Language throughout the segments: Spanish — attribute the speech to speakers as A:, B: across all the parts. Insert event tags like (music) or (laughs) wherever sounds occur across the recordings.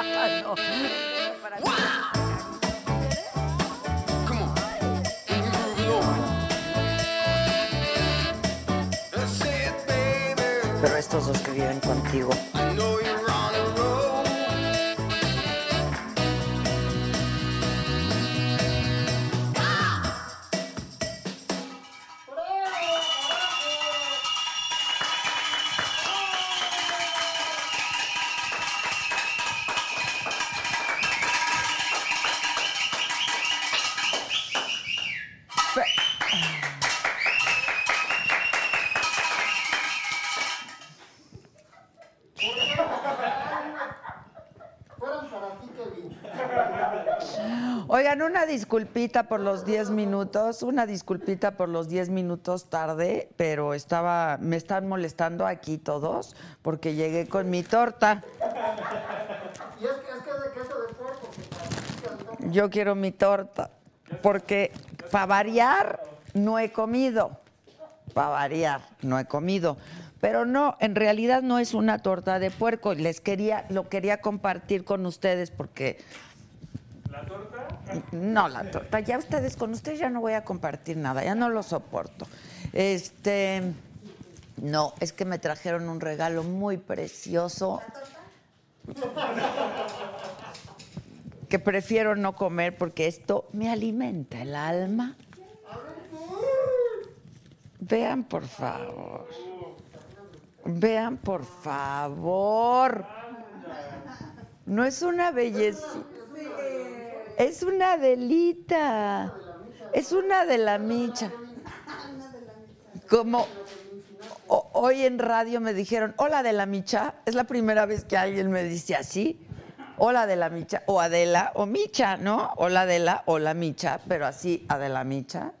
A: No.
B: Come on. We're moving on. That's it, baby.
A: Pero estos dos que viven contigo.
B: I know you're on a roll.
C: Oigan, una disculpita por los 10 minutos, una disculpita por los 10 minutos tarde, pero estaba, me están molestando aquí todos porque llegué con mi torta. Yo quiero mi torta, porque para variar no he comido, para variar no he comido, pero no, en realidad no es una torta de puerco, les quería, lo quería compartir con ustedes porque no, la torta. Ya ustedes, con ustedes ya no voy a compartir nada, ya no lo soporto. Este, no, es que me trajeron un regalo muy precioso. Que prefiero no comer porque esto me alimenta el alma. Vean, por favor. Vean, por favor. No es una belleza. Es una delita. Es una de la micha. Como ho- hoy en radio me dijeron, hola de la micha. Es la primera vez que alguien me dice así. Hola de la micha. O Adela o micha, ¿no? Hola Adela, hola micha. Pero así, Adela micha.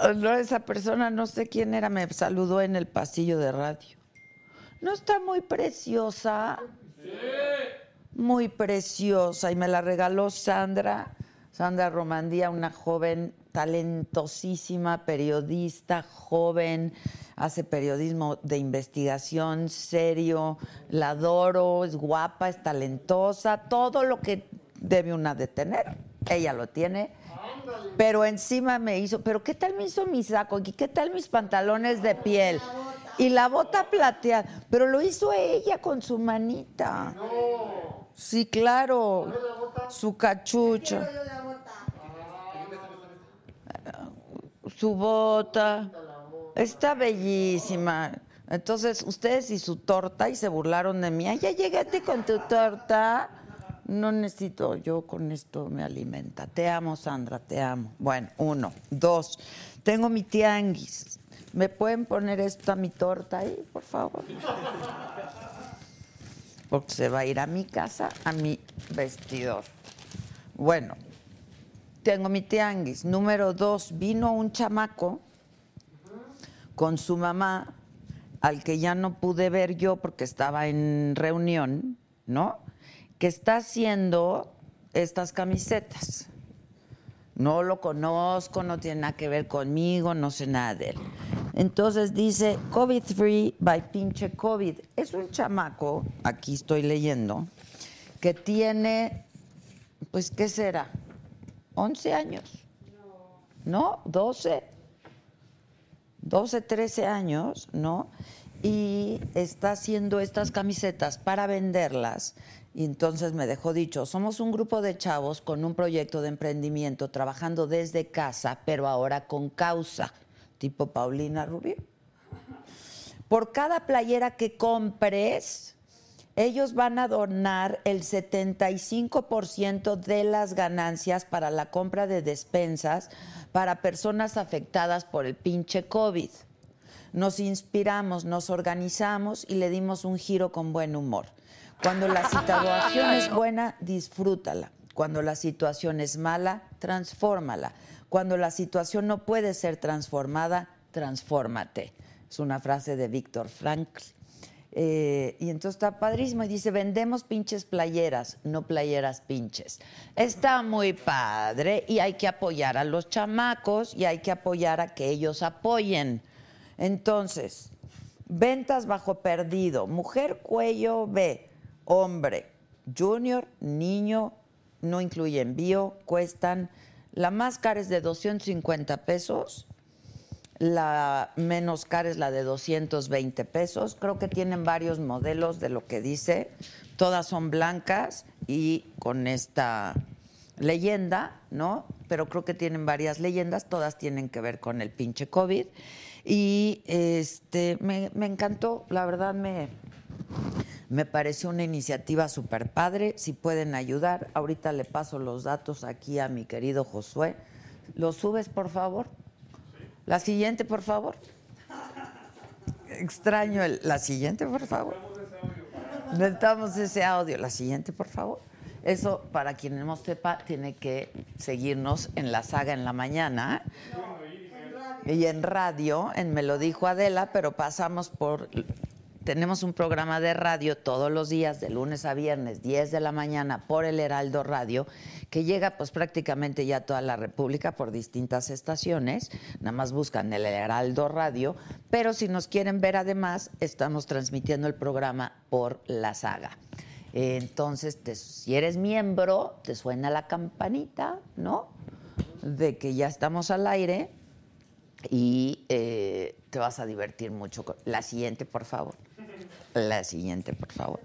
C: Ah, No, esa persona no sé quién era, me saludó en el pasillo de radio. No está muy preciosa. Muy preciosa y me la regaló Sandra, Sandra Romandía, una joven talentosísima, periodista, joven, hace periodismo de investigación serio, la adoro, es guapa, es talentosa, todo lo que debe una de tener, ella lo tiene. Pero encima me hizo, pero ¿qué tal me hizo mi saco? ¿Y qué tal mis pantalones de piel? Y la bota plateada, pero lo hizo ella con su manita. Sí, claro. Su cachucha. Su bota. Está bellísima. Entonces, ustedes y su torta y se burlaron de mí. Ay, ya llegaste con tu torta. No necesito, yo con esto me alimenta. Te amo, Sandra, te amo. Bueno, uno. Dos. Tengo mi tianguis. ¿Me pueden poner esta mi torta ahí, por favor? porque se va a ir a mi casa, a mi vestidor. Bueno, tengo mi tianguis. Número dos, vino un chamaco con su mamá, al que ya no pude ver yo porque estaba en reunión, ¿no? Que está haciendo estas camisetas. No lo conozco, no tiene nada que ver conmigo, no sé nada de él. Entonces dice COVID-free by pinche COVID. Es un chamaco, aquí estoy leyendo, que tiene, pues, ¿qué será? 11 años. No. ¿No? 12. 12, 13 años, ¿no? Y está haciendo estas camisetas para venderlas. Y entonces me dejó dicho, somos un grupo de chavos con un proyecto de emprendimiento trabajando desde casa, pero ahora con causa, tipo Paulina Rubio. Por cada playera que compres, ellos van a donar el 75% de las ganancias para la compra de despensas para personas afectadas por el pinche COVID. Nos inspiramos, nos organizamos y le dimos un giro con buen humor. Cuando la situación es buena, disfrútala. Cuando la situación es mala, transfórmala. Cuando la situación no puede ser transformada, transfórmate. Es una frase de Víctor Frankl. Eh, y entonces está padrísimo y dice, vendemos pinches playeras, no playeras pinches. Está muy padre y hay que apoyar a los chamacos y hay que apoyar a que ellos apoyen. Entonces, ventas bajo perdido, mujer cuello B, hombre, junior, niño, no incluye envío, cuestan, la más cara es de 250 pesos la menos cara es la de 220 pesos. Creo que tienen varios modelos de lo que dice. Todas son blancas y con esta leyenda, ¿no? Pero creo que tienen varias leyendas, todas tienen que ver con el pinche COVID. Y este me, me encantó, la verdad me, me pareció una iniciativa súper padre. Si pueden ayudar, ahorita le paso los datos aquí a mi querido Josué. ¿Los subes, por favor? La siguiente, por favor. Extraño el. La siguiente, por favor. Necesitamos ese audio. La siguiente, por favor. Eso, para quien no sepa, tiene que seguirnos en la saga en la mañana. Y en radio, en Me lo dijo Adela, pero pasamos por. Tenemos un programa de radio todos los días, de lunes a viernes, 10 de la mañana, por el Heraldo Radio, que llega pues prácticamente ya a toda la República por distintas estaciones. Nada más buscan el Heraldo Radio. Pero si nos quieren ver además, estamos transmitiendo el programa por la saga. Entonces, te- si eres miembro, te suena la campanita, ¿no? De que ya estamos al aire y eh, te vas a divertir mucho. con- La siguiente, por favor. La siguiente, por favor.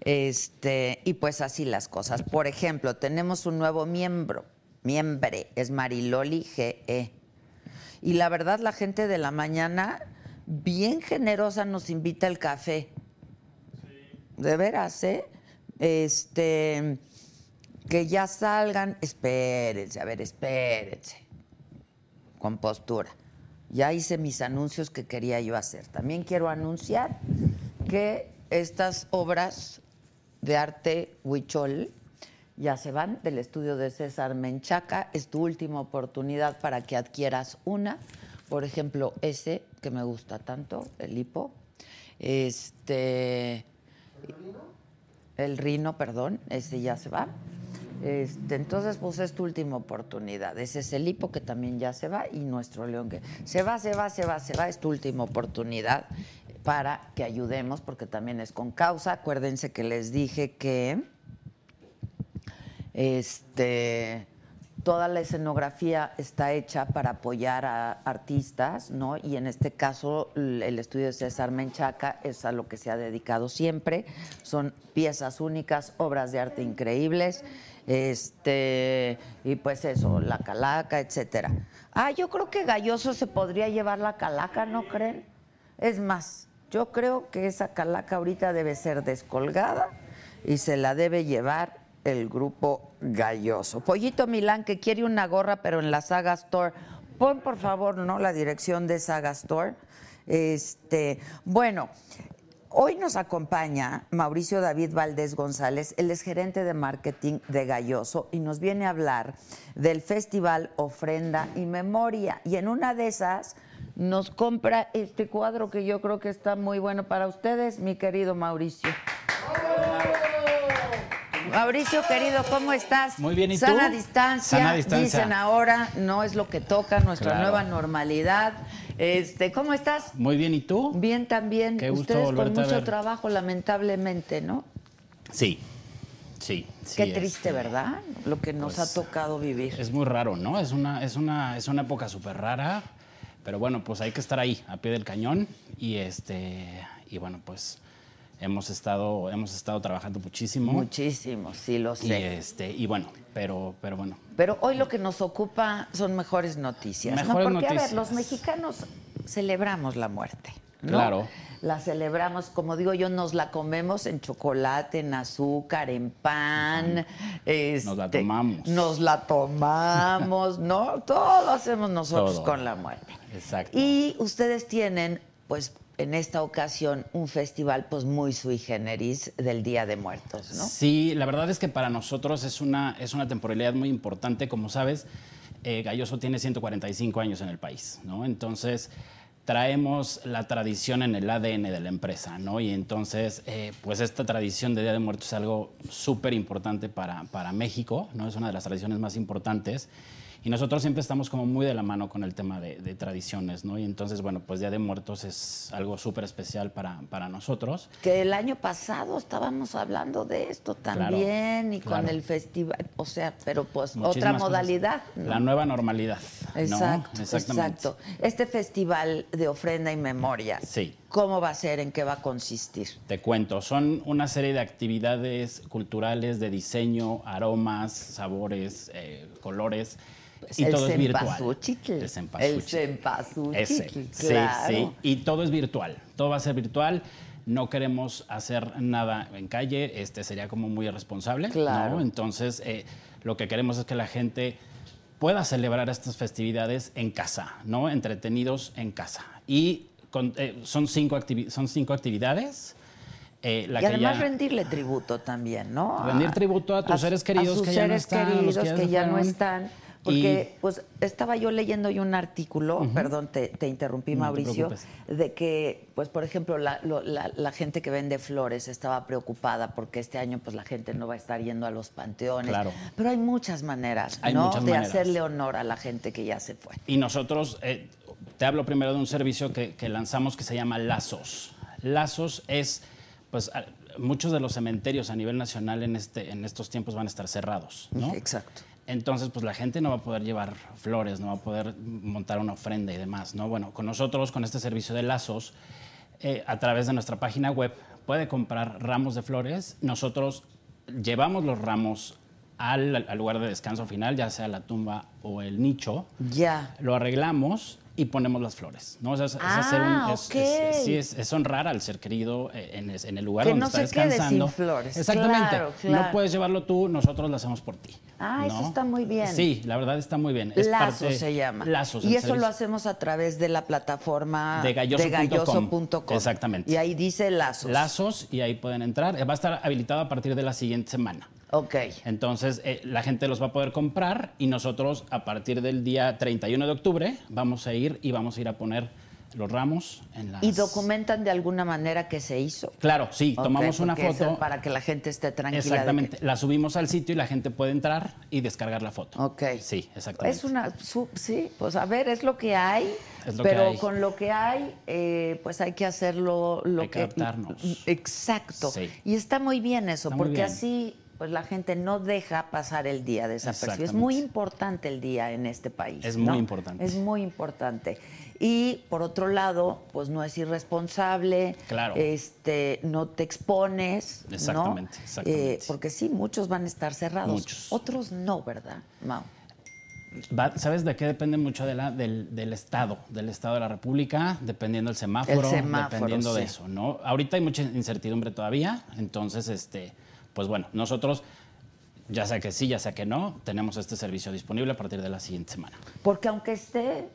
C: Este, y pues así las cosas. Por ejemplo, tenemos un nuevo miembro, miembre, es Mariloli GE. Y la verdad, la gente de la mañana, bien generosa, nos invita al café. De veras, ¿eh? Este, que ya salgan, espérense, a ver, espérense con postura. Ya hice mis anuncios que quería yo hacer. También quiero anunciar que estas obras de arte huichol ya se van del estudio de César Menchaca. Es tu última oportunidad para que adquieras una. Por ejemplo, ese que me gusta tanto, el hipo. Este. El Rino, perdón, ese ya se va. Este, entonces, pues es tu última oportunidad. Ese es el hipo que también ya se va y nuestro león que se va, se va, se va, se va. Es tu última oportunidad para que ayudemos, porque también es con causa. Acuérdense que les dije que este, toda la escenografía está hecha para apoyar a artistas, ¿no? Y en este caso, l- el estudio de César Menchaca es a lo que se ha dedicado siempre. Son piezas únicas, obras de arte increíbles. Este, y pues eso, la calaca, etcétera. Ah, yo creo que Galloso se podría llevar la calaca, ¿no creen? Es más, yo creo que esa calaca ahorita debe ser descolgada y se la debe llevar el grupo Galloso. Pollito Milán que quiere una gorra pero en la Saga Store. Pon por favor, ¿no? La dirección de Saga Store. Este, bueno, hoy nos acompaña Mauricio David Valdés González, él es gerente de marketing de Galloso y nos viene a hablar del festival Ofrenda y Memoria y en una de esas nos compra este cuadro que yo creo que está muy bueno para ustedes, mi querido Mauricio. Mauricio, querido, ¿cómo estás?
D: Muy bien, ¿y tú?
C: Sana distancia,
D: Sana distancia.
C: dicen ahora, no es lo que toca, nuestra
D: Claro.
C: nueva normalidad. Este, ¿Cómo estás?
D: Muy bien, ¿y tú?
C: Bien también.
D: Qué gusto
C: Ustedes con
D: volverte a
C: mucho
D: ver.
C: trabajo, lamentablemente, ¿no?
D: Sí, sí. sí
C: Qué
D: es. pues,
C: triste, ¿verdad? Lo que nos ha tocado vivir.
D: Es muy raro, ¿no? Es una, es una, es una época súper rara, pero bueno, pues hay que estar ahí, a pie del cañón. Y este, y bueno, pues hemos estado, hemos estado trabajando muchísimo.
C: Muchísimo, sí lo
D: y
C: sé.
D: este, y bueno, pero, pero bueno.
C: Pero hoy lo que nos ocupa son mejores noticias.
D: Mejores
C: no, porque a ver,
D: noticias.
C: los mexicanos celebramos la muerte. ¿no?
D: Claro.
C: La celebramos, como digo yo, nos la comemos en chocolate, en azúcar, en pan. este,
D: la tomamos.
C: Nos la tomamos, ¿no? Todo hacemos nosotros
D: Todo.
C: con la muerte.
D: Exacto.
C: Y ustedes tienen pues en esta ocasión un festival pues muy sui generis del Día de Muertos, ¿no?
D: Sí, la verdad es que para nosotros es una, es una temporalidad muy importante. Como sabes, eh, Galloso tiene 145 años en el país, ¿no? Entonces traemos la tradición en el ADN de la empresa, ¿no? Y entonces, eh, pues esta tradición de Día de Muertos es algo súper importante para, para México, ¿no? Es una de las tradiciones más importantes. Y nosotros siempre estamos como muy de la mano con el tema de, de tradiciones, ¿no? Y entonces, bueno, pues Día de Muertos es algo súper especial para, para nosotros.
C: Que el año pasado estábamos hablando de esto también y con
D: claro.
C: el festival, o sea, pero pues otra
D: Muchísimas cosas.
C: modalidad. ¿no?
D: La nueva normalidad. ¿no?
C: Exacto,
D: Exactamente.
C: exacto. Este festival de ofrenda y memoria,
D: Sí.
C: ¿cómo va a ser? ¿En qué va a consistir?
D: Te cuento, son una serie de actividades culturales de diseño, aromas, sabores, eh, colores.
C: Pues
D: y
C: el
D: todo es virtual.
C: cempasúchitl.
D: El cempasúchitl.
C: El cempasúchitl,
D: Ese.
C: claro.
D: Sí, sí. Y todo es virtual. Todo va a ser virtual. No queremos hacer nada en calle. Este sería como muy irresponsable.
C: Claro.
D: ¿no? Entonces, eh, lo que queremos es que la gente pueda celebrar estas festividades en casa, ¿no? Entretenidos en casa. Y con- eh, son, cinco activi- son cinco actividades. Eh, la
C: y
D: que
C: además
D: ya-
C: rendirle tributo también, ¿no?
D: (laughs) Rendir tributo a tus seres queridos
C: sus
D: que ya no
C: seres
D: están, los
C: queridos
D: que ya
C: que
D: se
C: ya no
D: fueron.
C: están.
D: Y-
C: Porque, pues, estaba yo leyendo yo un artículo, perdón, te, te interrumpí,
D: No te
C: Mauricio,
D: preocupes.
C: de que, pues, por ejemplo, la, lo- la- la gente que vende flores estaba preocupada porque este año, pues, la gente no va a estar yendo a los panteones.
D: Claro.
C: Pero hay muchas maneras,
D: Hay
C: ¿no?
D: muchas
C: de
D: maneras.
C: hacerle honor a la gente que ya se fue.
D: Y nosotros, eh, te hablo primero de un servicio que, que lanzamos que se llama Lazos. Lazos es, pues, a- muchos de los cementerios a nivel nacional en, este, en estos tiempos van a estar cerrados, ¿no?
C: Exacto.
D: Entonces, pues la gente no va a poder llevar flores, no va a poder montar una ofrenda y demás, ¿no? Bueno, con nosotros, con este servicio de lazos, eh, a través de nuestra página web, puede comprar ramos de flores. Nosotros llevamos los ramos al, al lugar de descanso final, ya sea la tumba o el nicho.
C: Ya.
D: Lo arreglamos y ponemos las flores, ¿no? O sea, es, es hacer
C: Ah,
D: un- es- es-
C: ok.
D: sí, es- es honrar al ser querido eh, en, es- en el lugar
C: Que
D: donde
C: no
D: está
C: se quede sin
D: descansando.
C: flores.
D: Exactamente.
C: Claro, claro.
D: No puedes llevarlo tú, nosotros lo hacemos por ti.
C: Ah, eso
D: ¿no?
C: está muy bien.
D: Sí, la verdad está muy bien. Es
C: Lazos
D: parte-
C: se llama.
D: Lazos.
C: Y
D: el
C: eso lo
D: servicio.
C: hacemos a través de la plataforma
D: De galloso punto
C: galloso
D: com.
C: punto com.
D: Exactamente.
C: Y ahí dice lazos.
D: Lazos y ahí pueden entrar. Eh, Va a estar habilitado a partir de la siguiente semana.
C: Ok.
D: Entonces, eh, la gente los va a poder comprar y nosotros a partir del día 31 de octubre vamos a ir y vamos a ir a poner los ramos en las...
C: ¿Y documentan de alguna manera que se hizo?
D: Claro, sí,
C: Ok,
D: tomamos una
C: porque eso
D: foto.
C: Para que la gente esté tranquila. de que-
D: Exactamente, la subimos al sitio y la gente puede entrar y descargar la foto.
C: Ok.
D: Sí, exactamente.
C: Es una, su- sí, pues a ver, es lo que hay,
D: Es lo que
C: pero
D: hay.
C: con lo que hay, eh, pues hay que hacerlo lo
D: Hay que adaptarnos.
C: Exacto.
D: Sí.
C: Y está muy bien eso,
D: Está muy
C: porque
D: bien.
C: así pues la gente no deja pasar el día desapercibido. Es
D: Exactamente.
C: muy importante el día en este país.
D: Es
C: ¿no?
D: muy importante.
C: Es muy importante. Y por otro lado, pues no es irresponsable.
D: Claro.
C: Este, no te expones. ¿no?
D: Exactamente,
C: Eh,
D: exactamente.
C: porque sí, muchos van a estar cerrados.
D: Muchos.
C: Otros no, ¿verdad, Mau?
D: Va- ¿Sabes de qué depende mucho de la- del, del Estado? Del Estado de la República, dependiendo del semáforo,
C: El semáforo,
D: dependiendo de
C: sí.
D: eso, ¿no? Ahorita hay mucha incertidumbre todavía, entonces, este, pues bueno, nosotros, ya sea que sí, ya sea que no, tenemos este servicio disponible a partir de la siguiente semana.
C: Porque aunque esté,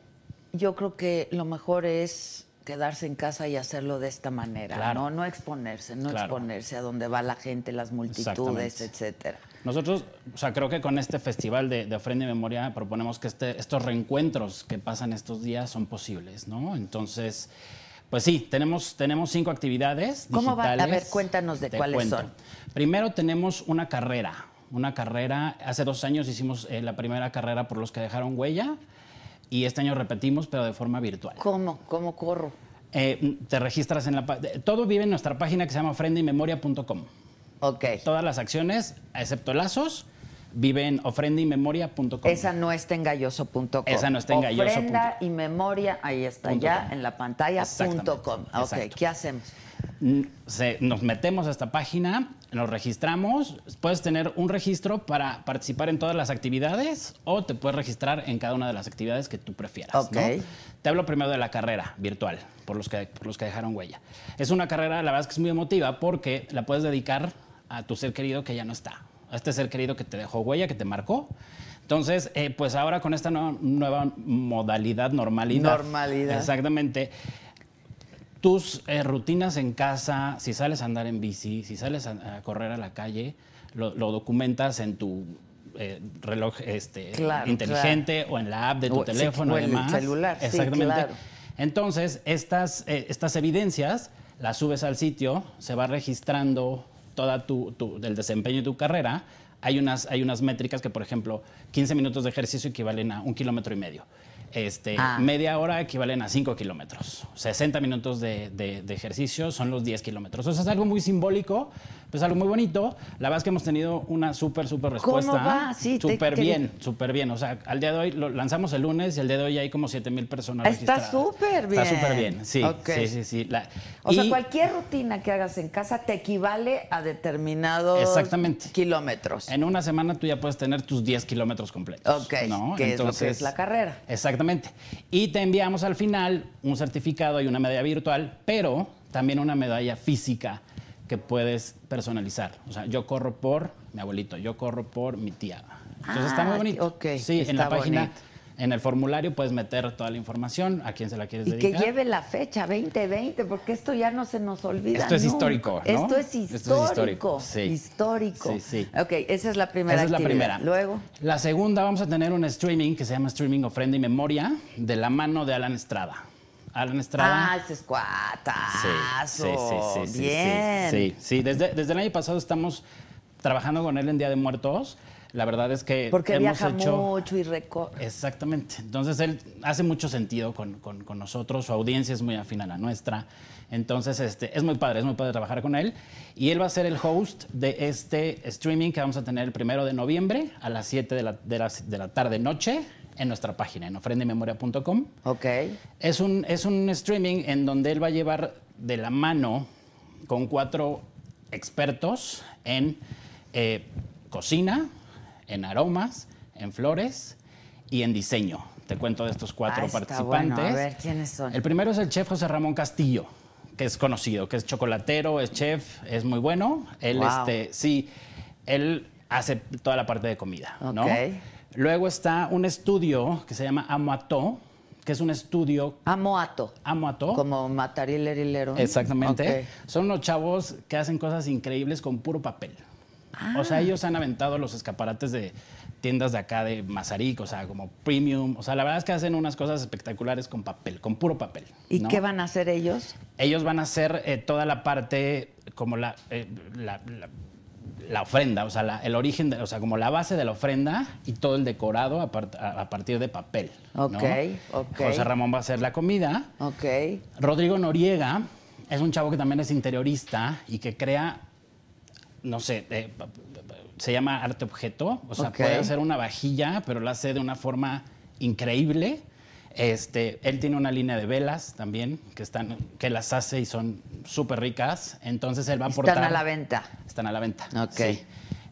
C: yo creo que lo mejor es quedarse en casa y hacerlo de esta manera,
D: Claro.
C: ¿no? No exponerse, no
D: Claro.
C: exponerse a donde va la gente, las multitudes,
D: Exactamente.
C: etcétera.
D: Nosotros, o sea, creo que con este festival de, de ofrenda y memoria proponemos que este- estos reencuentros que pasan estos días son posibles, ¿no? Entonces, pues sí, tenemos, tenemos cinco actividades
C: ¿Cómo va? A
D: digitales.
C: ver, cuéntanos de
D: Te
C: cuáles son.
D: Primero tenemos una carrera, una carrera. Hace dos años hicimos eh, la primera carrera por los que dejaron huella y este año repetimos, pero de forma virtual.
C: ¿Cómo? ¿Cómo corro?
D: Eh, te registras en la... pa- Todo vive en nuestra página que se llama ofrendamemoria.com.
C: Ok.
D: Todas las acciones, excepto lazos, viven ofrendamemoria.com.
C: Esa no está en galloso.com.
D: Esa no está en galloso punto com.
C: Ofrenda y memoria, ahí está
D: Punto
C: ya
D: com.
C: en la pantalla
D: Exactamente,
C: punto com. Ok,
D: exacto.
C: ¿qué hacemos?
D: N- se- nos metemos a esta página, nos registramos, puedes tener un registro para participar en todas las actividades o te puedes registrar en cada una de las actividades que tú prefieras.
C: Ok.
D: ¿no? Te hablo primero de la carrera virtual, por los, que, por los que dejaron huella. Es una carrera, la verdad es que es muy emotiva porque la puedes dedicar a tu ser querido que ya no está, a este ser querido que te dejó huella, que te marcó. Entonces, eh, pues ahora con esta nueva, nueva modalidad, normalidad.
C: Normalidad.
D: Exactamente tus eh, rutinas en casa, si sales a andar en bici, si sales a, a correr a la calle, lo, lo documentas en tu eh, reloj este,
C: Claro,
D: inteligente o en la app de tu
C: O- sí,
D: teléfono.
C: o en el
D: además.
C: celular, sí,
D: Exactamente.
C: claro.
D: Entonces, estas, eh, estas evidencias las subes al sitio, se va registrando todo tu, tu- el desempeño de tu carrera. Hay unas, hay unas métricas que, por ejemplo, 15 minutos de ejercicio equivalen a un kilómetro y medio. Este,
C: Ah.
D: Media hora equivalen a 5 kilómetros. 60 minutos de, de- de ejercicio son los 10 kilómetros. O sea, es algo muy simbólico, pues algo muy bonito. La verdad es que hemos tenido una súper, súper
C: ¿Cómo
D: respuesta.
C: va? Sí, te-
D: súper
C: te-
D: bien, súper bien. O sea, al día de hoy lo lanzamos el lunes y al día de hoy ya hay como 7 mil personas
C: Está
D: registradas.
C: súper bien.
D: Está súper bien, sí.
C: Ok.
D: Sí, sí, sí. La-
C: O sea,
D: y-
C: cualquier rutina que hagas en casa te equivale a determinados
D: Exactamente.
C: kilómetros.
D: En una semana tú ya puedes tener tus 10 kilómetros completos.
C: Ok, que es lo que es la carrera.
D: Exactamente. Y te enviamos al final un certificado y una medalla virtual, pero también una medalla física que puedes personalizar. O sea, yo corro por mi abuelito, yo corro por mi tía. Entonces está muy
C: Ah,
D: bonito.
C: ok,
D: Sí, en la
C: está
D: página,
C: bonito.
D: en el formulario puedes meter toda la información, a quién se la quieres
C: Y que
D: dedicar.
C: lleve la fecha 2020, porque esto ya no se nos olvida.
D: Esto es
C: nunca.
D: histórico, ¿no?
C: Esto es
D: Esto es
C: histórico.
D: histórico,
C: histórico.
D: sí. Sí, sí.
C: Ok, esa es la primera.
D: Esa es la
C: actividad.
D: primera.
C: Luego,
D: La segunda, vamos a tener un streaming que se llama Streaming Ofrenda y Memoria de la mano de Alan Estrada. Alan Estrada.
C: ah, ese es cuatazo. Bien.
D: Sí, sí. Desde, desde el año pasado estamos trabajando con él en Día de Muertos. La verdad es que
C: Porque
D: hemos
C: viaja
D: hecho.
C: mucho y recorre.
D: Exactamente. Entonces él hace mucho sentido con, con- con nosotros, su audiencia es muy afín a la nuestra. Entonces este, es muy padre, es muy padre trabajar con él. Y él va a ser el host de este streaming que vamos a tener el primero de noviembre a las 7 de la, de las- de la tarde-noche en nuestra página, en ofrendememoria.com.
C: Ok.
D: Es un, es un streaming en donde él va a llevar de la mano con cuatro expertos en eh, cocina, en aromas, en flores y en diseño. Te cuento de estos cuatro
C: Ah, está
D: participantes.
C: bueno. A ver, ¿quiénes son?
D: El primero es el chef José Ramón Castillo, que es conocido, que es chocolatero, es chef, es muy bueno. Él,
C: Wow.
D: este, sí, él hace toda la parte de comida, ¿no?
C: Ok.
D: Luego está un estudio que se llama Amoato, que es un estudio
C: Amoato.
D: Amoato.
C: Como matar y lerilero.
D: Exactamente. Son los chavos que hacen cosas increíbles con puro papel. O
C: Ah.
D: sea, ellos han aventado los escaparates de tiendas de acá de Mazarik, o sea, como premium. O sea, la verdad es que hacen unas cosas espectaculares con papel, con puro papel.
C: ¿Y
D: ¿no?
C: qué van a hacer ellos?
D: Ellos van a hacer eh, toda la parte como la, eh, la- la- la ofrenda, o sea, la- el origen, de- o sea, como la base de la ofrenda y todo el decorado a, part- a- a partir de papel. ¿no?
C: Ok, ok.
D: José Ramón va a hacer la comida.
C: Ok.
D: Rodrigo Noriega es un chavo que también es interiorista y que crea, no sé, eh, pa- pa- pa- se llama arte objeto. O sea,
C: Ok.
D: puede hacer una vajilla, pero la hace de una forma increíble. Este, él tiene una línea de velas también que están, que las hace y son súper ricas. Entonces él va a aportar.
C: Están a la venta.
D: Están a la venta.
C: Ok.
D: sí.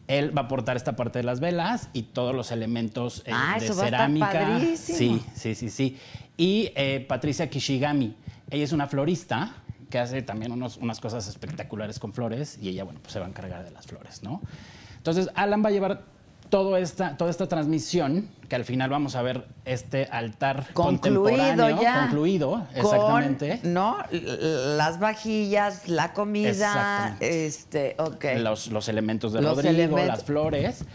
D: Él va a aportar esta parte de las velas y todos los elementos eh,
C: Ah,
D: de
C: eso va a estar
D: cerámica.
C: padrísimo.
D: Sí, Sí, sí, sí. Y eh, Patricia Kishigami, ella es una florista que hace también unos- unas cosas espectaculares con flores y ella, bueno, pues se va a encargar de las flores, ¿no? Entonces, Alan va a llevar todo esta, toda esta transmisión, que al final vamos a ver este altar
C: Concluido
D: contemporáneo,
C: ya.
D: concluido,
C: Con,
D: exactamente.
C: ¿No? L- Las vajillas, la comida,
D: Exactamente.
C: este, ok.
D: los, los elementos de
C: Los
D: Rodrigo,
C: elementos.
D: las flores,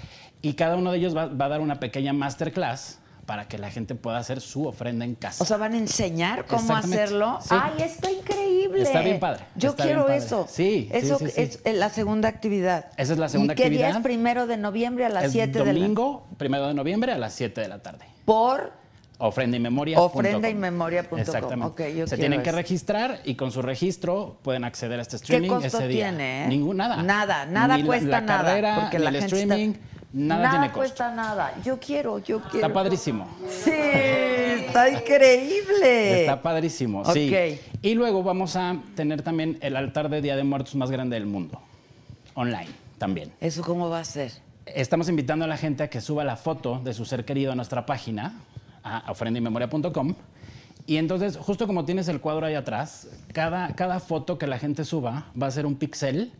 D: y cada uno de ellos va, va a dar una pequeña masterclass para que la gente pueda hacer su ofrenda en casa.
C: O sea, van a enseñar cómo
D: Exactamente,
C: hacerlo.
D: sí.
C: ¡Ay, está increíble!
D: Está bien padre,
C: Yo
D: está
C: quiero
D: bien padre.
C: eso.
D: Sí, sí,
C: Eso
D: sí, sí.
C: es eh, la segunda actividad.
D: Esa es la segunda
C: ¿Y qué día
D: actividad?
C: es primero de noviembre a las
D: Es
C: 7 de la
D: domingo, primero de noviembre a las 7 de la tarde.
C: Por
D: Ofrenda y memoria.
C: ofrendamemoria.com.
D: Exactamente.
C: Ok, yo
D: Se
C: quiero
D: tienen que
C: eso.
D: registrar y con su registro pueden acceder a este
C: ¿Qué
D: streaming
C: costo
D: ese día.
C: tiene? eh?
D: Ningún nada.
C: Nada, nada
D: Ni la-
C: cuesta
D: la
C: nada.
D: carrera,
C: porque
D: ni
C: la
D: el
C: gente
D: streaming,
C: está-
D: nada, tiene costo.
C: cuesta nada. Yo quiero, yo quiero.
D: Está padrísimo. (laughs)
C: Sí, está increíble.
D: Está padrísimo,
C: Eh, Ok.
D: sí. Y luego vamos a tener también el altar de Día de Muertos más grande del mundo, online también.
C: ¿Eso cómo va a ser?
D: Estamos invitando a la gente a que suba la foto de su ser querido a nuestra página, a ofrendamemoria.com. Y entonces, justo como tienes el cuadro ahí atrás, cada, cada foto que la gente suba va a ser un pixel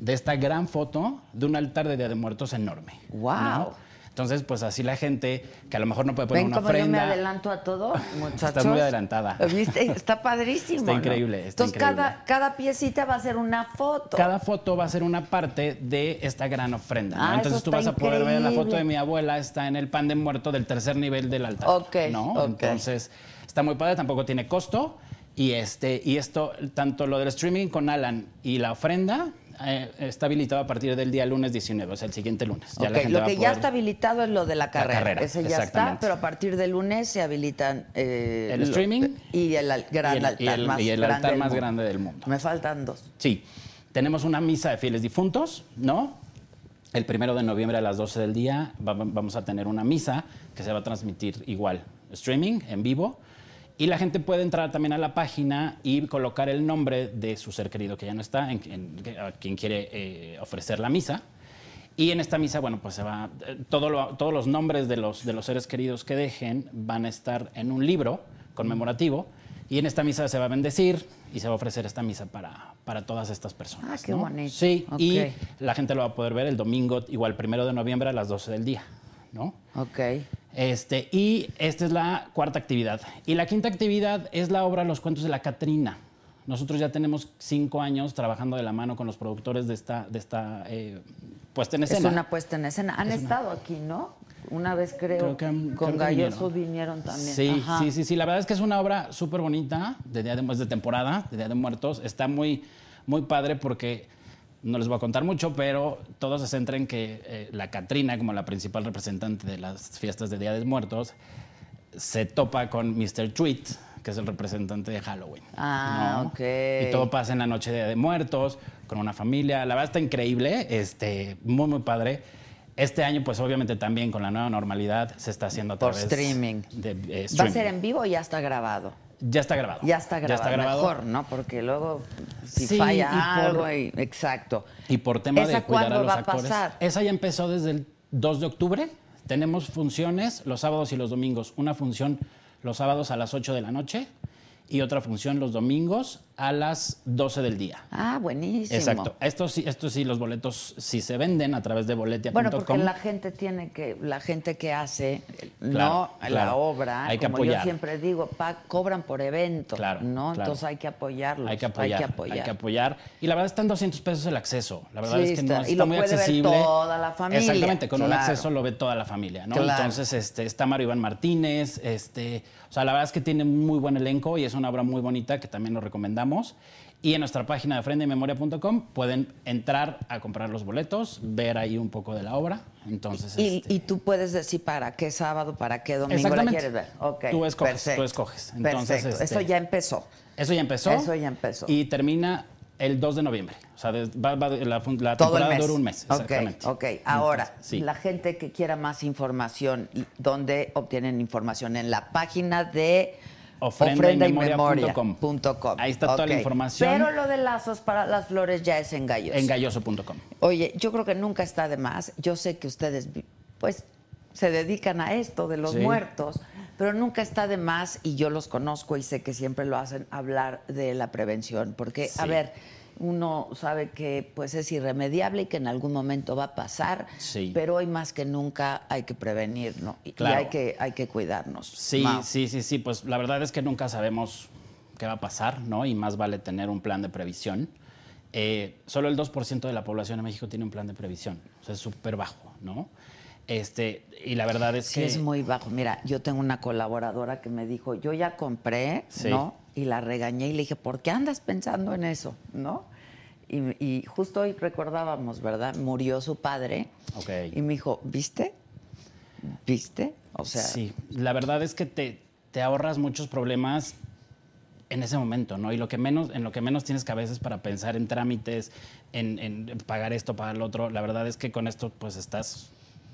D: de esta gran foto de un altar de Día de Muertos enorme.
C: ¡Guau!
D: Entonces, pues así la gente que a lo mejor no puede poner
C: ¿Ven
D: una
C: cómo yo me
D: ofrenda.
C: adelanto a todo, muchachos?
D: (laughs) Estás muy adelantada.
C: ¿Viste? Está padrísimo.
D: Está
C: ¿no?
D: increíble, está
C: Entonces,
D: increíble.
C: Cada, cada piecita va a ser una foto.
D: Cada foto va a ser una parte de esta gran ofrenda. ¿no?
C: Ah, eso
D: Entonces tú
C: está
D: vas a poder ver la foto
C: increíble.
D: de mi abuela, está en el pan de muerto del tercer nivel del altar.
C: Ok,
D: ¿no?
C: ok.
D: Entonces está muy padre, tampoco tiene costo. Y, este, y esto, tanto lo del streaming con Alan y la ofrenda, eh, está habilitado a partir del día lunes 19, o sea, el siguiente lunes. Ya la
C: Ok,
D: gente
C: lo
D: va a
C: que ya
D: poder-
C: está habilitado es lo de la carrera.
D: carrera,
C: Ese ya está,
D: exactamente.
C: pero a partir del lunes se habilitan eh,
D: El
C: lo-
D: streaming
C: y el al- gran
D: y el-
C: altar
D: y el-
C: más,
D: y el
C: grande,
D: altar
C: del
D: más
C: mundo.
D: grande del mundo.
C: Me faltan dos.
D: Sí. Tenemos una misa de fieles difuntos, ¿no? El primero de noviembre a las 12 del día va- va- vamos a tener una misa que se va a transmitir igual, streaming, en vivo. Y la gente puede entrar también a la página y colocar el nombre de su ser querido que ya no está, en- en- a quien quiere eh, ofrecer la misa. Y en esta misa, bueno, pues se va. eh, todo lo- todos los nombres de los, de los seres queridos que dejen van a estar en un libro conmemorativo. Y en esta misa se va a bendecir y se va a ofrecer esta misa para, para todas estas personas.
C: Ah, qué
D: ¿no?
C: bonito.
D: Sí,
C: Ok.
D: y la gente lo va a poder ver el domingo, igual primero de noviembre a las 12 del día, ¿no?
C: Ok.
D: Este, y esta es la cuarta actividad. Y la quinta actividad es la obra Los Cuentos de la Catrina. Nosotros ya tenemos cinco años trabajando de la mano con los productores de esta, de esta eh, puesta en
C: Es
D: escena.
C: una puesta en escena. Han estado aquí, ¿no? Una vez creo,
D: Creo que han-
C: con
D: creo que
C: Galloso vinieron. también.
D: Sí,
C: Ajá.
D: sí, sí, sí. La verdad es que es una obra súper bonita de Día de, Mu- es de temporada, de Día de Muertos. Está muy, muy padre porque no les voy a contar mucho, pero todo se centra en que eh, la Catrina, como la principal representante de las fiestas de Día de Muertos, se topa con Mr. Tweet, que es el representante de Halloween.
C: Ah,
D: ¿no?
C: ok.
D: Y todo pasa en la noche de, Día de muertos, con una familia. La verdad está increíble, este, muy, muy padre. Este año, pues obviamente también con la nueva normalidad se está haciendo a
C: Por
D: través
C: streaming.
D: de eh,
C: ¿Va
D: streaming.
C: a ser en vivo o ya está grabado?
D: Ya está grabado.
C: Ya está grabado. Mejor, ¿no? Porque luego si
D: Sí,
C: falla
D: y por-
C: algo, y- exacto.
D: Y por tema
C: ¿Esa
D: de cuidar a
C: cuándo
D: los
C: va a
D: actores.
C: pasar?
D: Esa ya empezó desde el 2 de octubre. Tenemos funciones los sábados y los domingos. Una función los sábados a las 8 de la noche y otra función los domingos a las 12 del día.
C: Ah, buenísimo.
D: Exacto. Estos sí, estos sí, los boletos sí se venden a través de boletia.com.
C: Bueno, porque la gente tiene que, la gente que hace,
D: Claro,
C: no la
D: claro.
C: obra,
D: Hay que
C: como yo
D: apoyar.
C: siempre digo, pa- cobran por evento,
D: Claro,
C: ¿no?
D: claro.
C: Entonces hay que apoyarlos,
D: Hay que apoyar, hay que apoyar. Y la verdad está en 200 pesos el acceso. La verdad
C: Sí,
D: es que
C: está-
D: no
C: y
D: está
C: lo
D: muy
C: puede ver
D: accesible.
C: toda la familia,
D: Exactamente, con un
C: claro.
D: acceso lo ve toda la familia, ¿no?
C: Claro.
D: Entonces, este está Mario Iván Martínez, este, o sea, la verdad es que tiene muy buen elenco y es una obra muy bonita que también lo recomendamos. Y en nuestra página de frendeymemoria.com pueden entrar a comprar los boletos, ver ahí un poco de la obra. Entonces,
C: Y,
D: este,
C: y tú puedes decir para qué sábado, para qué domingo la
D: Exactamente.
C: quieres ver. Ok,
D: Tú escoges,
C: perfecto.
D: tú escoges. Entonces,
C: perfecto.
D: este-
C: Eso ya empezó.
D: Eso ya empezó.
C: Eso ya empezó.
D: Y termina el 2 de noviembre. O sea, de- va- va- la, fun- la
C: Todo el
D: temporada
C: mes.
D: dura un mes.
C: Ok,
D: Exactamente.
C: Ok, ahora,
D: Entonces, sí.
C: la gente que quiera más información, ¿y ¿dónde obtienen información? En la página de
D: ofrendamemoria.com.
C: ofrendamemoria.com.
D: Ahí está toda la
C: Ok.
D: información.
C: Pero lo de lazos para las flores ya es en gallos.
D: En galloso.com.
C: Oye, yo creo que nunca está de más. Yo sé que ustedes, vi- pues, se dedican a esto de los
D: Sí.
C: muertos, pero nunca está de más, y yo los conozco y sé que siempre lo hacen, hablar de la prevención. Porque, a
D: Sí.
C: ver, uno sabe que pues es irremediable y que en algún momento va a pasar,
D: Sí.
C: pero hoy más que nunca hay que prevenir, ¿no? Y, y
D: Claro.
C: hay, que, hay que cuidarnos.
D: Sí,
C: Mau.
D: sí, sí, sí. Pues la verdad es que nunca sabemos qué va a pasar, ¿no? Y más vale tener un plan de previsión. Eh, solo el 2% de la población en México tiene un plan de previsión. O sea, es súper bajo, ¿no? Este, y la verdad es
C: Sí,
D: que.
C: es muy bajo. Mira, yo tengo una colaboradora que me dijo, yo ya compré,
D: Sí.
C: ¿no? Y la regañé y le dije, ¿por qué andas pensando en eso? ¿No? Y, y justo hoy recordábamos, ¿verdad? Murió su padre.
D: Ok.
C: Y me dijo, ¿viste? ¿Viste? O sea,
D: sí, la verdad es que te, te ahorras muchos problemas en ese momento, ¿no? Y lo que menos, en lo que menos tienes cabezas para pensar en trámites, en, en pagar esto, pagar lo otro, la verdad es que con esto pues estás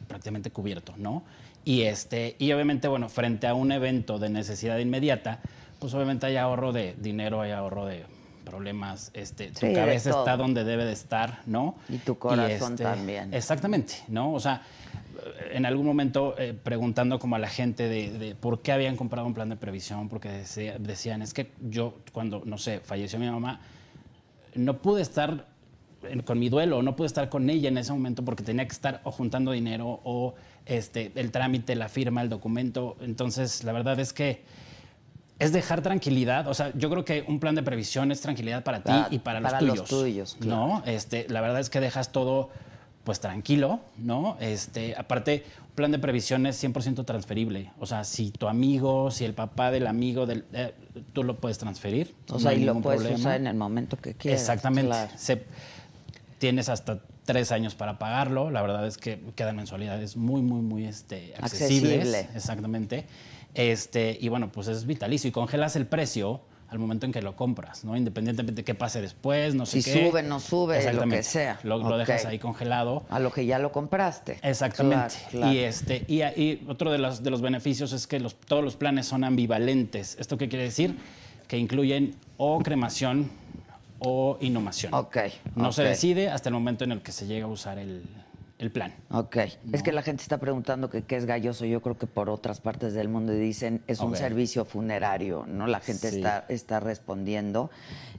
D: prácticamente cubierto, ¿no? Y este, y obviamente, bueno, frente a un evento de necesidad inmediata, pues obviamente hay ahorro de dinero, hay ahorro de problemas, este, tu
C: Sí, de
D: cabeza
C: todo.
D: está donde debe de estar, ¿no?
C: Y tu corazón también.
D: este, Exactamente, ¿no? O sea, en algún momento eh, preguntando como a la gente de, de por qué habían comprado un plan de previsión, porque decía- decían, es que yo cuando, no sé, falleció mi mamá, no pude estar en- con mi duelo, no pude estar con ella en ese momento porque tenía que estar o juntando dinero o este, el trámite, la firma, el documento. Entonces, la verdad es que es dejar tranquilidad. O sea, yo creo que un plan de previsión es tranquilidad para ti
C: Para-
D: y para,
C: para los
D: los tuyos.
C: tuyos, claro.
D: ¿No? Este, la verdad es que dejas todo pues tranquilo, ¿no? Este, aparte, un plan de previsión es 100% transferible. O sea, si tu amigo, si el papá del amigo, del, eh, tú lo puedes transferir.
C: O sea,
D: no hay
C: y lo
D: ningún
C: puedes
D: problema.
C: usar en el momento que quieras.
D: Exactamente.
C: claro.
D: Se- tienes hasta tres años para pagarlo. La verdad es que quedan mensualidades muy, muy, muy este, accesibles.
C: Accesible.
D: Exactamente. Este, y bueno, pues es vitalicio. Y congelas el precio al momento en que lo compras, ¿no? Independientemente de qué pase después, no sé
C: Si
D: qué.
C: sube, no sube, lo que
D: Exactamente.
C: sea.
D: Lo, lo dejas
C: Ok.
D: ahí congelado.
C: A lo que ya lo compraste.
D: Exactamente.
C: Claro, claro.
D: Y este, y, y otro de los, de los beneficios es que los, todos los planes son ambivalentes. ¿Esto qué quiere decir? Que incluyen o cremación o inhumación.
C: Ok,
D: No se
C: ok.
D: decide hasta el momento en el que se llega a usar el, el plan.
C: Ok. Es que la gente está preguntando que qué es galloso. Yo creo que por otras partes del mundo y dicen es un
D: Ok.
C: servicio funerario, ¿no? La gente
D: Sí.
C: está, está respondiendo.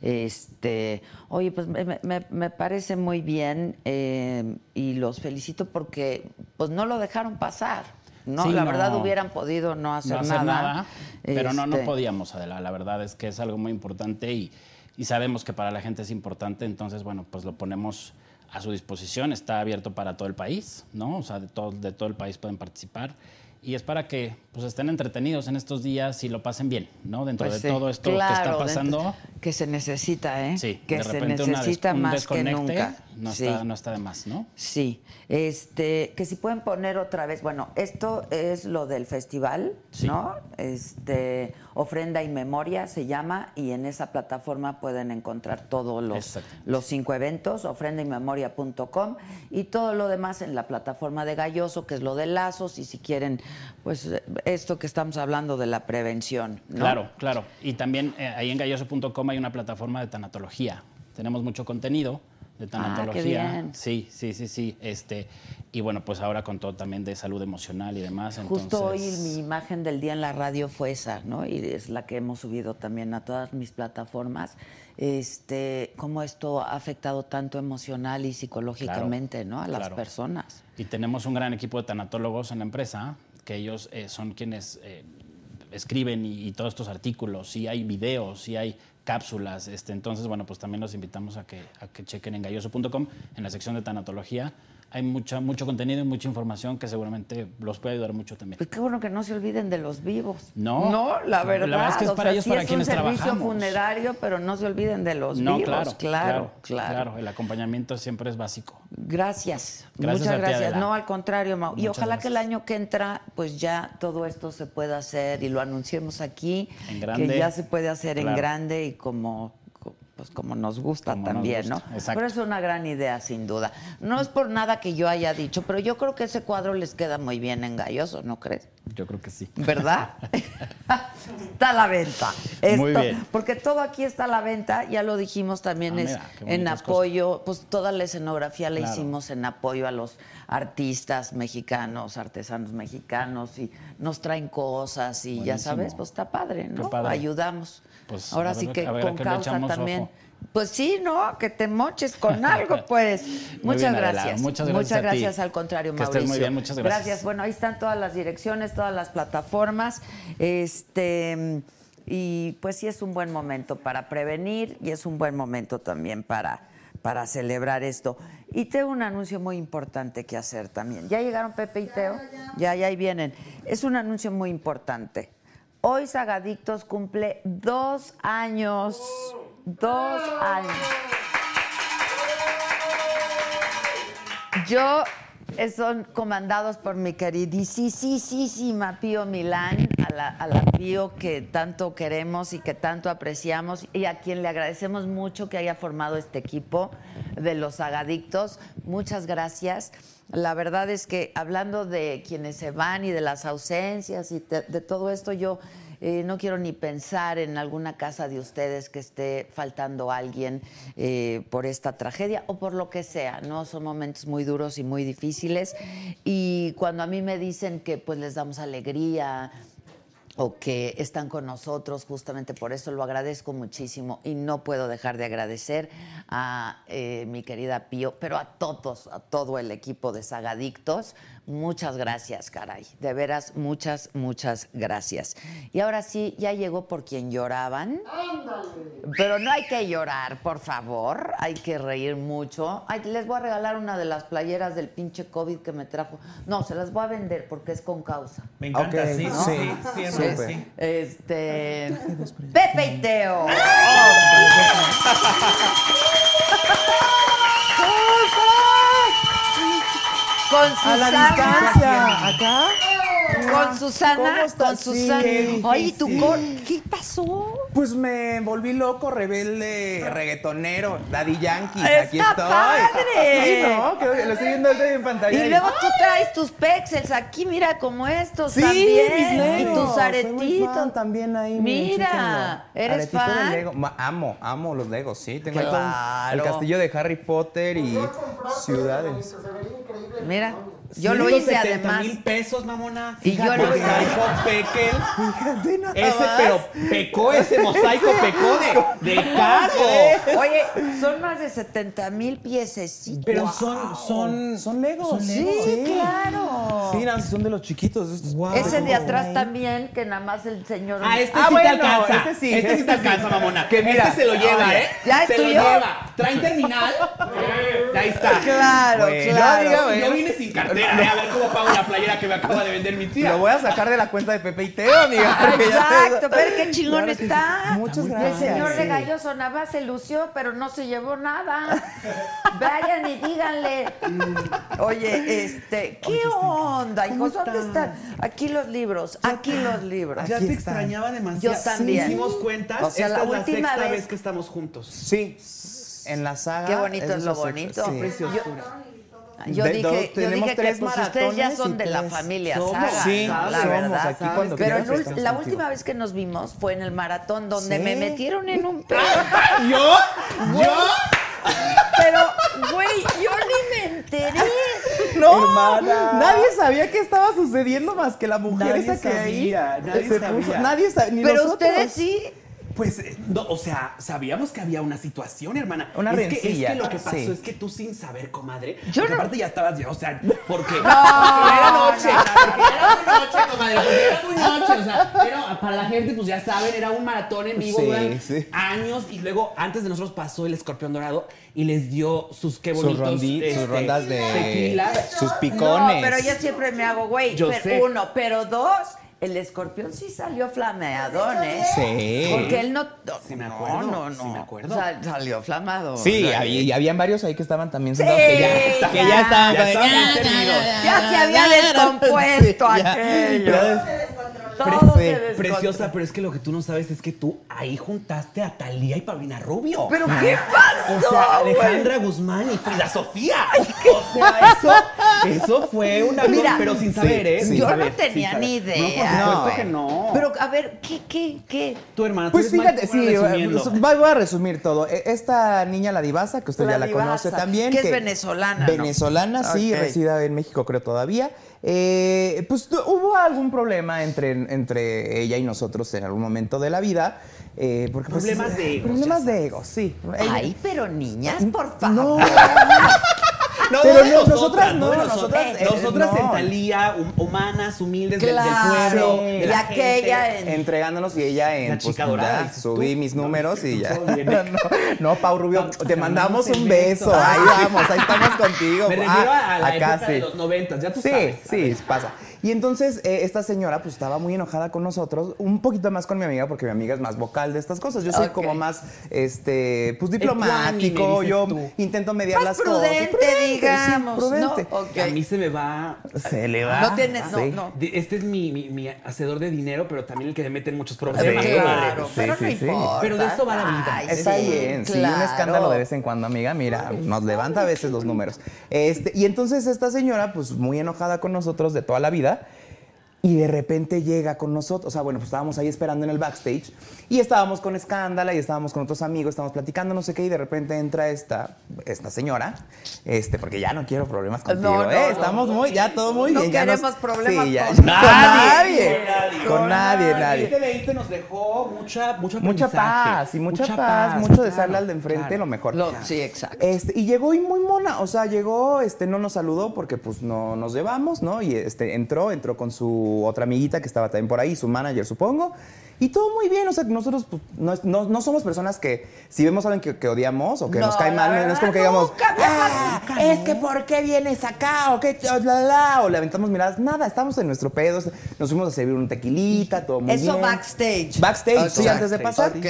C: Este, oye, pues me, me- me parece muy bien eh, y los felicito porque pues no lo dejaron pasar. No,
D: Sí,
C: la
D: no.
C: verdad hubieran podido no hacer,
D: no hacer nada. Pero no, no
C: Este,
D: podíamos, Adela. La verdad es que es algo muy importante y, y sabemos que para la gente es importante. Entonces, bueno, pues lo ponemos a su disposición. Está abierto para todo el país, ¿no? O sea, de todo, de todo el país pueden participar. Y es para que pues estén entretenidos en estos días y lo pasen bien, ¿no? Dentro
C: Pues
D: de
C: sí,
D: todo esto que
C: claro,
D: está
C: dentro-
D: pasando.
C: Que se necesita, ¿eh?
D: Sí,
C: que
D: de
C: se
D: repente una des-
C: necesita
D: un
C: más que
D: desconecte
C: nunca.
D: No,
C: Sí.
D: está, no está de más, ¿no?
C: Sí, este, que si pueden poner otra vez, bueno, esto es lo del festival,
D: Sí.
C: ¿no? Este, Ofrenda y Memoria se llama y en esa plataforma pueden encontrar todos los,
D: Exactamente.
C: los cinco eventos, ofrendaymemoria.com y todo lo demás en la plataforma de Galloso, que es lo de lazos y si quieren, pues eh, esto que estamos hablando de la prevención, ¿no?
D: Claro, claro. Y también eh, ahí en galloso.com hay una plataforma de tanatología. Tenemos mucho contenido de tanatología.
C: Ah, bien.
D: Sí, sí, sí, sí. Este, y bueno, pues ahora con todo también de salud emocional y demás.
C: Justo hoy
D: entonces-
C: mi imagen del día en la radio fue esa, ¿no? Y es la que hemos subido también a todas mis plataformas. Este, cómo esto ha afectado tanto emocional y psicológicamente, ¿no? A las
D: claro.
C: personas.
D: Y tenemos un gran equipo de tanatólogos en la empresa, que ellos eh, son quienes eh, escriben y, y todos estos artículos, y hay videos, y hay cápsulas. Este, entonces, bueno, pues también los invitamos a que, a que chequen en galloso.com, en la sección de tanatología. Hay mucha, mucho contenido y mucha información que seguramente los puede ayudar mucho también.
C: Pues qué bueno que no se olviden de los vivos.
D: No.
C: No, la
D: La
C: verdad.
D: verdad es que es
C: o
D: para
C: sea,
D: ellos,
C: sí
D: para
C: es
D: quienes
C: un servicio
D: trabajamos.
C: funerario, pero no se olviden de los vivos. Claro, claro.
D: claro, El acompañamiento siempre es básico.
C: Gracias.
D: Gracias
C: Muchas
D: a ti,
C: gracias.
D: Adela.
C: No, al contrario, Mau. y
D: Muchas
C: ojalá que el
D: gracias.
C: año que entra, pues ya todo esto se pueda hacer y lo anunciemos aquí.
D: En grande.
C: Que ya se puede hacer en
D: Claro.
C: grande y como co- pues como nos gusta
D: Como nos
C: también,
D: gusta,
C: ¿no?
D: exacto.
C: Pero es una gran idea, sin duda. No es por nada que yo haya dicho, pero yo creo que ese cuadro les queda muy bien en Galloso, ¿no crees?
D: Yo creo que sí.
C: ¿Verdad? (laughs) está a la venta.
D: Muy
C: Esto-
D: bien.
C: Porque todo aquí está a la venta, ya lo dijimos también,
D: Ah,
C: es
D: mira, qué
C: en
D: bonitas
C: apoyo, pues toda la escenografía la
D: Claro.
C: hicimos en apoyo a los artistas mexicanos, artesanos mexicanos, y nos traen cosas y ya
D: Buenísimo.
C: sabes, pues está padre, ¿no?
D: Qué padre.
C: Ayudamos.
D: Pues,
C: Ahora
D: a
C: sí
D: ver-
C: que
D: a ver a
C: con
D: qué le
C: causa
D: echamos
C: también.
D: ojo.
C: Pues sí, ¿no? Que te moches con algo, pues.
D: (laughs) Muy
C: Muchas
D: bien, Adela.
C: gracias.
D: Muchas gracias a ti.
C: gracias, al contrario,
D: Que estés muy
C: Mauricio.
D: bien, muchas gracias.
C: Gracias. Bueno, ahí están todas las direcciones, todas las plataformas. Este. Y pues sí es un buen momento para prevenir y es un buen momento también para, para celebrar esto. Y tengo un anuncio muy importante que hacer también. ¿Ya llegaron Pepe y Teo? Ya, ya, ahí vienen. Es un anuncio muy importante. Hoy Sagadictos cumple dos años. Dos años. Yo eh, son comandados por mi queridísima Pío Milán, a la, a la Pío que tanto queremos y que tanto apreciamos y a quien le agradecemos mucho que haya formado este equipo de los agadictos. Muchas gracias. La verdad es que hablando de quienes se van y de las ausencias y te- de todo esto, yo eh, no quiero ni pensar en alguna casa de ustedes que esté faltando alguien eh, por esta tragedia o por lo que sea, ¿no? Son momentos muy duros y muy difíciles. Y cuando a mí me dicen que pues les damos alegría, o que están con nosotros, justamente por eso lo agradezco muchísimo y no puedo dejar de agradecer a eh, mi querida Pío, pero a todos, a todo el equipo de Sagadictos. Muchas gracias, caray. De veras, muchas, muchas gracias. Y ahora sí, ya llegó por quien lloraban. Pero no hay que llorar, por favor. Hay que reír mucho. Ay, les voy a regalar una de las playeras del pinche COVID que me trajo. No, se las voy a vender porque es con causa.
E: Me encanta,
F: Ok,
E: sí,
F: ¿no?
E: sí, sí, hermano,
F: Súper.
E: sí.
C: Este. Pepe y Teo.
E: ¡Ah!
C: Con
F: A la
C: Susana.
F: distancia, acá.
C: Con Susana.
F: ¿Cómo estás?
C: Con Susana.
E: Sí, qué
C: Oye, ¿tu
E: difícil.
C: cor- ¿Qué pasó?
E: Pues me volví loco, rebelde, reggaetonero, daddy yankee.
C: ¡Está
E: aquí estoy.
C: padre!
E: (laughs) Sí, no, creo que lo estoy viendo ahorita en pantalla.
C: Y luego tú traes tus pexels aquí, mira, como estos
E: Sí, mis
C: también. Y
E: Legos.
C: tus
E: Soy muy fan
C: aretitos.
E: también ahí. miren,
C: Mira,
E: chéquenlo.
C: ¿eres
E: Aretito de
C: fan?
E: Lego. Ma- Amo, amo los Legos, sí. Tengo ahí todo un-
C: Claro.
E: el castillo de Harry Potter y ciudades.
C: Mira, yo lo hice además.
E: mil pesos, mamona.
C: Y yo lo
E: Fíjate,
C: hice.
E: mosaico Pekel.
F: Fíjate nada
E: Ese,
F: más.
E: pero pecó, ese mosaico pecó de, de caro. (laughs)
C: Oye, son más de 70 mil piececitos.
E: Pero son, son, son Legos.
C: Sí, claro.
E: Sí, nada más son de los chiquitos. estos-
C: Ese de atrás también, que nada más el señor.
E: Ah, este
F: Ah,
E: sí
F: bueno,
E: te alcanza.
F: este sí,
E: Este sí
F: este
E: te alcanza, mamona. Que
F: mira,
E: este se lo lleva, ¿eh?
C: ¿ya es
E: se lo
C: tuyo?
E: lleva. Trae terminal. Ahí está.
C: Claro,
E: Bueno,
C: claro.
E: diga, bueno.
F: Yo
E: Yo vine sin cartera, ¿eh? A ver cómo pago la playera que me acaba de vender mi tía. Lo voy a sacar de la cuenta de Pepe y Teo, amiga. porque ya te-
C: Exacto, pero qué chingón
E: Claro que sí.
C: está.
E: Muchas
C: El
E: gracias.
C: señor
E: Sí.
C: de Gallo sonaba, se lució, pero no se llevó (laughs) nada. Vayan y díganle. Mm. Oye, este, ¿qué onda, hijos? ¿Dónde están? Aquí los libros, aquí los libros.
F: Ya
E: Aquí
F: te
E: está.
F: extrañaba demasiado.
C: Yo también.
F: Hicimos cuentas.
C: O sea,
F: Esta
C: la
F: es la
C: última
F: sexta
C: vez-
F: vez... que estamos juntos.
E: Sí. En la saga.
C: Qué bonito es lo
E: los-
C: bonito.
E: sí.
F: Preciosura.
C: Yo
E: De-
C: dije,
E: do-
C: yo
E: tenemos
C: dije que
E: tres
C: pues, ustedes ya
E: maratones
C: son
E: y
C: de la
E: tres-
C: familia
F: Somos.
C: Saga,
E: Sí,
C: ¿no? la
E: somos,
C: verdad.
E: aquí
C: pero
E: cuando quieras
C: en ul-
E: estamos
C: la
E: contigo.
C: última vez que nos vimos fue en el maratón donde
E: Sí.
C: me metieron en
E: (laughs)
C: un pedo.
E: ¿Yo? ¿Yo?
C: Pero, güey, yo ni me enteré. (laughs)
E: No,
F: Hermana.
E: nadie sabía qué estaba sucediendo más que la mujer
F: Nadie
E: esa que
F: sabía,
E: ahí
F: nadie
E: se
F: sabía.
E: puso- nadie sa- ni
C: Pero
E: nosotros.
C: ustedes sí.
F: Pues, eh, no, o sea, sabíamos que había una situación, hermana.
E: Una
F: es que, es
E: rencilla,
F: que lo que pasó
E: sí.
F: es que tú sin saber, comadre,
C: Yo
F: porque
C: no-
F: aparte ya estabas, o sea, porque era noche, porque era muy noche, comadre, porque era muy noche, o sea, pero para la gente, pues ya saben, era un maratón en vivo
E: Sí,
F: durante
E: sí.
F: años y luego antes de nosotros pasó el Escorpión Dorado y les dio sus qué
E: Sus
F: bonitos
E: rondi- sus
F: este,
E: rondas de-
F: tequilas.
E: sus picones.
C: No, pero yo siempre me hago, güey,
F: Yo
C: pero-
F: sé.
C: uno, pero dos, el escorpión sí salió flameadón, ¿eh?
E: Sí.
C: Porque él no.
F: Sí me acuerdo,
C: No, no,
F: sí
C: no.
F: me acuerdo.
C: Sal- salió flamado.
E: Sí,
C: Ya-
E: había- y habían varios ahí que estaban también
C: Sí,
E: sentados que ya, que
C: ya.
E: ya estaban
F: Ya
E: con el-
F: estaban entendidos.
C: Ya se
E: (laughs)
C: había descompuesto
E: Sí, ya.
C: aquello.
E: Ya
C: Todo
E: Pre-
C: se descontroló.
F: Preciosa, pero es que lo que tú no sabes es que tú ahí juntaste a Talía y Paulina Rubio.
C: ¿Pero qué pasó?
F: O sea,
C: güey?
F: Alejandra Guzmán y Frida Sofía. O sea, eso, eso fue una
C: Mira,
F: pero sin saber, ¿eh?
E: sí,
F: Sin
C: Yo no
F: saber, sin
C: tenía
F: saber.
C: ni idea.
F: No, por supuesto que no.
C: Pero, a ver, ¿qué, qué, qué?
F: tu hermana, tú
E: Pues
F: eres más
E: fíjate, sí,
F: buena resumiendo.
E: eh, voy voy a resumir todo. E- Esta niña, la divasa, que usted
C: La
E: ya la
C: Divaza,
E: conoce también.
C: que es venezolana, ¿no?
E: Venezolana, sí,
C: Ok.
E: resida en México creo todavía. Eh, pues tu- hubo algún problema entre, entre ella y nosotros en algún momento de la vida. eh, porque, pues,
F: Problemas de egos,
E: Problemas
F: ya
E: de egos, sí. Ella-
C: Ay, pero niñas, por favor.
E: no,
F: No,
E: Pero
F: de
E: no, nosotras no,
F: de
E: nosotras, eh,
F: nosotras en
E: no.
F: Talía, hum- humanas, humildes del- del
C: Claro.
F: pueblo. de
C: Y
F: la
C: aquella
F: gente.
C: en.
E: entregándonos y ella en pues,
F: La chica dorada,
E: ya,
F: dices tú.
E: subí mis
F: No,
E: números y
F: tú
E: ya.
F: todo bien.
E: No, (laughs) no, Pau Rubio,
F: No,
E: te
F: no,
E: mandamos
F: no te
E: un beso.
F: beso.
E: Ahí vamos, ahí estamos contigo.
F: (laughs) Me refiero
E: Ah,
F: a la
E: acá
F: época de
E: sí.
F: los noventas, ya tú
E: Sí,
F: sabes. A
E: sí,
F: ver.
E: pasa. Y entonces eh, esta señora pues estaba muy enojada con nosotros, un poquito más con mi amiga porque mi amiga es más vocal de estas cosas. Yo soy
C: Ok.
E: como más este pues
F: Ecuánime,
E: diplomático,
F: dices
E: yo
F: tú.
E: intento mediar
C: Más
E: las cosas.
C: prudente,
E: sí,
C: digamos, ¿no?
E: prudente.
C: Ok.
F: A mí se me va
E: Se le va.
C: No tienes, no,
E: Sí.
C: no.
F: De- Este es mi, mi- mi hacedor de dinero, pero también el que me mete en muchos problemas.
C: Claro,
E: sí,
C: pero
E: sí,
C: no
E: sí.
C: importa.
F: Pero de eso va la vida.
C: Ay,
E: Está
C: sí,
E: bien, sí, un
C: claro.
E: escándalo de vez en cuando, amiga. Mira, nos levanta a veces los números. Este, y entonces esta señora, pues muy enojada con nosotros de toda la vida, Y de repente llega con nosotros, o sea, bueno, pues estábamos ahí esperando en el backstage y estábamos con Escándala y estábamos con otros amigos, estábamos platicando, no sé qué, y de repente entra esta, esta señora, este, porque ya no quiero problemas contigo,
C: No, no,
E: ¿eh?
C: no.
E: Estamos muy, ya todo muy
C: No
E: bien. ya nos-
C: queremos problemas
E: Sí, ya-
C: con
E: (laughs) con
C: nadie.
E: nadie. Con nadie, nadie.
F: Este 20 nos dejó mucha, mucho
E: Mucha
F: aprendizaje,
E: paz, y mucha, paz, mucho de
F: claro,
E: desearle al de enfrente
F: claro.
E: lo mejor.
C: Lo- sí, exacto.
E: Este, y llegó y muy mona, o sea, llegó, este, no nos saludó porque pues no nos llevamos, ¿no? Y este, entró, entró con su otra amiguita que estaba también por ahí, su manager, supongo. Y todo muy bien, o sea, nosotros pues, no, es- no- no somos personas que si vemos a alguien que, que odiamos o que nos cae
C: la
E: mal, no
C: verdad,
E: es como que digamos,
C: nunca,
E: "Ah,
C: nunca, nunca,
E: es que ¿por qué vienes acá? O que la, la, la", o le aventamos miradas, nada, estamos en nuestro pedo, nos fuimos a servir un tequilita, todo muy
C: Eso
E: bien.
C: backstage.
E: Backstage,
F: Ah,
C: Ok.
E: sí, antes de pasar.
C: Ok.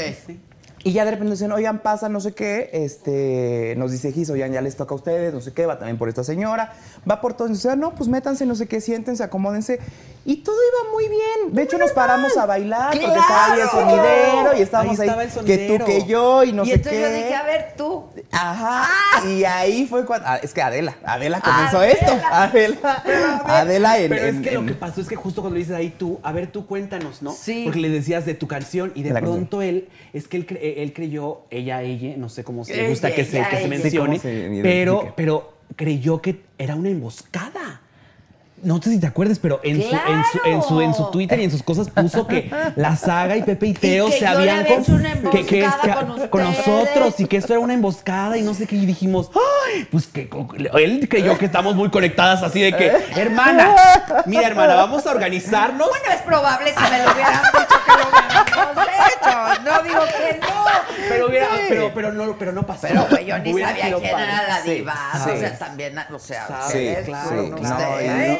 E: Y ya de repente nos dicen, oigan, pasa, no sé qué. Este, nos dice Gis, oigan, ya les toca a ustedes, no sé qué, va también por esta señora, va por todos. Y dice, no, pues métanse, no sé qué, siéntense, acomódense. Y todo iba muy bien. De hecho, nos paramos a bailar porque estaba ahí el
C: ¡Claro!
E: sonidero y estábamos
F: Ahí
E: ahí,
F: estaba el
E: que
F: sonidero.
E: tú, que yo, y no
C: y
E: sé
C: entonces
E: qué.
C: yo dije, a ver, tú.
E: Ajá.
C: ¡Ah!
E: Y ahí fue cuando. ah, es que Adela, Adela comenzó
C: Adela.
E: esto. Adela. Adela en.
F: Pero es
E: en-
F: que lo
E: en-
F: que pasó es que justo cuando le dices ahí tú, a ver, tú cuéntanos, ¿no?
C: Sí.
F: Porque le decías de tu canción y de
E: La canción.
F: pronto él, es que él, cre- él creyó, ella, ella, no sé cómo se le
C: Ella,
F: gusta que se,
C: ella,
F: que se
C: ella.
F: mencione,
E: Sí, cómo se
F: pero,
E: identifica.
F: pero creyó que era una emboscada. No sé si te acuerdes, pero en, su, en, su, en, su, en su
C: ¡Claro!
F: Twitter y en sus cosas puso que la saga y Pepe y Teo
C: que
F: se
C: yo le
F: habían
C: había
F: con-
C: hecho una
F: que- que-
C: emboscada
F: que-
C: con
F: con
C: ustedes.
F: nosotros y que esto era una emboscada y no sé qué. Y dijimos, "Ay", pues que co- él creyó que estamos muy conectadas así de que, hermana, mira, hermana, vamos a organizarnos.
C: Bueno, es probable si me lo hubieran dicho que lo hubiéramos hecho. No digo que no.
F: Pero, hubiera- pero, pero, no, pero no pasó.
C: Pero güey, yo ni
F: Hubiera
C: sabía
F: sido
C: quién
F: padre.
C: era la
E: Sí,
C: diva. O
E: sí.
C: sea, también, o sea,
E: Sí,
C: ustedes
E: sí,
C: fueron
E: no,
C: ustedes.
E: y no-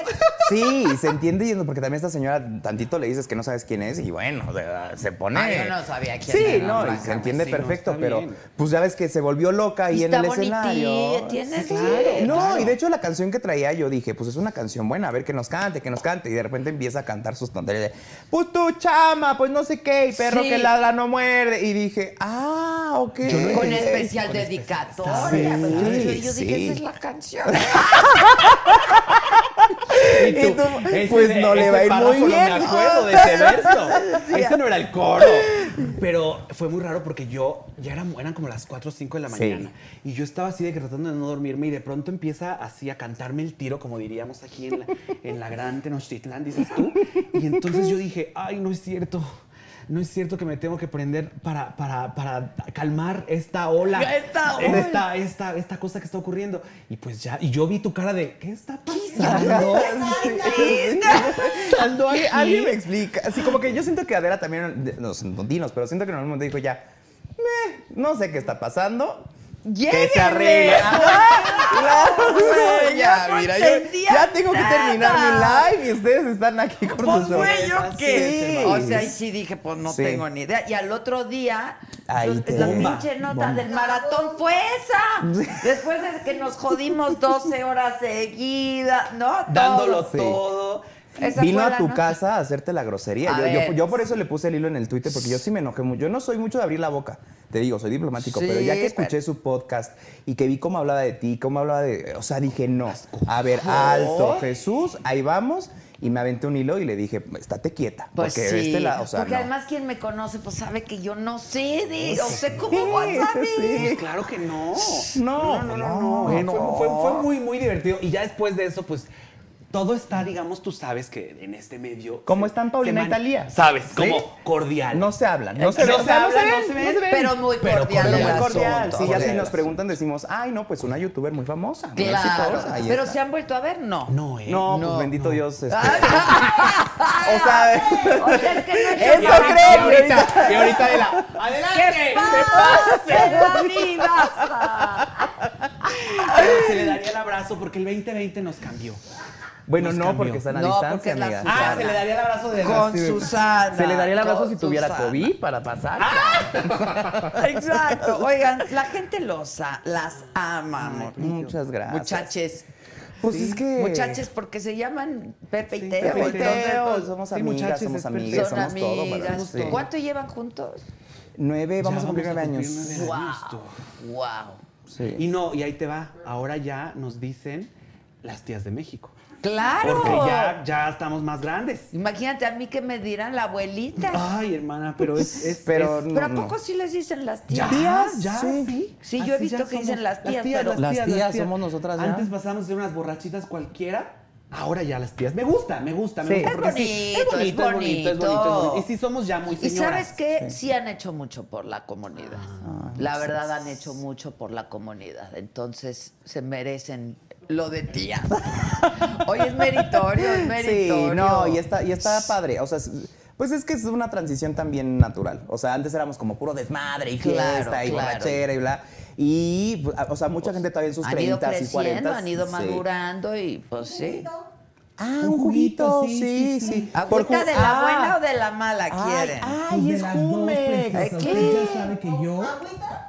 E: sí, y se entiende yendo porque también esta señora tantito le dices que no sabes quién es y bueno, o sea, se pone.
C: Ah, yo no sabía quién
E: sí,
C: era,
E: no, y
C: francamente,
E: se entiende
C: sí, no,
E: perfecto,
F: está
E: pero
F: bien.
E: pues ya ves que se volvió loca ahí
C: Y
E: en el
C: está
E: escenario.
C: bonitilla, tiene-
E: Sí,
C: claro,
E: no,
C: claro.
E: y de hecho la canción que traía yo dije, pues es una canción buena, a ver que nos cante, que nos cante y de repente empieza a cantar sus tonterías. de, Pues tu chama, pues no sé qué, y perro
C: Sí.
E: que ladra no muerde y dije, ah, ok.
C: Con especial dedicatoria.
E: Sí,
C: yo
E: sí.
C: dije, esa es la canción.
F: Y tú,
E: Pues
F: ese-
E: no le
F: ese
E: va a ir
F: párrafo
E: muy
F: no
E: bien.
F: me acuerdo de
E: (laughs)
F: ese verso. Ese no era el coro. Pero fue muy raro porque yo ya eran, eran como las 4 o 5 de la
E: Sí.
F: mañana. Y yo estaba así de que tratando de no dormirme y de pronto empieza así a cantarme el tiro, como diríamos aquí en la, en la gran Tenochtitlán, dices tú. Y entonces yo dije, ay, no es cierto. No es cierto que me tengo que prender para, para, para calmar esta ola.
C: Esta ola.
F: Esta, esta, esta cosa que está ocurriendo. Y pues ya, y yo vi tu cara de, ¿qué está pasando?
E: (laughs) Saldo aquí. Alguien me explica. Así como que yo siento que Adela también, de- no son tontinos, pero siento que en algún momento dijo ya, "Meh, no sé qué está pasando. Que se
C: Lléguenle. Ah,
E: arregle. Ajá, (laughs) claro, güey, ya,
C: no
E: mira, yo
C: entendía
E: ya tengo que
C: nada.
E: terminar mi live y ustedes están aquí con
C: Pues
E: nosotros.
C: güey, yo qué.
E: Sí.
C: O sea, ahí sí dije, pues no
E: Sí.
C: tengo ni idea. Y al otro día,
E: Ahí
C: yo-
E: te-
C: la
E: Bomba,
C: pinche nota
E: bomba.
C: del maratón fue esa. Después de que nos jodimos 12 horas seguidas, ¿no?
F: dándolo
C: Todos.
E: Sí.
F: todo.
C: Esa
E: Vino
C: fue
E: a
C: la
E: tu
C: nota.
E: casa a hacerte la grosería.
C: A
E: Yo, yo-
C: ver.
E: yo por eso le puse el hilo en el Twitter, porque yo sí me enojé mucho. Yo no soy mucho de abrir la boca. Te digo, soy diplomático,
C: Sí,
E: pero ya que
C: pero-
E: escuché su podcast y que vi cómo hablaba de ti, cómo hablaba de. O sea, dije, no. A ver, alto, Jesús, ahí vamos. Y me aventé un hilo y le dije, estate quieta.
C: Pues
E: porque
C: sí.
E: de este lado, o sea,
C: porque
E: no. Pues
C: además quien me conoce, pues sabe que yo no sé de, o sea, ¿cómo voy a saber?
F: Pues claro que no.
E: No,
F: no, no, no.
E: no,
F: eh, fue-
E: no.
F: Fue, fue muy, muy divertido. Y ya después de eso, pues. Todo está, digamos, tú sabes que en este medio.
E: ¿Cómo
F: se-
E: están Paulina
F: se
E: y
F: man-
E: Talía?
F: Sabes,
E: ¿Sí?
F: como cordial.
E: No se hablan,
C: Eh,
E: no se,
F: No
E: ven,
F: se
E: o sea,
F: hablan,
E: ven,
F: no se ven.
E: ven.
C: Pero muy
F: Pero
C: cordial
E: Pero
C: el
E: muy
C: asunto.
E: cordial. Sí, ya
C: cordial
E: si
C: el
E: nos
C: asunto.
E: preguntan, decimos, ay, no, pues una youtuber muy famosa. muy
C: Claro,
E: exitosa", y
C: pero
E: está.
C: se han vuelto a ver, no.
F: No, eh.
E: No,
C: No, Ah,
E: pues bendito Dios. este, (laughs)
C: o
E: O sea,
C: Ah, sea, es que no he hecho
E: (laughs) Eso
C: nada.
E: creo. (laughs)
F: Y ahorita de la.
C: ¡Que (laughs) pase la divaza!
F: Se le daría el abrazo porque el 2020 nos cambió.
E: Bueno,
F: Nos
E: no,
F: cambió.
E: porque están a
C: Pues No, porque
E: distancia,
C: es la
E: amiga.
C: Susana. Ah, se le
F: daría el abrazo de
C: Con Susana.
E: Se le daría el abrazo
C: con
E: si tuviera
C: Susana. Ah,
E: COVID para pasar. (laughs)
C: Exacto. Oigan, la gente los a- las ama, amor.
E: Muchas gracias.
C: Muchaches.
E: Pues es que.
C: Muchaches, porque se llaman Pepe y Teo.
E: Pepe y
C: entonces,
E: Teo,
C: pues,
E: somos
F: sí,
E: amigas,
F: muchachas, es
E: somos
C: Son
E: amigas, somos todo. para-
C: amigas.
E: sí.
C: ¿Cuánto llevan juntos?
E: Nueve, vamos a cumplir nueve años.
C: Wow.
F: tú.
C: Wow.
E: Sí.
F: Y no, y ahí te va. Ahora ya nos dicen las tías de México.
C: Claro.
F: Porque ya, ya estamos más grandes.
C: Imagínate a mí que me dirán la abuelita.
F: Ay, hermana, pero es. es
E: Pero
F: es-
E: no,
C: Pero ¿a
E: Ah, no.
C: poco sí les dicen las
F: ¿Ya?
C: tías?
F: ¿Ya?
E: sí.
F: Sí,
C: Sí, yo he
F: Así ya
C: visto que
F: somos.
C: dicen las tías, pero-
E: Las tías somos nosotras ya.
F: Antes pasamos de unas borrachitas cualquiera. Ahora ya las tías. Me gusta, me gusta, me
E: Sí.
F: gusta.
E: Es
F: porque sí,
C: bonito, es
F: es bonito,
C: bonito.
F: es bonito. Y sí somos ya muy
C: Y
F: señoras.
C: sabes que sí han hecho mucho por la comunidad. la verdad han hecho mucho por la comunidad. Entonces se merecen lo de tía. Hoy es meritorio, es meritorio.
E: Sí, no, y está, y está padre. O sea, es- pues es que es una transición también natural. O sea, antes éramos como puro desmadre y
C: Claro,
E: fiesta y
C: claro.
E: borrachera y bla. Y, pues, a- o sea, mucha gente todavía en sus
C: Han ido
E: 30 y
C: creciendo,
E: 40.
C: han ido madurando y pues sí.
E: Ah,
F: Un
E: un juguito,
F: juguito,
E: sí, sí. Por
C: ¿Agüita
E: ju-
C: de la
E: Ah,
C: buena o de la mala quieren?
E: Ay, es
F: pues,
E: Jumex.
C: preciosa.
F: Usted ya sabe que yo.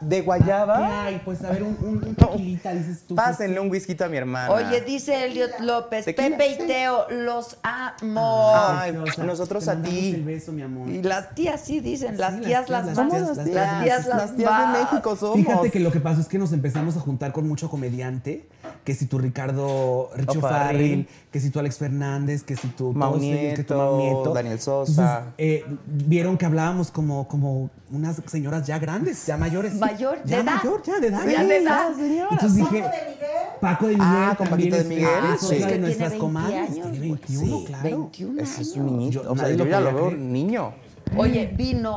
E: ¿De
C: Ah,
E: guayaba?
F: Ay, pues a ver, un, un, un tequilita, dices tú. pues,
E: Pásenle un whisky a mi hermana.
C: Oye, dice Elliot López,
E: Tequila,
C: Pepe y
E: sí.
C: Teo, los amo.
E: Ay,
F: Dios,
E: nosotros
F: te
E: a
F: mandamos el
E: ti.
F: beso, mi amor.
C: Y las tías sí dicen, las
F: Sí,
C: tías las más.
E: Somos las tías,
C: Las tías las
E: las tías
C: más.
E: de México somos.
F: Fíjate que lo que pasó es que nos empezamos a juntar con mucho comediante, que si tu Ricardo Richo
E: O'Farrill,
F: Farril, que si tu Alex Fernández, que si tu
E: Mau
F: todos ellos, este, que tu Mau
E: Nieto,
F: Nieto.
E: Daniel Sosa.
F: Entonces, eh, vieron que hablábamos como, como unas señoras ya grandes, ya mayores.
C: Mayor,
F: ya
C: de edad.
F: mayor, ya de edad.
C: Ya de edad.
F: Entonces dije, Paco de Miguel.
E: Ah, con
F: también
E: Paquito de
F: es-
E: Miguel,
F: ah,
E: sí.
F: es una
E: Es
F: de
E: que
C: tiene
F: nuestras
C: 20
F: comadres.
C: años,
F: Tiene
C: güey.
F: 21, claro.
C: 21
E: Ese es
C: años.
E: un niño.
F: Yo-
E: o sea,
F: nadie
E: yo
F: lo
E: ya lo
F: podía
E: veo
F: creer.
E: niño.
C: Oye, vino,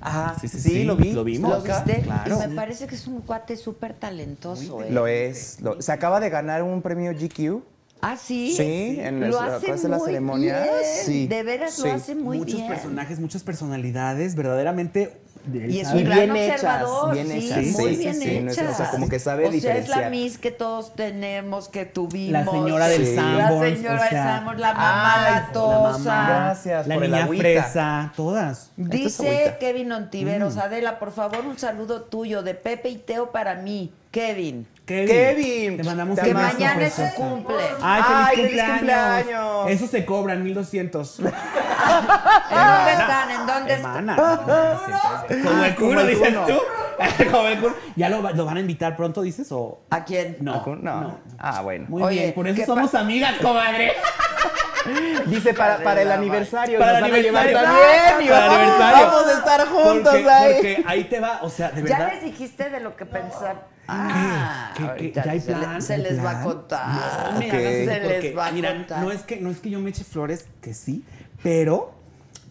E: Ah, sí,
F: sí, sí,
E: lo vi.
F: lo vimos.
C: lo
E: Acá.
C: viste,
F: claro.
C: y me parece que es un cuate súper talentoso. ¿eh?
E: Lo es. lo- se acaba de ganar un premio GQ.
C: Ah, sí.
E: Sí, en
C: lo
E: las-
C: hace
E: ¿cuál es la
C: muy
E: ceremonia?
C: bien.
E: Sí,
C: De veras
E: sí.
C: lo hace muy
F: Muchos
C: bien.
F: personajes, muchas personalidades, verdaderamente. de él
C: Y es
F: sabe.
C: un
E: Y
C: gran
E: bien hechas,
C: observador,
E: bien
C: sí,
E: hechas,
C: muy
E: sí, sí,
C: bien
E: sí, no es- o sea,
C: hechas.
E: como que
C: O
E: sabe
C: sea, es la
E: diferenciar.
C: Miss que todos tenemos, que tuvimos.
F: La señora del
E: Sí.
F: Sanborns,
C: La señora
F: o
C: del
F: sea,
C: Sanborns, la mamá
E: ay,
C: latosa.
E: la mamá. Gracias
F: la
E: por el
F: niña
E: agüita.
F: fresa, todas.
E: Esta es
C: Dice
E: agüita. Mm.
C: Kevin Ontiveros, Adela, por favor, un saludo tuyo de Pepe y Teo para mí.
F: (laughs)
C: Kevin,
F: Kevin,
E: Kevin,
F: te mandamos
E: te
F: un
C: que
F: abrazo,
C: mañana es su
F: preciosa.
C: cumple.
F: Ay, feliz,
E: Ay, feliz
F: cumpleaños.
E: cumpleaños.
F: Eso se
C: (laughs)
F: cobran 1200.
C: ¿En dónde están? ¿En dónde están? (laughs)
F: Hermana. Como el
E: como
F: culo,
E: el
F: dices
E: culo.
F: tú. (laughs) Como el culo. ¿Ya lo, va- lo van a invitar pronto, dices? O...
C: ¿A quién?
F: No,
E: No.
F: no.
E: Ah, bueno.
F: Muy
C: Oye,
F: bien, por eso
C: ¿qué
F: somos amigas,
E: (laughs)
F: comadre.
E: Dice para, para el
C: Adela,
E: aniversario.
F: Para
E: nos
F: el
E: van a llevar
F: aniversario.
E: también, y
F: Para el
E: vamos-
F: aniversario.
E: Vamos a estar juntos,
F: Porque,
E: ay.
F: porque ahí te va, o sea,
C: Ya
F: de verdad.
C: les dijiste de lo que pensar. Ah,
F: ¿Qué? ¿Qué?
C: ahorita
F: ¿Ya hay
C: se, le-
F: plan?
C: se
F: ¿Hay
C: les va a
F: plan?
C: contar.
F: No me
E: Ok.
F: hagas eso
C: Se
F: porque,
C: les va a
F: mira,
C: contar.
F: No es, que, no es que yo me eche flores, que sí, pero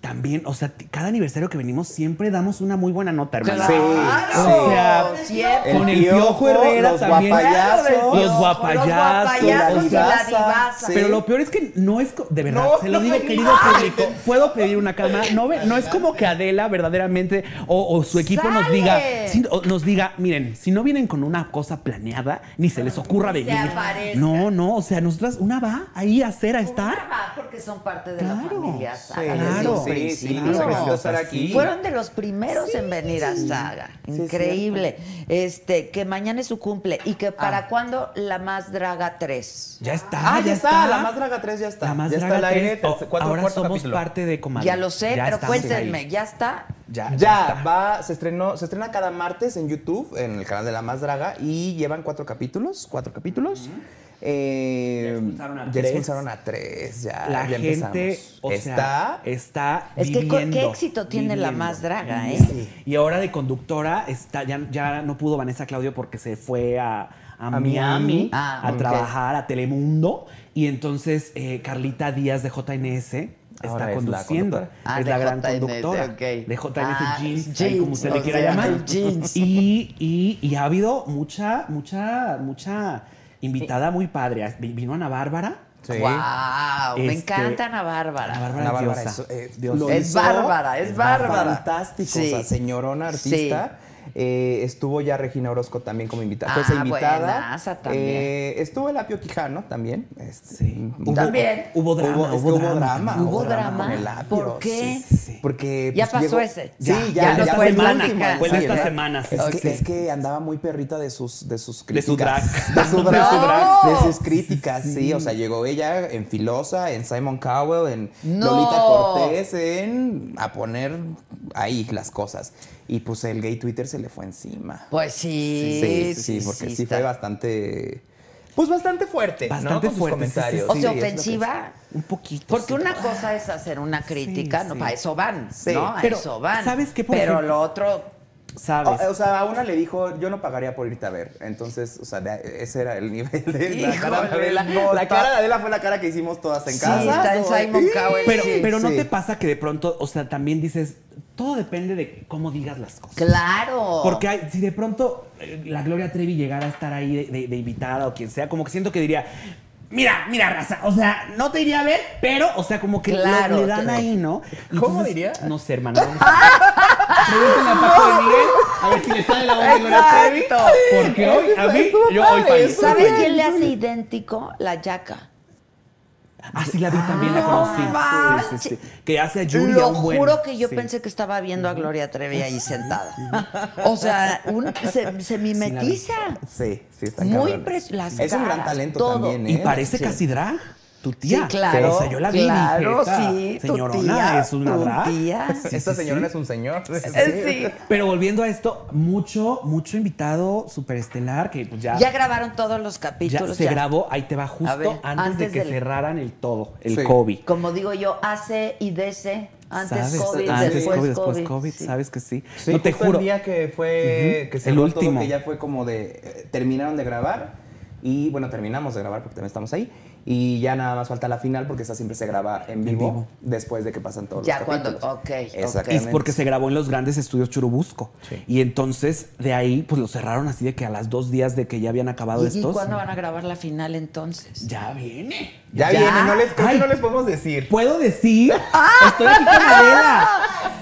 F: también, o sea, t- cada aniversario que venimos siempre damos una muy buena nota, hermano.
E: Sí.
C: Claro,
F: O sea,
C: siempre.
F: Con el Piojo Herrera
E: los
F: también.
E: guapayazos,
C: Claro, del
F: Los guapayazos,
C: Los guapayazos
E: la
C: y la
E: divaza,
C: divasa.
E: sí.
F: Pero lo peor es que no es, co- de verdad,
E: No,
F: se lo
E: no
F: digo,
E: me
F: querido
E: digas.
F: público, puedo pedir una cámara. No, ve- no es como que Adela verdaderamente o, o su equipo nos
C: ¡Sale!
F: diga, si- o nos diga, miren, si no vienen con una cosa planeada, ni se les ocurra venir.
C: aparezca.
F: No, no, o sea, nosotras una va ahí a hacer, a estar.
C: Ah, Porque son parte de la
F: Claro.
C: familia
E: Sí,
C: Saga. desde
F: Ah, Claro.
C: un
E: sí, sí,
C: principio.
E: nos encantó estar aquí.
C: Fueron de los primeros en venir a Saga. Increíble. este, que mañana es su cumple y que para cuándo la más draga 3.
F: Ya está.
E: Ah, ya está, La Más Draga 3 ya está.
F: La más
E: ya
F: draga
E: está al aire.
F: tres,
E: tercer-
F: o-
E: cuatro-
F: ahora
E: cuarto
F: somos
E: capítulo.
F: parte de Comadre.
C: Ya lo sé, pero
F: estamos ahí.
C: cuéntenme, ya está.
F: Ya,
E: Ya,
F: ya
E: va, se estrenó, se estrena cada martes en YouTube, en el canal de La Más Draga, y llevan cuatro capítulos, cuatro capítulos. Eh,
F: Ya expulsaron a
E: ya
F: tres.
E: expulsaron a tres, ya,
F: La
E: ya
F: gente
E: empezamos.
F: o
E: está
F: sea, está
C: Es que co-
F: viviendo,
C: qué éxito tiene la
F: viviendo,
C: más draga, ¿eh?
F: viviendo. Y ahora de conductora está ya, ya no pudo Vanessa Claudio porque se fue a, a
E: A
F: Miami,
E: Miami.
C: Ah,
F: a
C: ok.
F: trabajar a Telemundo y entonces eh, Carlita Díaz de JNS
E: Ahora
F: está
E: es la
F: conduciendo.
E: conductora.
C: Ah,
F: es
C: de
F: la gran
C: JNS,
F: conductora
C: ok.
F: de JNS
C: Ah,
F: Jeans,
C: Jeans,
F: ahí como usted
C: o
F: le quiera
C: sea,
F: llamar.
C: el Jeans.
F: Y, y- y ha habido mucha, mucha, mucha invitada muy padre. Vi- Vino Ana Bárbara.
E: Sí.
C: ¡Wow! me
F: Este,
C: encanta Ana Bárbara.
F: Ana Bárbara,
E: Ana Bárbara
F: es
E: eso,
F: diosa.
E: eh,
F: Diosa.
E: lo
C: Es
E: hizo
C: bárbara, es bárbara.
E: Fantástico,
C: Sí.
E: o sea, señorona artista. Eh, estuvo ya Regina Orozco también como invitada. Fue
C: Ah,
E: esa invitada.
C: buenaza también.
E: Eh, estuvo el Apio Quijano también. este,
F: Sí.
E: invitado.
C: También.
F: Hubo drama,
E: Hubo, es que
F: hubo
E: hubo
F: drama.
E: drama.
C: ¿Hubo drama?
E: con el Apio,
C: ¿Por qué?
E: sí, sí, sí. Porque.
C: Ya
E: pues,
C: pasó
E: llegó-
C: ese.
E: Sí,
C: Ya,
E: ya,
C: ya no
E: ya
C: fue
E: el
C: el
E: último,
C: último.
E: sí,
C: Fue
F: esta
E: ¿verdad?
F: semana, sí,
E: Es,
F: sí,
E: que,
F: sí.
E: es que andaba muy perrita de sus, de sus
F: De su
E: críticas.
F: drag.
C: (laughs)
E: De su
C: De su drag.
E: drag. De sus críticas, sí. O sea, llegó ella en Filosa, en Simon Cowell, en
C: No.
E: Lolita Cortés, en a poner ahí las cosas. Y pues el gay Twitter se le fue encima.
C: Pues sí.
E: sí, sí, porque sí, fue
C: está.
E: bastante. pues bastante fuerte, ¿no?
F: Bastante
E: Con sus
F: fuerte, sí, sí,
E: comentarios.
C: O
F: sí,
C: sea,
E: es lo que-
C: ofensiva.
F: Un poquito.
C: Porque
F: sí.
C: una cosa es hacer una crítica, no,
F: sí.
C: para eso van,
E: Sí,
C: ¿no? A
F: pero,
C: eso van.
F: ¿sabes qué? Por
C: pero
F: ejemplo-
C: lo otro,
F: ¿Sabes?
E: Ah, O, o sea, a una le dijo, yo no pagaría por irte a ver. Entonces, o sea, de- ese era el (laughs) nivel de la cara de
C: Híjole,
E: Adela.
C: no,
E: La cara
C: está-
E: de Adela fue la cara que hicimos todas en
C: Sí,
E: casa.
C: está en
E: ¿no?
C: Simon Cowell,
F: Pero,
C: sí.
F: pero no
E: Sí.
F: te pasa que de pronto, o sea, también dices, todo depende de cómo digas las cosas.
C: claro.
F: Porque hay- si de pronto eh, la Gloria Trevi llegara a estar ahí de, de- de invitada o quien sea, como que siento que diría, mira, mira, raza, o sea, no te iría a ver, pero, o sea, como que lo-
C: Claro,
F: le dan
C: te-
F: ahí, ¿no? Y
E: ¿Cómo
F: entonces,
E: diría?
F: No sé, hermano. vamos a- Pregúntale a Paco de Miguel a ver si le sale la voz de Gloria Trevi.
C: Exacto.
F: Porque hoy, a mí, yo hoy fallé.
C: ¿Sabes quién le hace idéntico? La yaca.
F: Ah, sí, la vi también, la
C: No
F: conocí. Sí,
C: manches.
F: sí, sí. Que hace a Yuri a
C: Lo
F: un buen.
C: juro que yo
F: Sí.
C: pensé que estaba viendo a Gloria Trevi ahí sentada. o sea, un- se, se mimetiza.
E: Sí, sí, están
C: Muy
E: cabrones.
C: impresionante.
E: Es un gran talento
C: todo.
E: también, ¿eh?
F: Y parece
C: Sí.
F: casi drag, tu tía.
C: Sí, claro,
F: O sea, yo la vi y dije,
C: claro,
F: "Esta
C: sí, tu
F: Señorona,
C: tía,
F: es una
C: tu
F: drag.
C: tía.
F: Sí,
E: Esta
F: sí,
E: señora
F: sí.
E: es un señor.
C: Eh, Sí.
E: (laughs)
F: Pero volviendo a esto, mucho, mucho invitado superestelar que pues ya,
C: Ya grabaron todos los capítulos.
F: ya se
C: ya.
F: grabó, ahí te va justo
C: A ver,
F: antes,
C: antes
F: de que
C: del-
F: cerraran el todo, el
E: Sí.
F: COVID.
C: Como digo yo, AC y DC. Antes
F: ¿Sabes?
C: COVID,
F: Antes
C: después
F: COVID,
C: COVID.
F: después COVID,
C: sí.
F: sabes que sí.
E: Sí,
F: no te
E: justo
F: juro.
E: El día que fue,
F: Ujú.
E: que
F: El
E: cerró todo,
F: último.
E: que ya fue como de, eh, terminaron de grabar y bueno, terminamos de grabar porque también estamos ahí y ya nada más falta la final porque esa siempre se graba en vivo,
F: vivo.
E: después de que pasan todos
C: Ya
E: los
C: cuando-
E: capítulos.
C: ok, ok.
F: Y
E: Exactamente.
F: es porque se grabó en los grandes estudios Churubusco.
E: Sí.
F: Y entonces de ahí pues lo cerraron así de que a las dos días de que ya habían acabado
C: ¿Y, y
F: estos.
C: cuándo van a grabar la final entonces?
F: Ya viene.
E: Ya,
C: Ya.
E: viene, no les, creo que
F: Ay.
E: no les podemos decir.
C: (laughs)
F: ¿Puedo decir? Estoy aquí con Adela.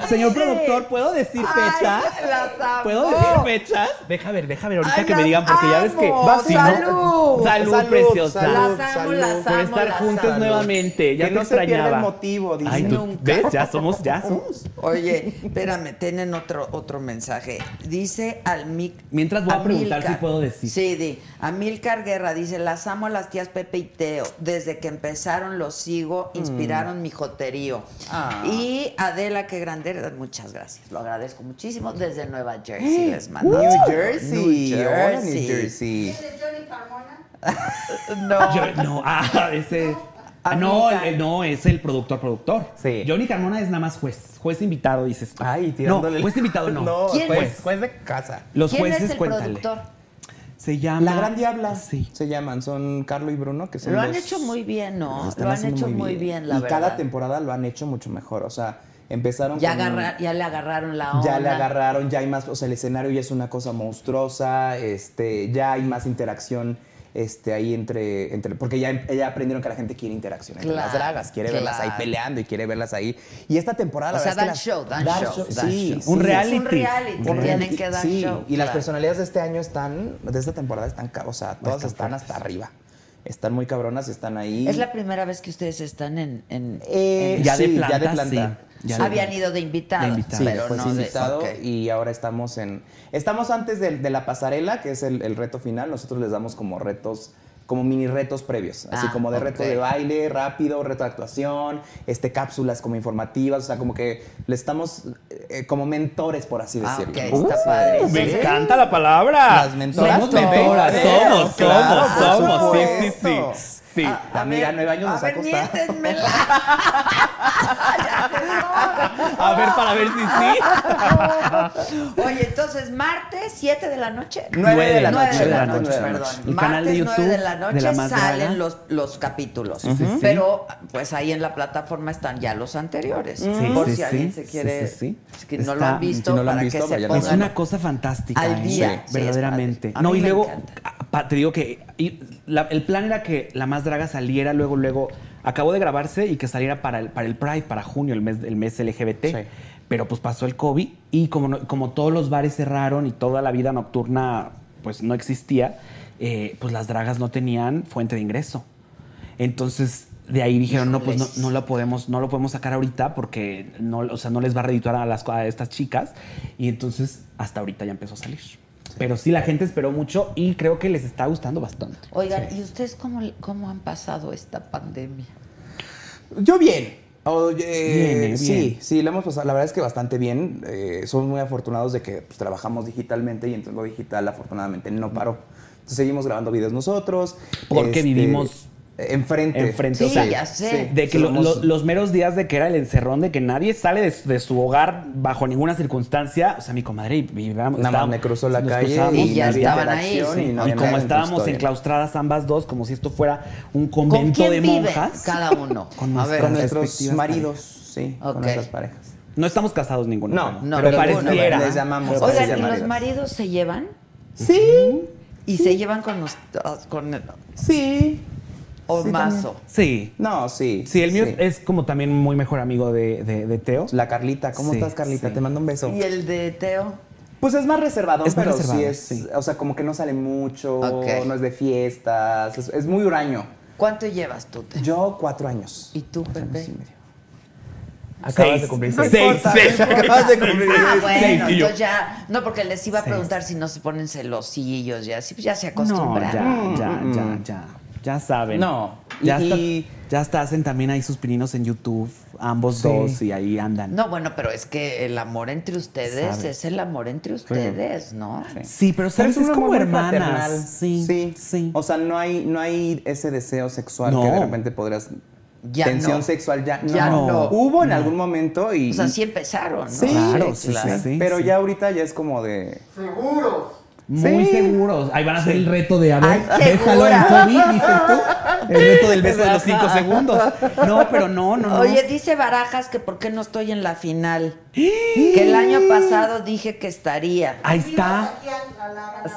F: Señor productor, ¿puedo decir fechas?
C: las amo.
F: ¿Puedo decir fechas? Deja ver, deja ver ahorita
C: Ay,
F: que me
C: las
F: digan, porque ya ves que.
C: amo.
F: si no-
C: Salud.
F: salud,
E: Salud,
F: preciosa.
E: salud.
C: Las amo, las
F: Por
C: amo.
F: estar
C: las
F: juntos
C: amo.
F: nuevamente. Ya
E: Que
F: te
E: no se pierda el
F: extrañaba.
E: motivo, dice.
F: Ay, tú-
C: Nunca.
F: ¿Ves? Ya somos, ya (laughs) somos.
C: Oye, espérame, tienen otro, otro mensaje. Dice al mic-
F: Mientras voy a preguntar si puedo decir.
C: Sí, di. Amilcar Guerra dice, las amo a las tías Pepe y Teo. Desde que empezaron los sigo, inspiraron mi joterío.
E: Ah.
C: Y Adela, qué grande, muchas gracias. Lo agradezco muchísimo. Desde Nueva Jersey les mando.
E: New
C: saludos.
E: Jersey.
C: New
E: hola, New
C: Jersey.
E: Jersey.
C: No.
F: Yo- no, ah, (laughs) ese. ah, no,
C: Amiga.
F: el- no, es el productor, productor.
E: Sí.
F: Johnny Carmona es nada más juez, juez invitado, dices tú.
E: Ay, tirándole.
F: no, juez invitado
E: (laughs)
F: no.
E: No,
C: ¿Quién
E: juez,
C: es?
E: juez de casa.
F: Los
C: ¿Quién
F: jueces,
C: es el
F: cuéntale.
C: productor?
F: Se llama.
E: La Gran Diabla.
F: Sí.
E: Se llaman, son Carlo y Bruno, que son
C: Lo han
E: los-
C: hecho muy bien, ¿no?
E: están
C: Lo han
E: haciendo
C: hecho muy bien, la
E: y
C: verdad.
E: cada temporada lo han hecho mucho mejor. O sea, empezaron
C: Ya,
E: con-
C: agarra- ya le agarraron la onda.
E: ya le agarraron, ya hay más, o sea, el escenario ya es una cosa monstruosa, este, ya hay más interacción este, ahí entre, entre porque ya, ya aprendieron que la gente quiere interacción entre
C: Claro,
E: las dragas, quiere verlas ahí
C: claro.
E: peleando y quiere verlas ahí. Y esta temporada, la
C: O sea,
E: verdad
C: dan
E: es que las-
C: show, dan show, dan
E: sí,
C: show.
E: sí,
F: Un
E: sí.
F: reality.
C: Es un reality,
F: Un
C: tienen que dar
E: Sí,
C: show.
E: Y
C: claro.
E: las
C: Pues
E: personalidades de este año están, de esta temporada están, ca- o sea, todas están hasta arriba. Están muy cabronas, están ahí.
C: Es la primera vez que ustedes están en... en-
E: Eh,
C: en-
F: Ya de
E: sí, ya
F: planta.
E: de planta.
F: sí. Ya de
C: habían
F: planta.
C: ido de invitados,
F: De invitados.
E: pues Sí,
C: pero
E: después
C: no de-
E: invitado
C: ok.
E: y ahora estamos en... Estamos antes del- de, la pasarela, que es el, el reto final. Nosotros les damos como retos, como mini retos previos. Así
C: Ah,
E: como de reto
C: ok.
E: de baile, rápido, reto de actuación, este, cápsulas como informativas. O sea, como que le estamos eh, como mentores, por así
C: Ah,
E: decirlo.
C: ok, está padre.
F: Uh, Me encanta la palabra.
E: Las mentoras.
F: Somos mentoras,
E: Claro,
F: somos,
E: claro,
F: somos,
E: por
F: somos. Sí, sí,
E: supuesto. Ah,
F: sí. sí.
E: La amiga nueve años nos
C: Ah, a
E: ha
C: ver,
E: costado.
C: miéntenmela.
F: A ver, para ver si
E: ah,
F: sí.
C: Oye, entonces, martes, 7 de la noche.
E: Nueve de la
C: Nueve
E: noche.
C: de la
E: nueve
C: noche,
E: de la
C: perdón.
F: El
C: Martes
F: canal de YouTube
C: 9 de la noche
F: de La Más Draga.
C: salen los, los capítulos.
F: sí, sí.
C: Pero pues ahí en la plataforma están ya los anteriores.
F: Sí,
C: Por
F: sí,
C: si alguien
F: sí,
C: se quiere.
F: sí, sí, sí.
C: Que no lo
F: Está-
C: han visto
E: si no lo han
C: para
E: visto,
C: que se
E: vayan a
C: pongan.
F: Es una cosa fantástica.
C: Al
F: ¿eh?
C: día. Sí. Sí, es
F: verdaderamente.
C: padre. A
F: no,
C: mí
F: y
C: me
F: luego,
C: encanta.
F: a- pa- te digo que y la- el plan era que la más draga saliera luego, luego. Acabó de grabarse y que saliera para el, para el Pride, para junio, el mes, el mes LGBT.
E: Sí.
F: Pero pues pasó el COVID y como, no- como todos los bares cerraron y toda la vida nocturna pues no existía, eh, pues las dragas no tenían fuente de ingreso. Entonces, de ahí dijeron, no, pues no, no lo podemos, no lo podemos sacar ahorita porque no, o sea, no les va a redituar a, las, a estas chicas. Y entonces, hasta ahorita ya empezó a salir. Pero sí, la gente esperó mucho y creo que les está gustando bastante.
C: Oigan, ¿y ustedes cómo, cómo han pasado esta pandemia?
E: Yo bien. Oye,
F: Bien, eh,
E: sí,
F: bien.
E: sí, lo hemos pasado, la verdad es que bastante bien. Eh, somos muy afortunados de que pues, trabajamos digitalmente y entonces lo digital afortunadamente no paró. Entonces, seguimos grabando videos nosotros. este,
F: Porque vivimos
E: enfrente.
F: enfrente, o
C: Sí,
F: sea,
C: ya sé.
F: de que lo-
E: Somos-
F: lo- los meros días de que era el encerrón, de que nadie sale de, de su hogar bajo ninguna circunstancia, o sea, mi comadre y, y vamos,
E: Nada más
F: estábamos-
E: me cruzó la
F: nos
E: calle
F: cruzábamos,
C: y ya
F: nadie-
C: estaban ahí,
E: interacción
C: sí.
E: y no
F: y
E: había
F: como
E: nada en tu
F: estábamos
E: historia.
F: enclaustradas ambas dos, como si esto fuera un
C: ¿Con
F: convento
C: quién
F: de
C: vive
F: monjas.
C: cada uno?
F: (laughs) Con
C: a
F: nuestra-
C: ver,
E: Con nuestros
F: respectivas
E: maridos, sí,
C: Ok.
E: con nuestras parejas.
F: No estamos casados ninguno.
E: No,
C: no,
F: pero
C: ninguno,
F: pareciera.
E: les llamamos
F: Pero
E: así.
C: Oigan,
F: pareciera.
C: ¿y los
E: maridos.
C: maridos se llevan?
E: Sí,
C: ¿Y se llevan con, los, ah, con el,
E: sí.
C: o
E: Sí,
C: mazo?
F: Sí.
E: No, sí.
F: Sí, el mío es como también muy mejor amigo de, de- de Teo.
E: La Carlita, ¿cómo
F: Sí,
E: estás, Carlita?
F: sí.
E: Te mando un beso.
C: ¿Y el de Teo?
E: Pues es más reservado,
F: Es más
E: pero
F: reservado,
E: sí es.
F: sí.
E: O sea, como que no sale mucho,
C: Ok.
E: no es de fiestas, es, es muy huraño.
C: ¿Cuánto llevas tú, Teo?
E: Yo, cuatro años.
C: ¿Y tú,
E: Cuatro
C: Pepe?
E: años y medio.
F: Seis.
E: seis.
F: Seis,
E: No importa,
F: seis.
E: no importa. Acabas de cumplir
C: Ah,
E: seis.
C: bueno,
F: sí, yo.
C: entonces ya. No, porque les iba a preguntar si no se ponen celosillos, ya, sí, pues ya se acostumbran.
F: No, ya, ya, ya, ya. Ya saben.
E: Mm. No,
F: Ya,
E: y-
F: hasta-
E: y-
F: ya hasta hacen también ahí sus pininos en YouTube, ambos
E: Sí.
F: dos, y ahí andan.
C: No, bueno, pero es que el amor entre ustedes
F: Sabe.
C: es el amor entre ustedes, ¿no?
F: Sí,
E: Pero
F: pero sabes, es
E: un amor
F: como
E: muy
F: hermanas.
E: fraternal.
F: Sí, sí,
E: sí, O sea, no hay, no hay ese deseo sexual
F: No.
E: que de repente podrías.
C: Ya
E: tensión
C: no.
E: sexual ya no.
C: Ya no.
E: Hubo en algún momento y.
C: O sea, sí empezaron, ¿no?
E: Sí,
F: Claro, sí, sí, sí.
E: pero ya ahorita ya es como de.
B: Seguros.
F: Muy
E: Sí.
F: seguros. Ahí van a hacer el reto de a ver,
C: Ay,
F: déjalo en
C: segura.
F: COVID, dices tú. El reto del beso de los cinco segundos. No, pero no, no, no.
C: Oye, dice Barajas que por qué no estoy en la final. que el año pasado dije que estaría.
F: Ahí está.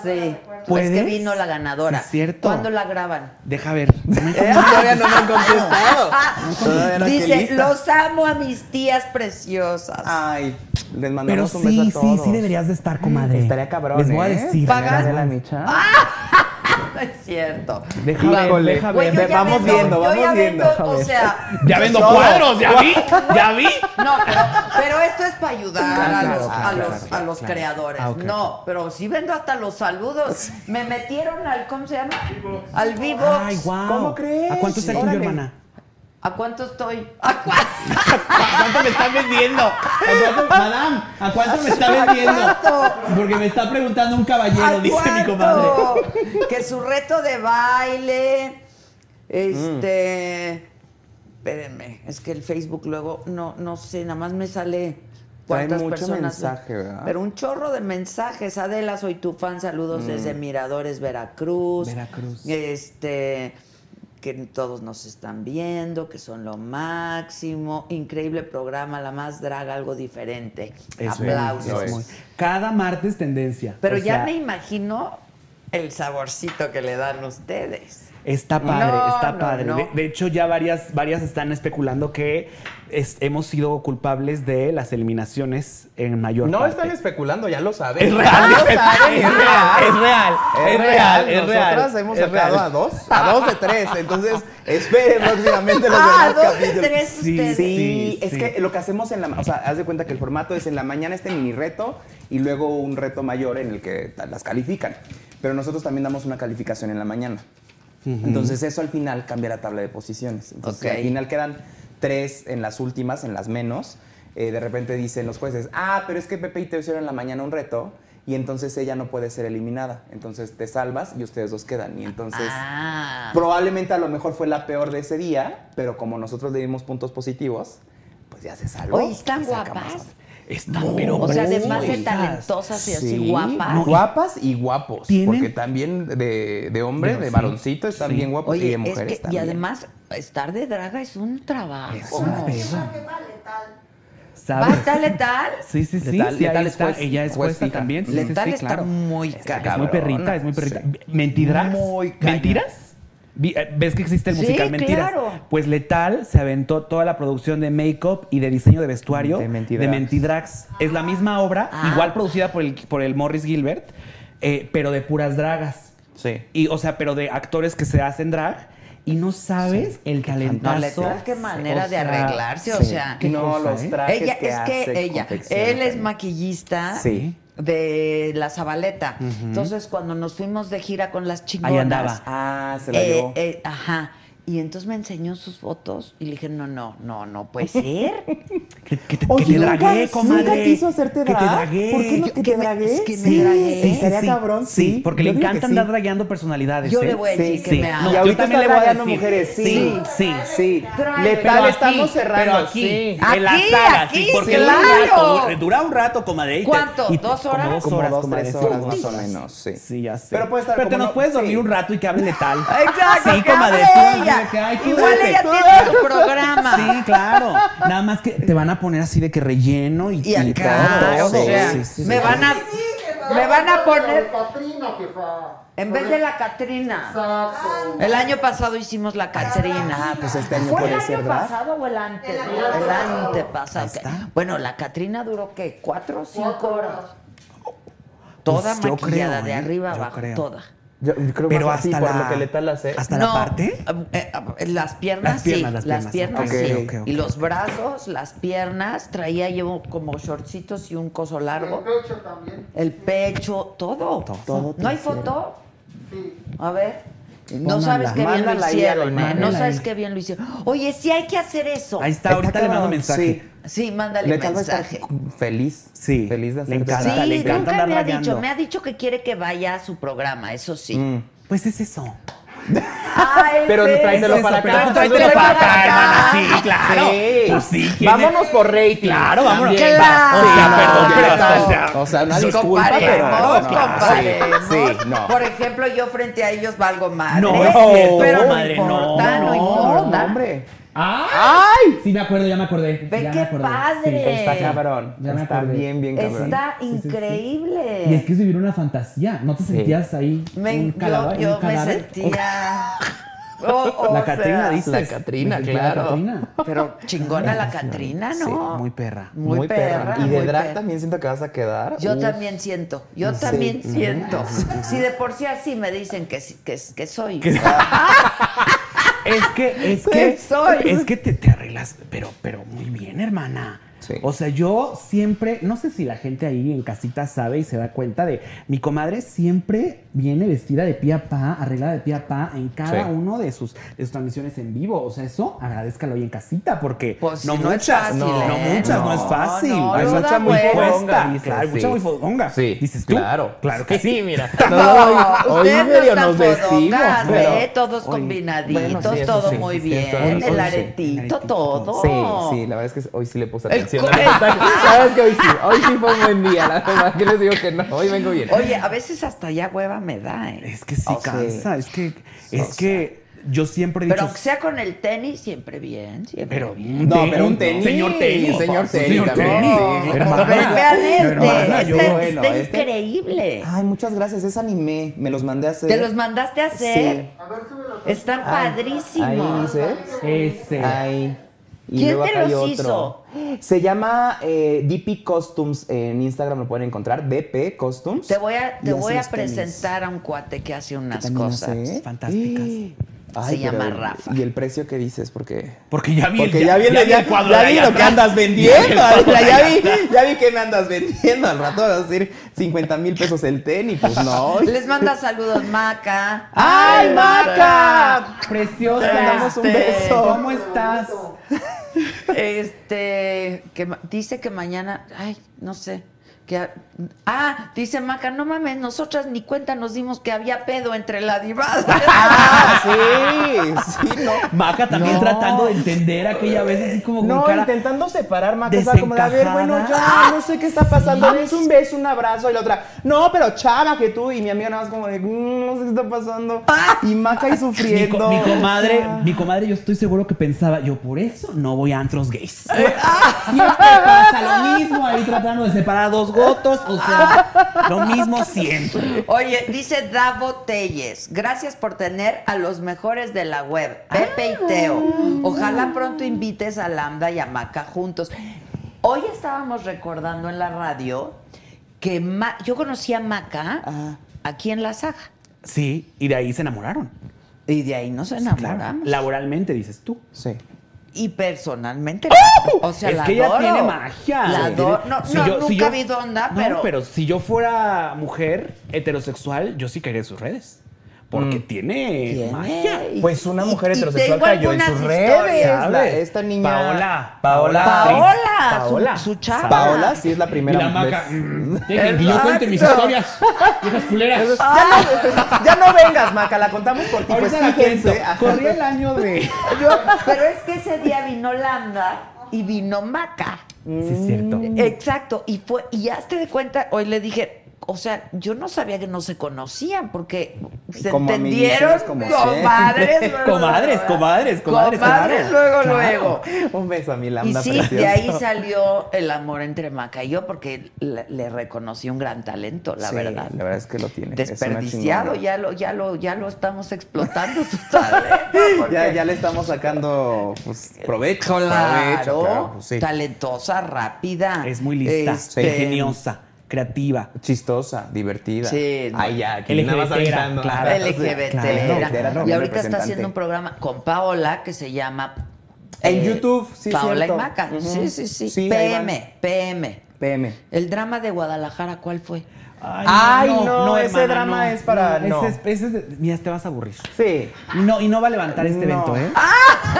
C: Sí, pues
F: ¿Puedes?
C: que vino la ganadora.
F: Sí, es cierto.
C: ¿Cuándo la graban?
F: Deja ver.
E: Todavía no me han contestado.
F: Ah,
E: Todavía no, qué
C: Dice,
E: lista.
C: los amo a mis tías preciosas.
F: Ah.
E: Ay, les
F: Pero
E: mandamos un beso
F: sí,
E: a
F: sí,
E: todos.
F: sí deberías de estar, comadre.
E: Estaría cabrón.
F: Les voy a
E: ¿eh?
F: decir.
C: Pagas.
E: de la micha.
C: No (laughs) es cierto.
F: Deja ver,
E: Híjole.
F: deja
C: Güey,
F: ver.
C: yo ya
E: vamos
C: vendo,
E: viendo,
C: yo
E: vamos
C: ya
E: viendo,
C: vendo, o
E: Javier.
C: sea,
D: Ya vendo
E: Todo.
D: cuadros, ya vi, ya vi.
C: no, pero, pero esto es para ayudar a
E: claro,
C: los,
E: claro,
C: a los,
E: claro,
C: a los creadores.
F: Ah, ok.
C: No, pero sí vendo hasta los saludos. Me metieron al, ¿cómo se llama? Al vivo.
F: Ay, guau.
E: ¿Cómo crees?
F: ¿A cuánto está el tuyo,
E: Órale.
F: hermana?
C: ¿A cuánto estoy? ¿A cuánto?
D: ¿A ¿Cuánto me están vendiendo? ¿A cuánto- Madame, ¿a cuánto me está vendiendo? Porque me está preguntando un caballero,
C: ¿A
D: dice mi
C: cuánto?
D: comadre.
C: (laughs) Que su reto de baile, este, espérenme, es que el Facebook luego no, no sé, nada más me sale
E: Trae
C: cuántas
E: mucho
C: personas.
E: mensaje, ¿verdad?
C: Pero un chorro de mensajes. Adela, soy tu fan, saludos
E: Mm.
C: desde Miradores, Veracruz.
F: Veracruz.
C: Este, que todos nos están viendo, que son lo máximo. Increíble programa, la más draga, algo diferente.
F: Eso es,
C: Aplausos.
F: eso es muy- Cada martes tendencia.
C: Pero
F: O
C: ya
F: sea,
C: me imagino el saborcito que le dan ustedes.
F: Está padre,
C: No,
F: está
C: no,
F: padre.
C: no.
F: De, de hecho, ya varias, varias están especulando que es- hemos sido culpables de las eliminaciones en mayor
E: No
F: parte.
E: están especulando, ya lo saben.
F: Es real,
E: Ya lo
F: es-
E: saben,
F: es real, es real, es real, es
E: Nosotras
F: real,
E: hemos
F: es
E: sacado
F: real.
E: a dos, a dos de tres. Entonces, esperen próximamente los
C: (laughs) Ah,
E: demás
C: dos de
E: capítulos.
C: tres
F: Sí,
C: ustedes.
E: Sí,
F: Sí,
E: es
F: sí.
E: que lo que hacemos en la, ma- o sea, haz de cuenta que el formato es en la mañana este mini reto y luego un reto mayor en el que ta- las califican. Pero nosotros también damos una calificación en la mañana. Entonces eso al final cambia la tabla de posiciones. Entonces
C: Ok.
E: al final quedan tres en las últimas, en las menos. Eh, de repente dicen los jueces, ah, pero es que Pepe y Teo hicieron en la mañana un reto y entonces ella no puede ser eliminada. Entonces te salvas y ustedes dos quedan. Y entonces
C: Ah.
E: Probablemente a lo mejor fue la peor de ese día, pero como nosotros le dimos puntos positivos, pues ya se salvó.
C: Oye, están
E: Y sacamos
C: guapas.
E: a-
F: Están, pero
C: O sea, además
F: muy
C: de
F: hijas.
C: talentosas y así
E: Sí,
C: guapas.
E: no, guapas y guapos.
F: Tienen-
E: Porque también de, de hombre,
F: Pero
E: de
F: sí,
E: varoncito, están
F: sí.
E: bien guapos y
C: Oye,
E: de
C: es
E: mujeres
C: que- y
E: también.
C: además, estar de draga es un trabajo.
F: Es una beba.
C: ¿Va
F: ¿Sabes?
C: a estar letal?
F: Sí, sí, sí.
E: Letal-
F: sí, ahí
E: letal es
F: está.
E: juez-
F: Ella es
E: juez
F: jueza
E: fija.
F: también. Sí, sí,
C: Letal
F: sí,
C: está
F: claro.
C: muy
F: Es muy
C: cabrón.
F: perrita, es muy perrita. ¿Mentiras?
E: Muy cañón.
F: ¿Mentiras? Vi- eh, ¿Ves que existe el
C: Sí,
F: musical Mentiras?
C: claro.
F: Pues Letal se aventó toda la producción de make-up y de diseño de vestuario
E: De Mentidrax.
F: Mentidrax. Es la misma obra,
C: Ah.
F: igual producida por el, por el Morris Gilbert, eh, pero de puras dragas.
E: Sí.
F: Y, o sea, pero de actores que se hacen drag y no sabes el
C: No,
F: talentazo.
C: letal, qué manera
F: O
C: de
F: sea,
C: arreglarse, o
F: sí.
C: sea.
F: Qué
E: No,
F: cosa,
E: los
F: ¿eh?
E: trajes
C: Ella,
E: que
C: es
E: hace,
C: que ella,
E: confecciona
C: él es
E: también.
C: maquillista
E: Sí.
C: de la Zabaleta. Entonces, cuando nos fuimos de gira con las chingonas.
F: andaba.
E: Ah, se la
C: eh,
E: llevó.
C: eh, ajá. Y entonces me enseñó sus fotos y le dije, no, no, no, no puede ser.
F: Que, que te,
E: Oye,
F: que te
E: nunca-
F: dragué, comadre.
E: nunca quiso hacerte
F: Que te
E: drag.
F: dragué.
E: ¿Por qué no
F: Yo-
E: te
C: que me-
E: dragué?
C: es que me
E: Sí,
C: dragué.
E: sí, estaría cabrón, sí.
F: Porque
E: Yo
F: le
E: digo que
F: encanta andar
E: sí.
F: dragueando personalidades.
C: Yo
F: ¿eh?
C: le voy a decir que me ama.
F: No,
E: y
F: yo
E: ahorita está
F: también le voy a
E: tragando
F: decir.
E: mujeres, sí.
F: Sí, sí.
E: Sí.
C: Tráelo.
E: Letal,
C: Pero
E: estamos
F: aquí,
E: cerrando.
D: pero aquí,
E: sí.
D: en la
C: Aquí,
D: sala,
C: aquí,
D: sí, porque
C: claro.
D: dura un rato, dura un rato, comadre. y te-
C: ¿Cuánto?
F: y-
C: ¿Dos
F: como
C: horas?
E: Como
F: horas,
E: dos,
F: comadre,
E: tres
F: sí,
E: horas
F: sí.
E: más o menos, sí.
F: Sí, ya sé.
E: Pero puede estar
F: Pero te
E: como
F: nos
E: no-
F: puedes dormir
E: sí.
F: un rato y que hable letal.
C: Exacto,
F: Sí,
C: que
F: comadre,
C: hable
F: tú,
C: ella.
F: que, ay, tú
C: Igual
F: vete.
C: ella tiene su programa.
F: Sí, claro. Nada más que te van a poner así de que relleno y,
C: Y acá,
F: todo.
C: o sea,
F: Sí, sí, sí,
C: me
F: sí.
C: van a, me van a poner, en vez de la Catrina.
G: Exacto.
C: El año pasado hicimos la
F: Ah,
C: Catrina.
E: Pues este año
C: ¿Fue
E: puede
C: el
E: ser,
C: año
E: ¿verdad?
C: pasado o el antes? El antepasado. ok. Bueno, la Catrina duró, ¿qué? ¿Cuatro o cinco horas? Toda
F: Pues yo
C: maquillada,
F: creo,
C: de
F: ¿eh?
C: arriba
F: Yo
C: abajo,
F: creo.
C: toda.
E: Yo yo creo
F: Pero
E: más así,
F: hasta
E: por
F: la-
E: lo que letal hace.
F: hasta- la parte?
C: eh, eh, las piernas,
F: Las piernas,
C: sí,
F: las
C: las piernas,
E: ok.
F: piernas,
C: sí.
F: Ok, ok, ok.
C: Y los brazos, las piernas, traía yo como shortcitos y un coso largo.
G: El pecho también.
C: El pecho, todo.
E: Todo
C: ¿No hay
E: tercero.
C: foto?
G: Sí.
C: A ver. No
F: Pónganla.
C: sabes qué bien lo
E: Mándala ahí a la
C: hicieron, ¿eh?
E: imagen.
C: No
F: Mándala
C: sabes
F: ahí.
C: qué bien lo hicieron. Oye, sí hay que hacer eso.
F: Ahí está, ahorita le mando
E: cabrón,
F: mensaje.
C: Sí, mándale
E: Letal va a estar
C: mensaje.
E: feliz.
F: Sí.
E: Feliz de
F: Le
E: hacer
F: encanta.
C: Sí,
F: Hasta le encanta
C: nunca
F: andar
C: me ha
F: rayando.
C: dicho, me ha dicho que quiere que vaya a su programa, eso sí.
F: Pues es eso.
C: Ay,
E: Pero
C: Fer.
E: tráetelo
F: Eso,
E: para
F: pero
E: acá.
F: tráetelo para acá, hermana, sí, claro. Pues sí, ¿quién es?
E: vámonos por rating.
F: Claro, vámonos.
E: También.
C: Claro.
E: O sea,
C: Claro.
E: perdón, pero o sea, no
C: Sí,
E: hay disculpa,
C: comparemos,
E: pero no,
C: comparemos.
E: Sí, sí, no.
C: Por ejemplo, yo frente a ellos valgo madre.
F: No, es cierto,
C: pero
F: madre, no,
C: importa, no,
F: no,
C: importa.
E: no, hombre.
F: ¡Ay! Sí, me acuerdo, ya me acordé.
C: Ve
F: ya
C: qué
F: me acordé.
C: padre.
E: Está cabrón.
F: Ya me
E: Está
F: acordé.
E: bien, bien cabrón.
C: Eh, Está
F: Sí. Y es
C: increíble.
F: que es vivir una fantasía. ¿No te sentías ahí
C: Me-
F: un
C: yo-
F: cadáver?
C: yo
F: un
C: me
F: cadáver?
C: sentía. Oh, o
F: La
C: sea,
F: Catrina, dices.
E: La Catrina,
F: Me sentía la
E: claro.
F: Catrina.
C: Pero chingona la Catrina, ¿no?
F: Sí, muy perra.
C: Muy, perra.
E: Y de
C: muy
E: drag
C: perra.
E: también siento que vas a quedar.
C: Yo
E: uf.
C: también siento, yo también siento. Si de por sí así me dicen que, sí- que, que soy. (laughs)
F: Es que, es
C: Sí,
F: que,
C: soy.
F: es que te, te arreglas, pero, pero muy bien, hermana.
E: Sí.
F: O sea, yo siempre, no sé si la gente ahí en casita sabe y se da cuenta de, mi comadre siempre viene vestida de pie a pa, arreglada de pie a pa en cada
E: Sí.
F: uno de sus, de sus transmisiones en vivo. O sea, eso agradezcalo ahí en casita porque
C: Pues,
F: no,
C: no es
F: muchas,
C: fácil,
F: no,
C: ¿eh?
F: no muchas, no, es
C: No,
F: fácil.
C: no, pues.
F: Hay
C: no
F: mucha
C: da
F: muy
C: hueva.
F: fodonga,
E: dices,
F: claro,
E: sí.
F: mucha muy fodonga.
E: Sí.
F: Dices tú.
E: Claro.
F: Claro que sí, mira.
E: (laughs) No, hoy
C: ustedes
E: medio
C: no
E: nos
C: están
E: vestimos.
C: fodongas,
E: pero-
C: ¿eh? Todos
E: Oye,
C: combinaditos,
E: bueno, sí, eso
C: todo
E: sí,
C: muy
E: sí,
C: bien.
E: cierto, eso
C: el
E: sí.
C: aretito,
F: Sí,
C: todo.
E: Sí, sí, la verdad es que hoy sí le puse
C: El
E: atención.
C: co-
E: al mensaje. (laughs) La verdad es que hoy sí, hoy sí fue un buen día, la verdad, que les digo que no, hoy vengo bien.
C: Oye, a veces hasta ya hueva me da, ¿eh?
F: Es que sí
E: O sea,
F: cansa, es que,
E: o
F: es
E: sea.
F: que yo siempre he dicho.
C: Pero aunque sea con el tenis, siempre bien, siempre
F: Pero
C: bien.
F: un
E: No,
F: tenis,
E: pero un tenis,
F: Señor tenis.
E: señor tenis,
F: Señor
E: también,
F: tenis.
E: sí, claro.
F: Hermana,
C: Pero vean este,
F: hermana,
C: este
F: yo-
C: está
E: bueno, este-
C: increíble.
E: Ay, muchas gracias, es anime, me los mandé a hacer.
C: Te los mandaste a hacer.
G: A ver, súbelo.
C: Están
E: Ahí
C: padrísimos.
E: dice.
F: Este.
E: Ahí. Y
C: ¿Quién
E: luego
C: te
E: acá hay
C: los
E: otro.
C: hizo?
E: Se llama eh, DP Costumes, en Instagram lo pueden encontrar, DP Costumes.
C: Te voy a,
E: Y
C: te
E: hace
C: voy a
E: los tenis.
C: presentar a un cuate que hace unas
E: También
C: cosas.
E: hace-
F: fantásticas.
E: ¡Eh!
C: Se llama Rafa.
E: ¿Y el precio que dices? Porque...
F: Porque ya vi el,
E: Porque ya vi, el-
F: vi el cuadro.
E: ya
F: de
E: vi lo
F: allá
E: que
F: atrás.
E: andas vendiendo.
F: (laughs) Ya vi el
E: o sea,
F: cuadro
E: ya,
F: de
E: vi, ya vi que me andas vendiendo. Al rato vas a decir 50 mil pesos el tenis. Pues
C: (laughs)
E: no.
C: Les manda saludos Maca.
E: ¡Ay, Maca!
F: Preciosa.
E: Te mandamos un beso.
F: ¿Cómo estás?
C: Este, que ma- dice que mañana, ay, no sé. Que, a- ah, dice Maca, no mames, nosotras ni cuenta nos dimos que había pedo entre la
E: (laughs)
C: divada.
E: ¡Ah, sí! Sí, no.
F: Maca también
E: No.
F: tratando de entender aquella vez así como con
E: No,
F: cara.
E: intentando separar Maca, o sea, como de, a ver, bueno, ya, no sé qué está pasando, es un beso, un abrazo, y la otra, no, pero chava que tú, y mi amiga nada más como de, "Mm, no sé qué está pasando, y Maca ahí
F: Mi, co-
E: sufriendo.
F: mi comadre,
E: o sea.
F: mi comadre, yo estoy seguro que pensaba, yo por eso no voy a antros gays. (laughs) Siempre pasa lo mismo ahí tratando de separar dos gotos, o sea, lo mismo siempre.
C: Oye, dice Davo Telles, gracias por tener a los mejores de la web, Pepe y Teo. Ojalá pronto invites a Lambda y a Maca juntos. Hoy estábamos recordando en la radio que Ma- yo conocí a Maca aquí en La Saga
F: Sí, y de ahí se enamoraron.
C: y de ahí nos
F: Claro,
C: enamoramos.
F: laboralmente, dices tú.
E: Sí.
C: Y personalmente, la- o sea,
F: es
C: la
F: que ella
C: adoro.
F: tiene magia.
C: La
F: Sí.
C: adoro. No,
F: Si
C: no,
F: yo-
C: nunca
F: si yo-
C: vi de onda,
F: No,
C: pero,
F: pero si yo fuera mujer heterosexual, yo sí caería en sus redes. Porque tiene,
C: Tiene.
F: magia.
E: Pues una mujer
C: y- y
E: heterosexual
C: tengo
E: cayó en
C: algunas
E: sus redes.
C: historias.
E: la- esta niña.
F: Paola.
E: Paola.
C: Paola, su-
F: Paola.
C: Su, chava.
E: Paola sí es la primera
D: y la
E: vez.
D: maca. mm, Dejen que yo cuente mis
E: Exacto.
D: historias. Viejas culeras.
F: Ah,
E: Ya, no, ya no vengas, Maca, la contamos por ti. Pues
F: Ahorita la
E: fíjense,
F: cuento.
E: ajá.
F: Corría el
E: (laughs)
F: año de.
C: Yo- pero es que ese día vino Landa y vino Maca. Mm,
F: Sí, es cierto.
C: Exacto. Y fue, y hazte de cuenta, hoy le dije, o sea, yo no sabía que no se conocían, porque se
E: Como
C: entendieron
E: amiguitas, como
C: comadres.
E: siempre.
C: luego,
F: Comadres,
C: luego,
F: comadres, comadres,
C: Comadres,
F: comadres.
C: luego, luego.
E: Un beso a mi
C: Y
E: lambda
C: sí,
E: precioso.
C: de ahí salió el amor entre Maca y yo, porque le, le reconocí un gran talento, la
E: Sí,
C: verdad.
E: La verdad es que lo tiene. es una
C: Desperdiciado,
E: chingona.
C: ya lo, ya lo, ya lo estamos explotando su (laughs) talento. porque-
E: Ya, ya le estamos sacando pues, provecho.
C: Claro,
E: provecho, claro, pues, sí.
C: talentosa, rápida.
F: Es muy lista,
C: este,
F: ingeniosa, creativa.
E: Chistosa, divertida.
C: Sí, no.
E: Ay, ya, que
F: LGBT
E: nada más
F: era,
E: aventando.
F: claro.
E: Ah,
C: LGBT.
E: claro, era, no,
C: y ahorita
E: mi
C: está
E: representante.
C: haciendo un programa con Paola que se llama. eh,
E: En YouTube, sí,
C: Paola
E: cierto.
C: y Maca.
E: Ujú.
C: Sí, sí, sí.
E: Sí, ahí
C: PM, PM.
E: PM.
C: El drama de Guadalajara, ¿cuál fue?
F: Ay,
E: Ay, no, ese drama es para-
F: Ese
E: no.
F: es- ese es de- mira, te vas a aburrir.
E: Sí.
F: No, y no va a levantar este
E: No. ah, pues
F: evento, ¿eh?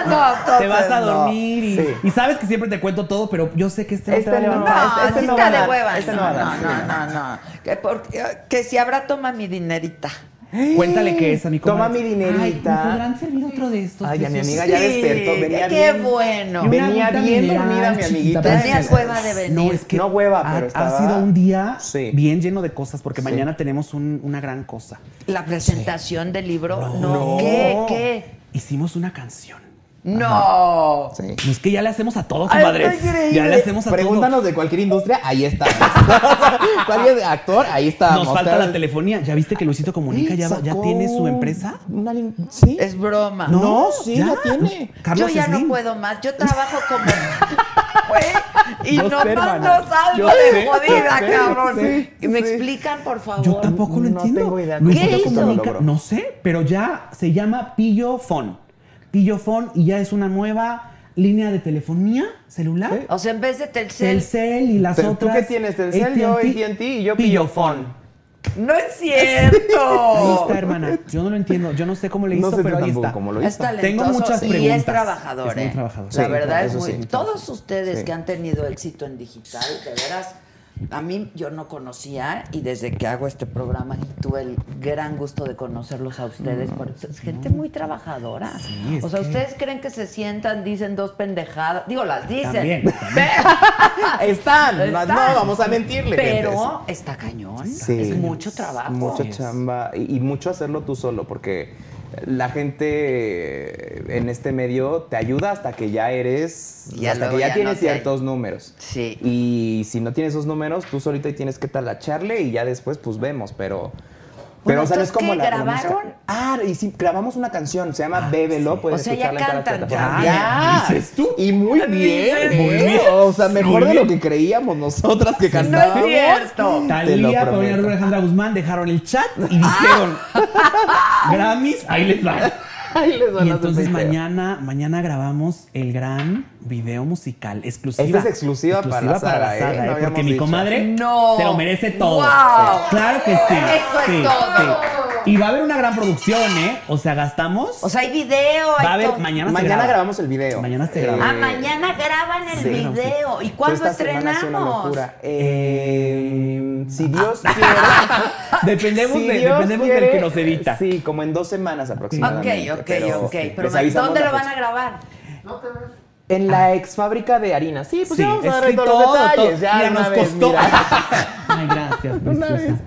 C: (laughs) no, entonces
F: te vas a
C: no.
F: dormir y,
E: Sí.
F: y sabes que siempre te cuento todo, pero yo sé que este, no te
E: Este
F: va a
E: no.
F: levantar.
C: No,
E: este- este
C: sí
E: no va
C: está
E: a dar,
C: de hueva.
E: este no
C: no,
E: va a
C: no,
E: dar,
C: no, no, no. Que, porque- que si habrá toma mi dinerita.
F: Cuéntale qué es, amigo.
E: Toma mi dinerita.
F: Ay, ¿me podrán servir otro de estos?
E: Ay, a mi
F: preciosos?
E: amiga ya
C: Sí,
E: despertó. Venía
C: qué
E: bien.
C: bueno.
F: Y una
E: Venía
F: agüita
E: bien
F: mineral,
E: dormida mi
F: chiquita,
E: amiguita.
C: Tenía
F: pues,
C: hueva de venir.
F: No, es que
E: No hueva,
F: ha-
E: pero estaba-
F: Ha sido un día
E: Sí.
F: bien lleno de cosas, porque
E: Sí.
F: mañana tenemos un- una gran cosa.
C: La presentación del libro. No,
E: No.
C: ¿qué? ¿Qué?
F: Hicimos una canción.
C: No.
E: Sí.
F: No es que ya le hacemos a todo,
C: Ay,
F: compadre.
C: está increíble.
F: Ya le hacemos a
E: Pregúntanos de cualquier industria,
C: (laughs)
E: ahí estamos. Cualquier actor, ahí
F: todo.
E: estamos.
F: Nos falta
E: Cada-
F: la telefonía. ¿Ya viste que Luisito Comunica ya, ya
E: Sacó
F: tiene su empresa?
E: una lin- Sí.
C: Es broma.
E: No, sí, ya tiene.
F: Carlos
C: yo ya
F: Slim.
C: no puedo más. Yo trabajo como. (laughs) Güey, y
E: Yo sé,
C: nomás
E: hermana.
C: no salgo
E: Yo
C: de
E: sé,
C: jodida,
E: yo sé,
C: cabrón.
E: sí,
C: ¿Me
E: sí.
C: explican, por favor?
F: Yo tampoco
E: No
F: lo entiendo.
E: tengo idea
F: Luisito
C: cómo hizo.
F: Comunica-
E: lo logró.
F: No sé, pero ya se llama Pillofón. Pillofón y ya es una nueva línea de telefonía celular.
E: Sí.
C: O sea, en vez de Telcel.
F: Telcel y las
E: Pero tú
F: otras.
E: qué tienes, Telcel, yo AT&T y yo Pillofón.
C: ¡No es
E: (laughs)
F: Ahí
C: cierto!
F: está, hermana. Yo no lo entiendo. Yo no sé cómo le hizo,
E: Oh. No sé
F: pero
E: yo
F: ahí
E: tampoco
F: está.
E: cómo lo hizo.
C: Es talentoso
F: Tengo muchas
C: y
F: preguntas.
C: es trabajador,
F: Es muy
C: ¿eh?
F: trabajador.
C: La
E: Sí,
C: verdad es
E: eso
C: muy...
E: sí.
C: Todos ustedes
E: Sí.
C: que han tenido éxito en digital, de veras, a mí yo no conocía y desde que hago este programa tuve el gran gusto de conocerlos a ustedes. por eso es gente muy trabajadora.
F: Mm. es
C: o sea,
F: que-
C: ustedes creen que se sientan, dicen dos pendejadas. Digo, las dicen. (laughs)
F: También,
E: Están,
C: Están.
E: no vamos a mentirle. gente, sí.
C: Pero está cañón.
E: Sí.
C: es mucho trabajo.
E: Mucha
F: Sí es.
E: chamba y, y mucho hacerlo tú solo, porque la gente eh, en este medio te ayuda hasta que ya eres,
C: Ya
E: hasta
C: luego
E: que ya,
C: ya
E: tienes
C: no te hay-
E: ciertos números.
C: Sí.
E: Y si no tienes esos números, tú solito ahí tienes que talacharle y ya después pues vemos, pero... Pero,
C: Bueno,
E: o sea, no es
C: ¿entonces
E: como
C: qué,
E: la, la música.
C: grabaron?
E: Ah, y sí, grabamos una canción, se
C: Ah,
E: llama Bébelo, puedes
C: O sea, ya
E: escucharla en todas las
C: cantan, ya.
E: plataformas.
F: Ah,
E: Ya.
F: ¿dices tú?
E: Y muy bien,
C: Dices
E: ¿eh?
F: tú.
E: O sea, mejor
F: Muy
E: de lo que
F: bien.
E: creíamos nosotras
C: No
E: que
C: es
E: cantábamos.
C: cierto.
E: Te lo
F: Talía, Paulina
E: prometo.
F: Rubio, Alejandra Guzmán dejaron el chat y
E: (laughs)
F: dijeron Grammys, ahí les va.
E: Ahí les van
F: Y
E: las
F: entonces
E: de Peter.
F: mañana, mañana grabamos el gran video musical exclusiva.
E: Esta es exclusiva para la saga, ¿eh? No habíamos
F: porque mi
E: dicho.
F: comadre
C: No.
F: se lo merece todo.
C: Guau.
F: Claro que sí.
C: Eso es
F: sí,
C: todo.
F: sí. Y va a haber una gran producción, ¿eh? O sea, gastamos.
C: O sea, hay video. hay
F: va a haber
C: todo.
F: mañana. se
E: Mañana
F: graba.
E: grabamos el video.
F: Mañana se
E: Eh,
F: graba.
C: Ah, mañana graban el
E: sí.
C: video. ¿Y
E: pero
C: cuándo
E: esta semana ha sido una
C: estrenamos?
E: locura. Eh, si Dios quiere.
F: (laughs) Dependemos,
E: Ah, si
F: ah, de-
E: Dios
F: dependemos
E: quiere,
F: del que nos edita.
E: Sí, como en dos semanas aproximadamente.
C: Ok, ok,
E: pero
C: ok. Pero
E: les avisamos
C: ¿dónde
E: la
C: lo van a
E: fecha.
C: grabar?
E: En la ex fábrica de harina. Sí, pues
F: Ah. Sí,
E: ya vamos a
F: es
E: dar
F: que
E: todos los
F: todo,
E: detalles.
F: todo.
E: Ya
F: Mira,
E: de una
F: nos
E: vez,
F: costó. (laughs)
E: mira.
F: Ay, gracias, preciosa.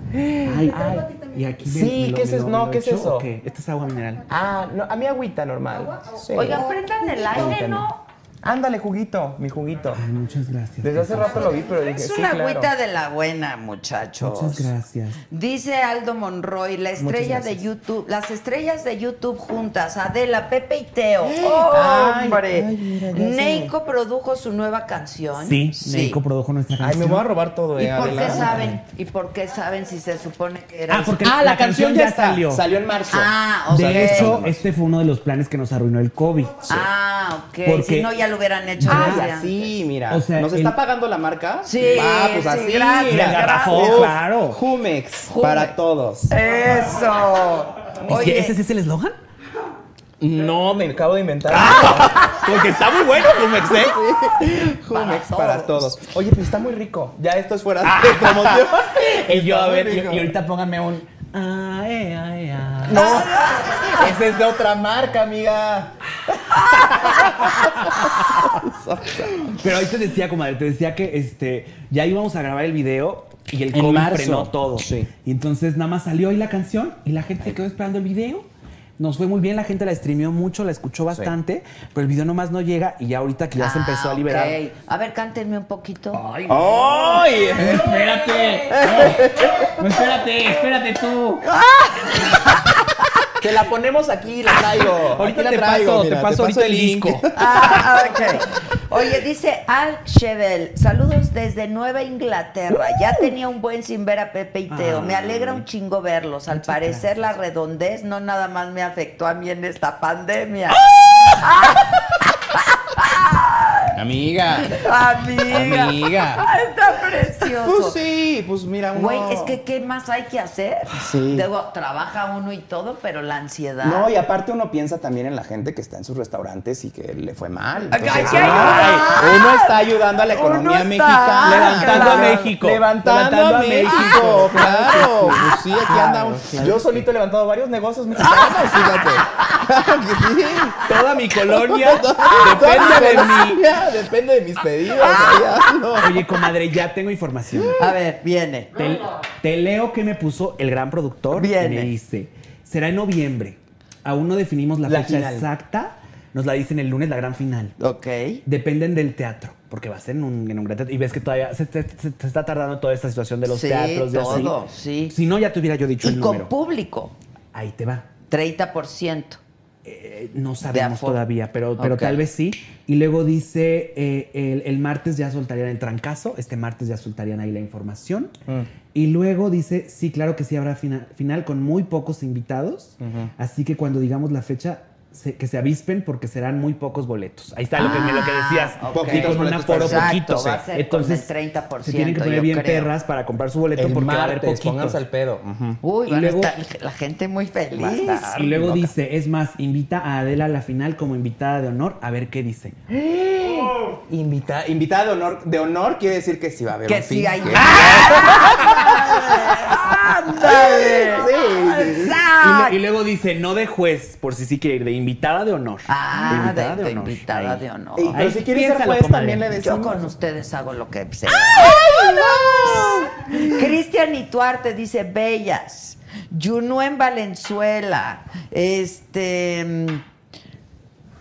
F: Ay, ay. Y aquí
E: Sí, ¿qué es eso? No, ¿qué es eso?
F: Okay. Esta es agua mineral.
E: Ah, no, a mi agüita normal. Sí.
C: Oigan, prendan el aire, ¿no?
E: Ándale, juguito, mi juguito.
F: Ay, muchas gracias.
E: Desde hace rato lo vi, pero dije,
C: Es
E: sí,
C: una
E: claro.
C: agüita de la buena, muchachos.
F: Muchas gracias.
C: Dice Aldo Monroy, la estrella de YouTube, las estrellas de YouTube juntas, Adela, Pepe y Teo. ¡Hombre!
E: ¡Eh! ay, mira, ya sé.
C: Neiko produjo su nueva canción.
F: Sí, Neiko produjo nuestra
E: Ay,
F: canción.
E: me voy a robar todo,
C: ¿Y
E: eh,
C: por qué
E: Adela.
C: saben? ¿Y por qué saben si se supone que era
F: Ah, porque
E: Ah, la, canción, ya
F: está.
E: salió. Salió en marzo.
C: Ah, ok.
F: De hecho, este fue uno de los planes que nos arruinó el COVID.
C: Ah, ok. Si
F: Porque-
C: no, ya lo hubieran hecho.
E: Ah,
C: desde
E: ya,
C: antes.
E: sí, mira.
F: O sea,
E: ¿Nos
F: el-
E: está pagando la marca?
C: Sí,
E: Ah, pues
C: sí,
E: así.
C: gracias,
E: mira.
F: gracias.
E: Uf,
F: Claro.
E: Jumex,
C: Jumex.
E: para todos.
C: Eso. Oye.
F: ¿Ese sí es el eslogan? ¡Ah!
E: No, me acabo de inventar.
F: Porque está muy bueno, Jumex, ¿eh?
E: Jumex para todos. Oye, pues está muy rico. Ya esto es fuera
F: (laughs)
E: de promoción.
F: Y yo, a
E: Está muy
F: ver, y,
E: rico.
F: y ahorita pónganme un. "Ah, eh, Ay, ay, ay.
E: No, (laughs) esa es de otra marca, amiga.
F: Pero ahí te decía, comadre, te decía que este, ya íbamos a grabar el video y el
D: En
F: COVID
D: marzo.
F: frenó todo.
E: Sí.
F: Y entonces nada más salió ahí la canción y la gente se quedó esperando el video. Nos fue muy bien, la gente la streameó mucho, la escuchó bastante, pero el video nomás no llega y ya ahorita que ya se empezó a liberar.
C: Ah,
F: Eh,
C: ok. A ver, cántenme un poquito.
E: Ah. ¡Ay!
D: Espérate. No, espérate, espérate tú.
E: Que la ponemos aquí, la traigo.
D: Ahorita
E: Aquí la
D: te
E: traigo,
D: paso,
E: mira,
D: te paso ahorita el
E: link.
D: disco.
C: Ah, ok. Oye, dice Al Chevel, saludos desde Nueva Inglaterra. Ya
E: Uh.
C: tenía un buen sin ver a Pepe y Teo. Me alegra un chingo verlos. Al parecer la redondez no nada más me afectó a mí en esta pandemia.
D: Amiga.
C: Amiga.
D: Amiga.
C: Ah, Está precioso.
E: Pues sí, pues mira, uno...
C: Güey, es que ¿qué más hay que hacer?
E: Sí.
C: Luego trabaja uno y todo, pero la ansiedad.
E: No, y aparte uno piensa también en la gente que está en sus restaurantes y que le fue mal. Entonces,
C: hay que ayudar.
E: uno está ayudando a la economía
C: Uno está, ¡Ah!
E: mexicana.
F: Levantando a
C: claro.
F: México.
E: Levantando,
F: Levantando
E: a
F: a
E: México,
F: México,
E: claro. Pues sí, aquí andamos. Yo solito he levantado varios negocios mexicanos, fíjate. Claro que sí.
F: Ah, Toda mi
E: (laughs)
F: colonia
E: Toda
F: depende de
E: mi
F: mí. Ah.
E: economía Depende de mis pedidos. o sea, ya, no.
F: Oye, comadre, ya tengo información.
C: A ver, viene.
F: Te, te leo que me puso el gran productor
C: Viene.
F: y me dice, será en noviembre. Aún no definimos la,
E: La
F: fecha
E: final.
F: exacta, nos la dicen el lunes la gran final.
C: Ok.
F: Dependen del teatro, porque va a ser en un, en un gran teatro. Y ves que todavía se, se- se- se está tardando toda esta situación de los
C: Sí,
F: teatros. De así.
C: todo, sí.
F: Si no, ya te hubiera yo dicho
C: Y
F: el
C: con
F: número.
C: público,
F: Ahí te va.
C: 30%.
F: Eh, no sabemos
C: aforo.
F: todavía, pero, pero
C: Ok.
F: tal vez sí. Y luego dice, eh, el, el martes ya soltarían el trancazo, este martes ya soltarían ahí la información.
C: Mm.
F: Y luego dice, sí, claro que sí habrá fina- final con muy pocos invitados, así que cuando digamos la fecha, se- que se avispen porque serán muy pocos boletos. Ahí está lo que, lo que decías.
C: Ah, ok.
F: Sí, con un
E: Poquitos
F: aforo
E: boletos,
F: poquito.
C: exacto, va a ser con el 30%,
F: se tienen que poner
C: yo
F: bien
C: creo.
F: perras para comprar su boleto
E: El
F: porque va a haber
E: martes,
F: poquitos.
E: pónganse al pedo.
C: Uy,
F: Mm. Y
C: van a
F: luego-
C: estar la gente muy
F: Va a
C: feliz.
F: estar Y luego dice, es más, invita a Adela a la final como invitada de honor a ver qué dice.
E: Invita, invitada de honor, de honor quiere decir que sí va a haber
C: Que
E: un
C: sí
E: fin,
C: hay-
E: que-
F: (laughs)
C: ¡Ándale!
E: Sí, sí, sí.
F: Y, lo-
C: ¡Exacto!
F: y luego dice, no de juez, por si sí quiere ir, de invitada de honor. De
C: Ah,
F: invitada
C: de, de invitada
F: Ahí.
C: de honor.
E: Ey, pero
F: Ahí,
E: si quieres ser
F: piénsalo,
E: juez,
F: comadre.
E: también le decimos.
C: Yo con ustedes hago lo que sea. Cristian Ituarte dice Bellas. Junuen Valenzuela. Este. mm,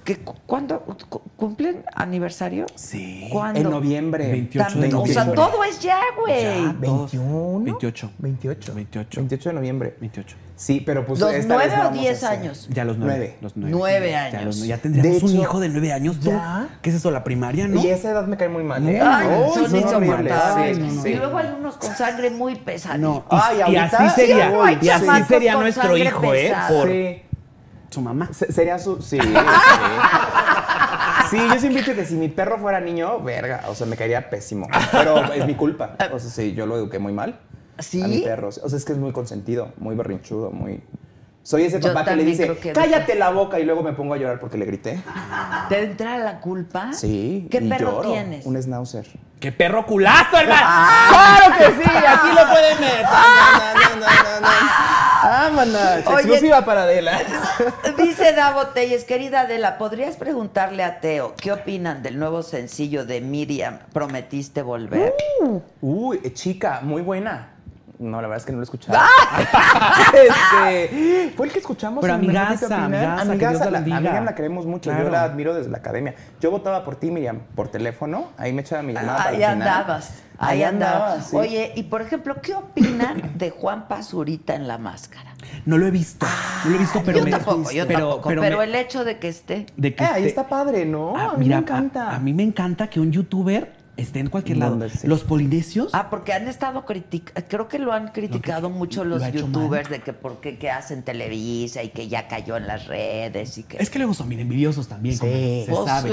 C: ¿qué, cu- ¿Cuándo cu- cumplen aniversario?
F: Sí.
C: ¿Cuándo?
E: En noviembre.
F: 28
C: También,
F: de
C: o sea,
F: noviembre.
C: todo es ya,
F: Ya,
C: güey.
F: todos.
E: 21.
F: 28.
E: 28.
F: 28.
E: 28 de noviembre.
F: 28.
E: Sí, pero pues.
C: ¿Los
E: esta
C: nueve
E: vez no
C: o
E: vamos a
C: diez
E: hacer.
C: años?
F: Ya los
E: Nueve.
F: nueve. Los nueve.
C: Nueve
F: Ya,
C: años.
F: los nueve. Ya tendríamos
E: De
F: un
E: hecho,
F: hijo de nueve años. ¿tú?
E: ya.
F: ¿Qué es eso? ¿La primaria, no?
E: Y esa edad me cae muy mal. ¿eh?
C: Ay,
E: Ay,
C: son
E: horribles.
C: insoportables.
E: Sí, sí.
C: Y luego hay unos con sangre muy pesaditos.
F: No. Y,
E: Ay,
F: y
E: ahorita
F: así sería,
E: sí, hay
F: y así
C: chamacos
F: sería
C: con
F: nuestro
C: sangre
F: hijo, ¿eh?
C: pesada.
F: Por
E: Sí.
F: su mamá.
E: Se- Sería su. Sí. sí. Sí, yo siempre he dicho que si mi perro fuera niño, verga, o sea, me caería pésimo. Pero es mi culpa. O sea, sí, yo lo eduqué muy mal.
C: ¿Sí?
E: A mi perro. O sea, es que es muy consentido, muy berrinchudo, muy. Soy ese
C: Yo
E: papá que le
C: también
E: dice,
C: creo que-
E: cállate la boca y luego me pongo a llorar porque le grité.
C: ¿Te entra la culpa?
E: Sí.
C: ¿Qué
E: y
C: perro
E: lloro.
C: tienes?
E: Un schnauzer.
F: ¡Qué perro culazo, hermano!
C: Ah.
E: ¡Claro que sí! ¡Aquí lo pueden ver! No, no, no, no, no.
C: (laughs)
E: ¡Vámonos!
C: Oye.
E: Exclusiva para Adela.
C: Dice Davo Telles, querida Adela, ¿podrías preguntarle a Teo qué opinan del nuevo sencillo de Miriam, Prometiste Volver?
E: Uy, eh, chica, muy buena. No, la verdad es que no lo
C: (laughs)
E: he escuchado. (laughs) Este, fue el que escuchamos.
F: Pero
E: en Mejor
F: amigaza,
E: Dicho Opinar.
F: amigaza, que Dios la
E: la,
F: bendiga.
E: a Miriam la queremos mucho. Yo
F: Claro.
E: la admiro desde la academia. Yo votaba por ti, Miriam, por teléfono. Ahí me echaba mi llamada.
C: Uh,
E: para
C: ahí
E: el final.
C: andabas, ahí andabas.
E: sí. Eh,
C: Oye, y por ejemplo, ¿qué (coughs) opinan de Juan Pazurita en la máscara?
F: No lo he visto. No lo he visto,
C: Ah,
F: pero
C: yo
F: me-
C: tampoco, yo
F: pero-
C: tampoco. Pero,
F: Pero, me-
C: el hecho de que esté.
F: de que
E: Eh, ahí
F: esté-
E: está padre, ¿no?
F: este, Ah,
E: a mí
F: mira,
E: me encanta.
F: A, a mí me encanta que un youtuber esté en cualquier lado.
E: Donde sea.
F: Los polinesios.
C: Ah, porque han estado criticando, creo que lo han criticado mucho
F: lo
C: los
F: ha hecho
C: youtubers de que por qué que hacen Televisa y que ya cayó en las redes y que...
F: es que luego son bien envidiosos también, como se
C: O sea,
F: sabe.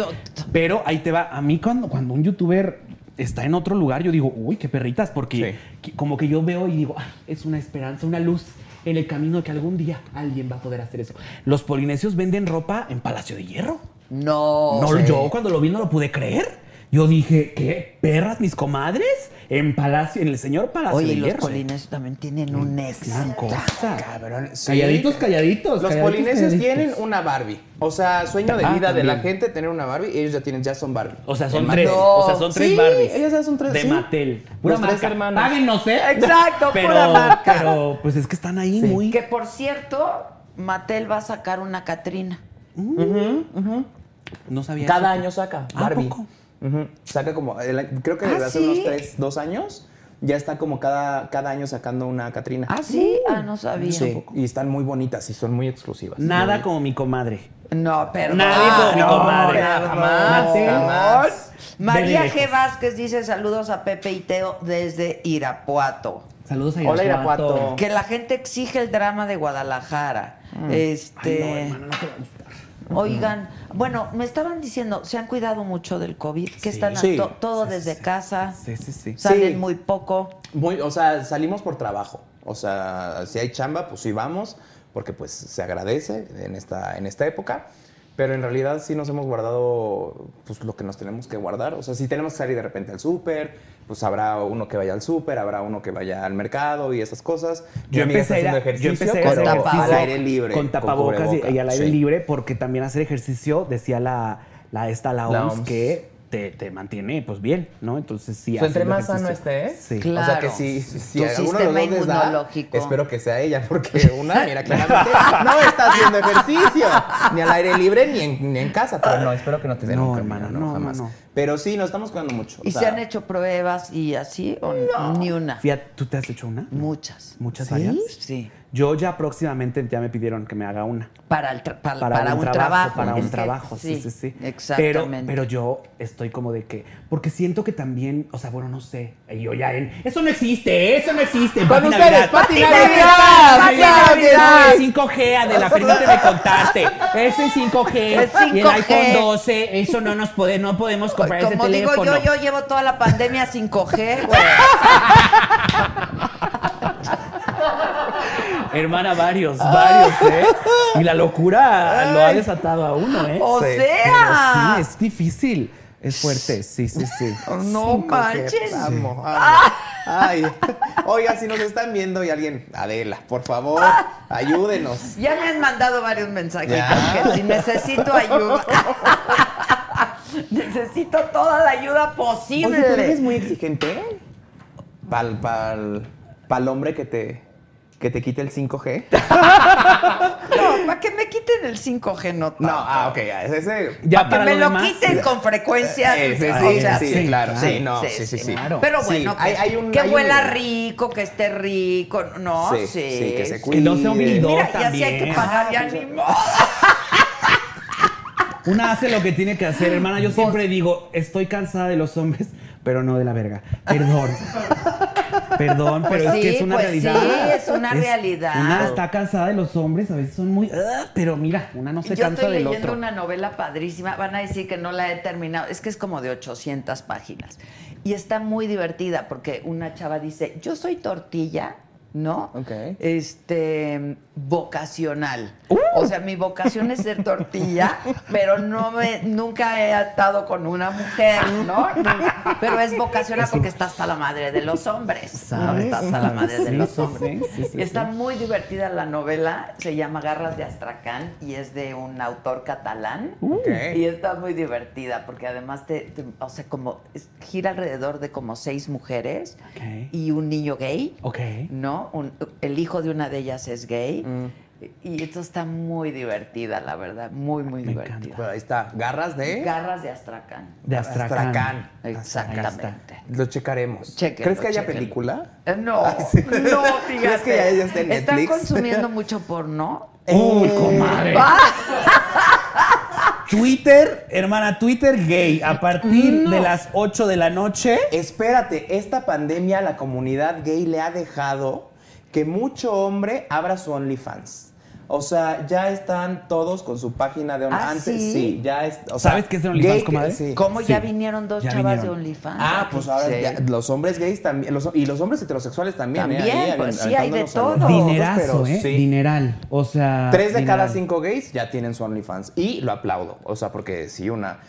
F: Pero ahí te va. A mí cuando, cuando un youtuber está en otro lugar, yo digo, uy, qué perritas, porque
E: Sí.
F: qui- como que yo veo y digo, "Ah, es una esperanza, una luz. en el camino que algún día alguien va a poder hacer eso. Los polinesios venden ropa en Palacio de Hierro.
C: No.
F: No,
C: Sí.
F: yo cuando lo vi no lo pude creer. Yo dije, ¿qué? ¿Perras mis comadres? En Palacio, en el señor Palacio
C: Oye,
F: de
C: y los
F: Hierro.
C: polinesios también tienen un
F: Gran
C: éxito.
F: cosa.
E: Ah, Cabrón, sí.
F: Calladitos, calladitos.
E: Los
F: calladitos,
E: polinesios
F: calladitos.
E: tienen una Barbie. O sea, sueño de
F: Ah,
E: vida de la
F: también.
E: gente tener una Barbie. Ellos ya tienen, ya son Barbie.
F: O sea, son
E: Además,
F: tres.
E: no.
F: O sea, son tres
E: Sí,
F: Barbies.
E: Ellos ya son tres.
F: De
E: sí.
F: Mattel.
E: Los tres
F: marca.
E: hermanos.
F: Páguenos, ¿eh?
C: Exacto, pura marca.
F: Pero, pues es que están ahí muy.
C: Que por cierto, Mattel va a sacar una Catrina.
F: No sabía.
E: Cada
F: eso.
E: año saca
F: ¿A
E: Barbie.
F: poco?
E: Ujú. Saca como, el- creo que
C: ¿Ah,
E: hace
C: sí?
E: unos tres, dos años, ya está como cada, cada año sacando una Catrina.
C: ¿Ah, sí? Ah, no sabía.
E: Sí, y están muy bonitas y son muy exclusivas.
F: Nada como mi comadre.
C: No, perdón.
F: Nadie con mi
C: Ah, no,
F: comadre.
C: perdón.
F: Jamás,
C: Perdón.
E: jamás.
C: María
F: Ven de
C: G. Vázquez dice saludos a Pepe y Teo desde Irapuato.
F: Saludos a
E: Hola, Irapuato.
C: Que la gente exige el drama de Guadalajara.
F: Ay,
C: Este,
F: no, hermano, no te va a gustar.
C: oigan, bueno, me estaban diciendo, se han cuidado mucho del COVID, que están a
E: Sí.
C: to- todo desde casa,
F: Sí, sí, sí.
C: salen
E: Sí.
C: muy poco.
E: Muy, o sea, salimos por trabajo. O sea, si hay chamba, pues sí vamos, porque pues se agradece en esta, en esta época. Pero en realidad sí nos hemos guardado pues lo que nos tenemos que guardar. O sea, si tenemos que salir de repente al súper, pues habrá uno que vaya al súper, habrá uno que vaya al mercado y esas cosas. Mi
F: Yo
E: amiga
F: empecé,
E: está
F: a ir
E: haciendo
F: a- yo empecé a ir a
E: pero
F: hacer ejercicio
E: al aire libre.
F: Con tapabocas y- y, al aire
E: Sí.
F: libre, porque también hacer ejercicio, decía la, la esta, la OMS,
E: La OMS.
F: que te, te mantiene pues bien, ¿no? Entonces sí.
E: O sea, Pues, entre
F: haciendo
E: más sano
F: ejercicio.
E: esté,
F: Sí.
C: Claro.
E: O sea que si, si
C: Tu
E: alguno de
C: sistema
E: los dos les da,
C: inmunológico.
E: espero que sea ella, porque una,
C: (laughs)
E: mira, claramente no está haciendo ejercicio, ni al aire libre, ni en, ni en casa, pero no, espero que no te den
F: No,
E: un camino,
F: hermana,
E: no,
F: no,
E: jamás.
F: no, no.
E: Pero sí, nos estamos cuidando mucho. o
C: ¿Y se
E: sea,
C: han hecho pruebas y así? ¿O Ni una.
F: Fíjate, ¿tú te has hecho una?
C: Muchas.
F: ¿Muchas
C: ¿Sí?
F: varias?
C: Sí.
F: Yo ya próximamente ya me pidieron que me haga una.
C: Para, el tra- para,
F: Para,
C: para
F: un, trabajo, Para
C: es
F: un
C: que-
F: trabajo, sí, sí, sí. Pero,
C: Exactamente.
F: pero yo estoy como de que. Porque siento que también, o sea, bueno, no sé. y Yo ya en. Eso no existe, eso no existe.
E: Con
F: Pati
E: ustedes,
F: Navidad,
E: Pati
F: Navidad,
E: Navidad,
F: Pati Navidad, el 5G, (laughs) de la firma te me contaste. Es el 5G.
C: Es
F: Y el
C: 5G.
F: iPhone 12. Eso no nos puede, no podemos comprar ese
C: Como digo
F: teléfono.
C: yo, yo llevo toda la pandemia sin coger,
F: (laughs)
C: güey.
F: Hermana, varios, varios, ¿eh? Y la locura lo ha desatado a uno, ¿eh?
C: O
F: Sí.
C: sea.
F: Pero sí, es difícil. Es fuerte, sí, sí, sí.
C: No manches.
E: Amo, amo.
C: (laughs)
E: Ay, oiga, si nos están viendo y alguien, Adela, por favor,
C: (laughs)
E: ayúdenos.
C: Ya me han mandado varios mensajitos
E: Ya.
C: que si necesito
F: (laughs)
C: ayuda. necesito toda la ayuda posible.
E: Oye, ¿tú eres muy exigente? ¿eh? Pal, pal, pal hombre que te, que te quite
C: (laughs)
E: el 5G.
C: No, para que me quiten el 5G no.
E: No,
C: tanto.
E: ah, ok, ya, ese...
F: Ya
C: que
F: para
C: me
F: lo
C: lo
F: demás,
C: quiten con frecuencia.
E: Eh, sí,
C: o
F: Ah,
E: sí,
C: sea,
E: sí, sí, claro, sí, no, sí, sí, sí.
C: claro. Pero
E: Sí,
C: bueno,
E: hay-
C: pues,
E: hay un-
C: que
E: hay un
C: huela
E: nivel.
C: rico, que esté rico, no, sí.
E: Sí, sí, que se
F: Que no se humilló
C: Mira, ya si hay
F: también. Ah, pues
C: que pagar, ya ni modo.
F: Una hace lo que tiene que hacer, hermana. Yo siempre digo, estoy cansada de los hombres, pero no de la verga. Perdón. Perdón, pero
C: Pues
F: es que
C: sí,
F: es una
C: pues
F: realidad.
C: sí, es una realidad.
F: Una está cansada de los hombres, a veces son muy. "Ah", pero mira, una no se
C: Yo
F: cansa
C: estoy
F: del
C: leyendo
F: otro.
C: una novela padrísima, van a decir que no la he terminado, es que es como de 800 páginas y está muy divertida porque una chava dice, yo soy tortilla, ¿no?
E: Ok.
C: Este, vocacional.
F: Uh.
C: O sea, mi vocación es ser
F: (laughs)
C: tortilla, pero no me, nunca he atado con una mujer,
F: (laughs)
C: ¿no? Nunca. Pero es vocacional porque está hasta la madre de los hombres, ¿no? Está hasta la madre de
F: Sí,
C: los
F: sí,
C: hombres.
F: sí, sí, sí,
C: Está
F: sí.
C: muy divertida la novela, se llama Garras de Astracán y es de un autor catalán.
E: Uh. Ok.
C: Y está muy divertida porque además te, te- o sea, como es- gira alrededor de como seis mujeres
F: Ok.
C: y un niño gay,
F: Ok.
C: ¿no? Un- el hijo de una de ellas es gay.
E: Mm.
C: Y esto está muy divertida, la verdad, muy, muy
F: Me
C: divertida.
E: Bueno, ahí está, garras de...
C: Garras de Astracán.
F: De Astracán.
E: Astracán.
C: Exactamente.
E: Lo checaremos.
C: Chéquenlo,
E: ¿Crees que haya
C: chéquenlo.
E: película?
C: Eh, No,
E: Ay, Ah, sí.
C: no,
E: (laughs)
C: fíjate.
E: ¿Crees que ya ella está en
C: ¿Están
E: Netflix? (laughs)
C: consumiendo mucho porno?
F: Uy,
C: Eh,
F: comadre.
C: ah.
F: (laughs) Twitter, hermana, Twitter gay. A partir de las 8 de la noche.
E: Eh, Espérate, esta pandemia a la comunidad gay le ha dejado que mucho hombre abra su OnlyFans. O sea, ya están todos con su página de OnlyFans.
C: ¿Ah,
E: Antes
C: sí?
E: sí, ya es. o
F: ¿Sabes
E: sea,
F: qué es de OnlyFans,
E: gay-
F: comadre?
E: sí.
C: ¿Cómo ya
F: Sí,
C: vinieron dos
F: ya
C: chavas
F: vinieron.
C: de OnlyFans?
E: Ah, pues ahora
C: Sí.
E: ya los hombres gays también, los- y los hombres heterosexuales también. ¿eh?
C: También,
E: Ahí,
C: pues,
E: aven-
C: sí, hay de
E: aventándonos a los
C: todo.
E: dos,
F: Dinerazo,
E: pero
F: ¿eh?
E: sí.
F: Dineral. O sea.
E: Tres de cada
F: dineral.
E: cinco gays ya tienen su OnlyFans. Y lo aplaudo. O sea, porque si una.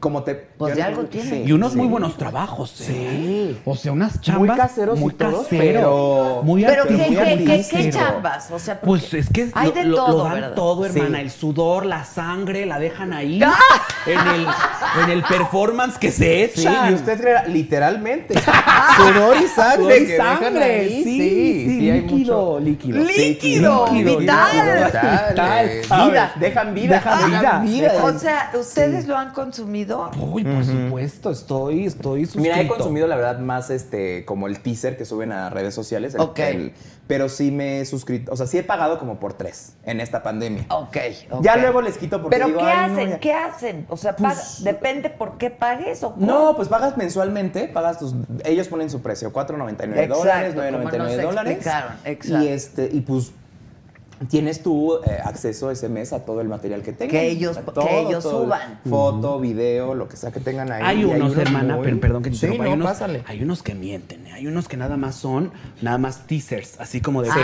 E: Como te.
C: Pues
E: yo
C: de
E: no-
C: algo tiene.
E: sí,
F: Y unos
E: Eh, sí.
F: muy buenos trabajos, ¿eh?
E: Sí.
F: O sea, unas chambas.
E: caseros y todos, pero-
F: Muy
C: Pero,
E: Pero
C: ¿qué,
E: muy
C: qué- qué- qué
E: artístico.
C: chambas? O sea, porque
F: Pues es que
C: hay
F: lo,
C: de
F: lo- lo
C: todo,
F: dan
C: ¿verdad?
F: todo, hermana.
E: Sí.
F: El sudor, la sangre, la dejan ahí.
C: ¡Ah!
F: En, el, en el performance que se
E: Sí,
F: echa.
E: y usted creerá, literalmente. sudor y sangre.
F: Sudor
E: que
F: y
E: dejan
F: sangre,
E: ahí,
F: sí,
E: sí,
F: sí,
E: hay
F: líquido.
E: mucho líquido. Sí,
C: Líquido, vital.
E: vital,
F: Vital,
E: ¿sabes?
F: vida.
E: Dejan vida.
F: Dejan vida.
C: O sea, ¿ustedes lo han consumido?
F: Uy, por supuesto, estoy, estoy suscrito.
E: Mira, he consumido la verdad más este como el teaser que suben a redes sociales. el-
C: Ok.
E: el- pero sí me he suscrito, o sea, sí he pagado como por tres en esta pandemia.
C: Ok, ok.
E: Ya luego les quito porque
C: ¿Pero
E: digo,
C: qué
E: "Ay, no,
C: hacen?
E: ya".
C: ¿Qué hacen? O sea,
E: Pues-
C: paga- ¿depende por qué pagues o cómo?
E: No, pues pagas mensualmente, pagas tus, ellos ponen su precio, 4.99
C: Exacto,
E: dólares,
C: como
E: 9.99
C: nos
E: dólares.
C: explicaron, exacto.
E: Y este y pues tienes tú eh, acceso ese mes a todo el material que tengan.
C: Que ellos-
E: A
C: que ellos suban.
E: Foto, video, lo que sea que tengan ahí.
F: Hay
E: Y
F: unos, hermana,
E: muy-
F: per- perdón que te
E: sí,
F: interrumpa,
E: no,
F: hay, unos,
E: pásale.
F: hay unos que mienten, ¿eh? hay unos que nada más son, nada más teasers, así como de,
C: Sí.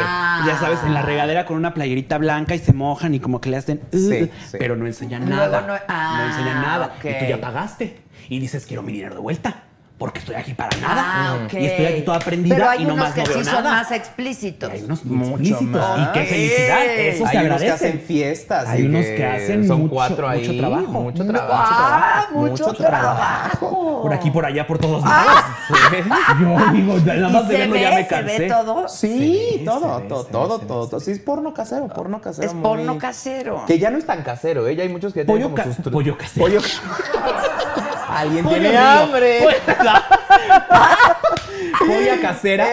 F: ya sabes,
C: Ah.
F: en la regadera con una playerita blanca y se mojan y como que le hacen, "Uh",
E: Sí, sí.
F: pero no enseñan
C: Luego
F: nada,
C: no- ah,
F: enseñan nada, y tú
C: ok.
F: ya pagaste, y dices, quiero mi dinero de vuelta, porque estoy aquí para nada,
C: Ah, ok.
F: y estoy aquí toda prendida
C: Pero hay
F: y no
C: unos
F: más
C: que
F: no veo
C: sí son
F: nada.
C: más
F: Y
C: explícitos.
F: hay unos
E: Mucho
F: explícitos,
E: más.
F: y qué felicidad, eso se
E: Hay unos que
F: agradece.
E: hacen fiestas.
F: Hay
E: y
F: unos que hacen
E: son
F: mucho-
E: cuatro ahí,
F: mucho trabajo.
E: Mucho
F: No,
E: trabajo.
C: ¡Ah,
E: mucho
C: mucho,
E: trabajo.
C: trabajo!
F: Por aquí, por allá, por todos lados. (laughs) Yo digo, ya nada
C: Ah. ¿Y
F: más de
C: se
F: verlo
C: ve,
F: ya me
C: se
F: cansé.
C: ve todo.
E: Sí,
F: Sí,
E: todo, todo,
F: se ve, se
E: todo,
F: ve, se
E: todo,
F: ve,
E: todo. Sí, es porno casero, porno casero.
C: Es
E: muy-
C: porno casero.
E: Que ya no es tan casero, ¿eh? Ya hay muchos que
F: Pollo
E: tienen
F: ca-
E: como sus... tru-
F: pollo casero. (laughs)
E: Pollo
F: Alguien
E: Pollo
F: tiene
E: río.
F: hambre.
E: Pues,
F: (laughs) Polla casera,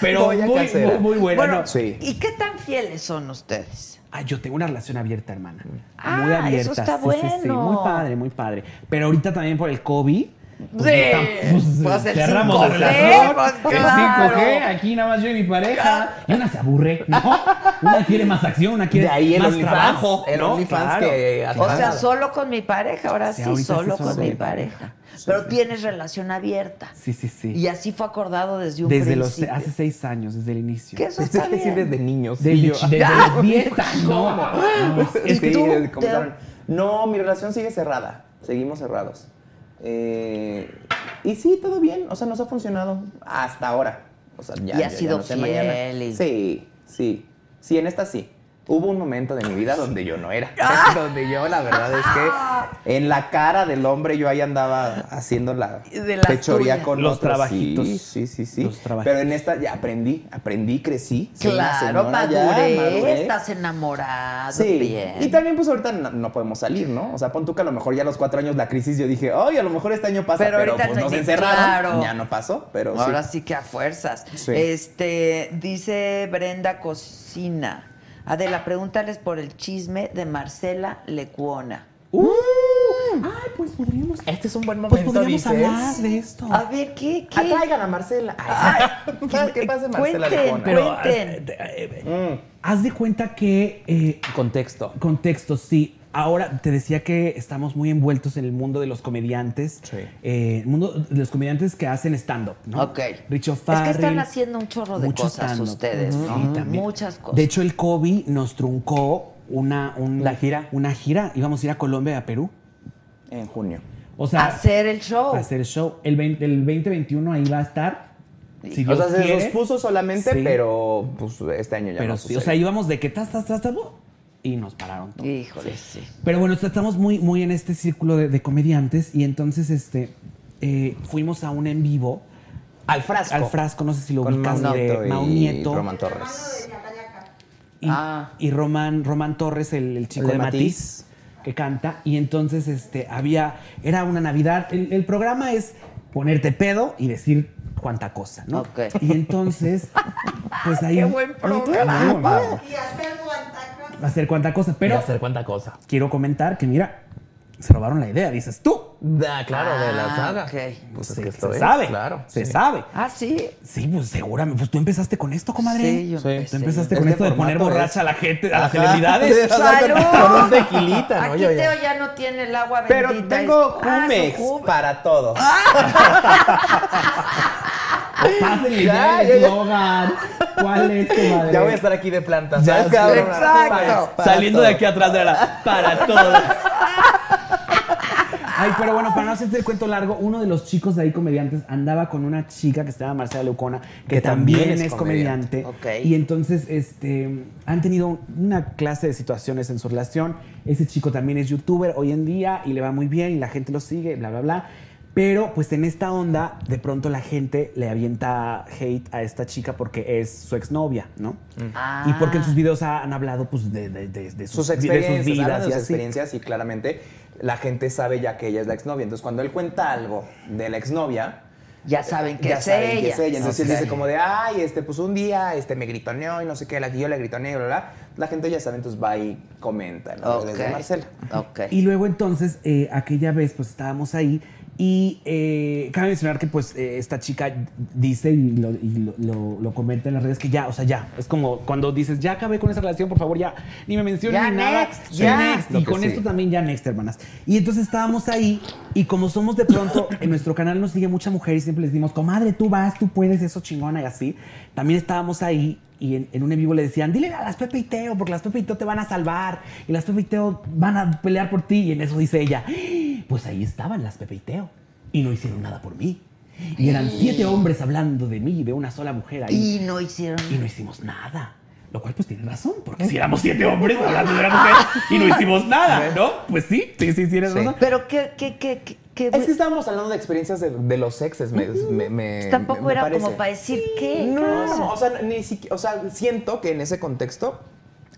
F: pero
E: Polla
F: muy,
E: casera.
F: muy, muy buena.
C: bueno,
F: ¿no?
E: sí.
C: ¿y qué tan fieles son ustedes?
F: Ah, yo tengo una relación abierta, hermana.
C: Ah,
F: muy abierta.
C: eso está
F: sí, sí, sí.
C: bueno.
F: Muy padre, muy padre. Pero ahorita también por el COVID. pues,
C: Sí.
F: no estamos-
C: Pues el
F: cerramos
C: 5G,
F: la relación.
C: pues,
F: El
C: claro.
F: 5G, aquí nada más yo y mi pareja. Y una se aburre, ¿no? Una quiere más acción, una quiere
E: De ahí el
F: más
E: OnlyFans,
F: trabajo.
E: el
F: ¿no?
E: OnlyFans
F: Claro.
E: que-
C: O
E: Ah.
C: sea, solo con mi pareja, ahora
F: Sí,
C: sí,
F: ahorita sí
C: solo
F: solo
C: con
F: con
C: mi
F: mi
C: pareja. Pero tienes relación abierta.
F: Sí, sí, sí.
C: Y así fue acordado desde un
F: desde los
C: principio.
F: hace seis años, desde el inicio.
C: Que eso
E: Pensé
C: está
E: que (laughs) sí
C: bien.
E: desde niños.
F: Desde,
E: Y yo-
F: desde los 10 años. No,
C: (laughs) ¿Y
E: Sí,
C: tú?
E: desde- comenzaron. No, mi relación sigue cerrada. Seguimos cerrados. Eh, y sí, todo bien. O sea, nos ha funcionado hasta ahora. O sea, ya,
C: Y
E: ya-
C: ha
E: ya
C: sido
E: no sé
C: fiel
E: mañana.
C: y-
E: Sí, sí. Sí, en esta sí. Hubo un momento de mi vida donde yo no
C: (laughs)
E: era.
C: Ah.
E: (laughs) donde yo, la verdad es que en la cara del hombre yo ahí andaba haciendo la
C: De las
E: fechoría
C: tuyas.
E: con
F: Los
E: otro.
F: trabajitos.
E: Sí, sí, sí. sí.
F: Los trabajitos.
E: Pero en esta ya aprendí, aprendí, crecí. Soy una
C: Claro,
E: señora ya,
C: maduré,
E: maduré.
C: estás enamorado,
E: Sí.
C: bien.
E: Y también, pues ahorita no, no podemos salir, ¿no? O sea, pon tú que a lo mejor ya a los cuatro años la crisis, yo dije, ay, a lo mejor este año pasa,
C: Pero
E: pero,
C: ahorita
E: pues
C: no
E: nos
C: hay-
E: encerraron.
C: claro.
E: Ya no pasó, pero
C: Ahora
E: sí.
C: sí que a fuerzas.
E: Sí.
C: Este, dice Brenda Cocina. Adela, pregúntales por el chisme de Marcela Lecuona.
F: ¡Uh! Ay, pues podríamos.
E: Este es un buen
F: Pues podríamos hablar de esto.
C: A ver, ¿qué? qué?
E: Atraigan a Marcela. ¿Qué, ¿Qué pasa, Marcela
C: cuenten,
E: Lecona?
F: Pero ah,
C: Cuenten.
F: eh, eh, eh, haz de cuenta que eh,
E: Contexto.
F: contexto, sí. Ahora te decía que estamos muy envueltos en el mundo de los comediantes.
E: Sí.
F: Eh, el mundo de los comediantes que hacen stand-up, ¿no?
C: Ok.
F: Richo
C: Es que están
F: Farrell,
C: haciendo un chorro de
F: mucho
C: cosas
F: stand-up.
C: ustedes,
F: Ujú.
C: ¿no?
F: Sí, también.
C: Muchas cosas.
F: De hecho, el COVID nos truncó una, un-
E: La gira.
F: Una gira. Íbamos a ir a Colombia y a Perú.
E: En junio.
F: O sea,
C: hacer el show.
F: para hacer el show. El, 20, el 2021 ahí va a estar. Si
E: O
F: Dios
E: sea, se
F: quiere.
E: pospuso solamente,
F: Sí.
E: pero pues este año ya
F: Pero
E: no
F: sí, o sea, íbamos de que tas, tas, tas, tas, bu- y nos pararon todo.
C: Híjole, sí.
F: Pero bueno, estamos muy, muy en este círculo de, de comediantes y entonces este, eh, fuimos a un en vivo.
E: al frasco.
F: Al frasco, no sé si lo
E: Con
F: ubicas,
E: Mau
F: de
E: Nieto y
F: Mau Nieto
E: Roman Torres.
F: y,
C: Ah.
F: y Román, Román Torres, el, el chico
E: El de
F: de Matiz, que canta. Y entonces este, había, era una Navidad. El, el programa es ponerte pedo y decir cuánta cosa, ¿no?
C: Ok.
F: Y entonces, pues
C: (laughs)
F: ahí...
C: Qué buen programa.
F: Muy buen programa. Hacer cuánta cosa, pero
E: cuánta cosa.
F: quiero comentar que mira, se robaron la idea, dices tú. Da, claro, de la
C: Ah,
F: saga.
C: ok.
F: Pues es
E: Sí,
F: que
E: se
F: esto es,
E: sabe.
F: Claro,
E: Sí.
F: se sabe.
C: Ah, sí.
F: Sí, pues seguramente. Pues tú empezaste con esto, comadre.
C: Sí, yo Sí. empecé.
F: Tú empezaste
E: Es
F: con
E: que
F: esto de poner
E: formato
F: borracha a la gente, a las
E: Ajá.
F: celebridades.
C: ¡Salud!
E: Con un tequilita, ¿no?
C: Aquí
E: Yo ya-
C: Teo ya no tiene el agua bendita.
E: Pero tengo
C: es- Ah, su
E: Jumex
C: Jumex.
E: para todos.
F: Pásenle
E: Ya,
F: ya el
E: ya, ya.
F: eslogan. ¿Cuál es, comadre?
E: Ya voy a estar aquí de planta.
F: Ya
E: ¿sabes,
F: sé.
E: cabrón?
C: Exacto.
E: Para- para
F: Saliendo de
E: todo.
F: aquí atrás de la. Para todos. Ay, pero bueno, para no hacerte el cuento largo, uno de los chicos de ahí comediantes andaba con una chica que se llama Marcela Leucona, que,
E: Que
F: también,
E: también
F: es,
E: es
F: comediante.
C: comediante. Ok.
F: Y entonces este, han tenido una clase de situaciones en su relación. Ese chico también es youtuber hoy en día y le va muy bien y la gente lo sigue, bla, bla, bla. Pero pues en esta onda, de pronto la gente le avienta hate a esta chica porque es su exnovia, ¿no? Y porque en sus videos ha- han hablado pues de, de- de- de sus,
E: sus
F: de sus
E: experiencias, habla
F: vidas
E: de
F: y
E: sus
F: así.
E: experiencias y claramente la gente sabe ya que ella es la exnovia. Entonces, cuando él cuenta algo de la exnovia,
C: Ya saben que
E: ya
C: es
E: saben
C: ella.
E: que es ella. Entonces,
C: Ok.
E: él dice como de, ay, este, pues un día este, me gritoneó y no sé qué, la, yo le gritoneé, bla, bla. La gente ya sabe, entonces va y comenta, ¿no?
C: Ok.
E: Desde Marcela.
C: Ok.
F: Y luego entonces, eh, aquella vez, pues estábamos ahí y eh, cabe mencionar que pues eh, esta chica dice y, lo, y lo- lo- lo comenta en las redes que ya, o sea, ya. Es como cuando dices, ya acabé con esa relación, por favor, ya. Ni me menciones
C: Ya,
F: ni nada.
C: next,
F: Ya,
C: ya.
F: next.
E: Lo
F: Y
E: que
F: con
E: sigue.
F: esto también ya next, hermanas. Y entonces estábamos ahí y como somos de pronto, en nuestro canal nos sigue mucha mujer y siempre les dimos, comadre, tú vas, tú puedes, eso chingona y así. También estábamos ahí y en, en un en vivo le decían, dile a las Pepe y Teo, porque las Pepe y Teo te van a salvar y las Pepe y Teo van a pelear por ti. Y en eso dice ella, pues ahí estaban las Pepe y Teo y no hicieron nada por mí. Y eran siete hombres hablando de mí y de una sola mujer ahí
C: Y no hicieron.
F: y no hicimos nada. Lo cual pues tiene razón, porque si éramos siete hombres hablando de una mujer y no hicimos nada, ¿no? Pues sí, sí, sí, sí, eres razón.
C: Pero qué, qué, qué, qué. qué-
E: Es que estábamos hablando de experiencias de, de los exes, me, me- me-
C: tampoco
E: me
C: era
E: parece.
C: como para decir qué. cosa.
E: No, o sea, ni siquiera, o sea, siento que en ese contexto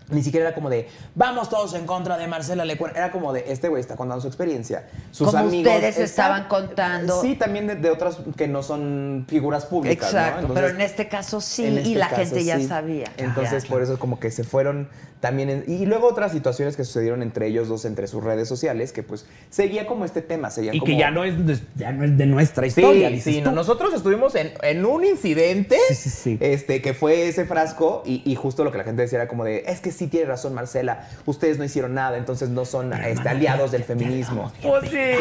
E: ni siquiera era como de vamos todos en contra de Marcela Lecuona. Era como de este güey está contando su experiencia. Sus
C: Como
E: amigos
C: ustedes estaban
E: están-
C: contando.
E: Sí, también de, de otras que no son figuras públicas. ¿no?
C: Exacto,
E: Entonces,
C: pero en este caso sí,
E: en
C: y
E: este
C: la
E: caso,
C: gente ya
E: sí.
C: sabía.
E: Entonces,
C: Ya.
E: por eso es como que se fueron también. en- y luego otras situaciones que sucedieron entre ellos dos, entre sus redes sociales, que pues seguía como este tema. Seguía
F: Y
E: como,
F: que ya no, es, de- ya no es de nuestra
E: Sí,
F: historia, dices
E: sí, no,
F: tú.
E: nosotros estuvimos en, en un incidente
F: Sí, sí, sí.
E: Este, que fue ese frasco y, y justo lo que la gente decía era como de, es que sí tiene razón Marcela, ustedes no hicieron nada, entonces no son este, aliados del feminismo.
C: Pues sí,
F: Sí,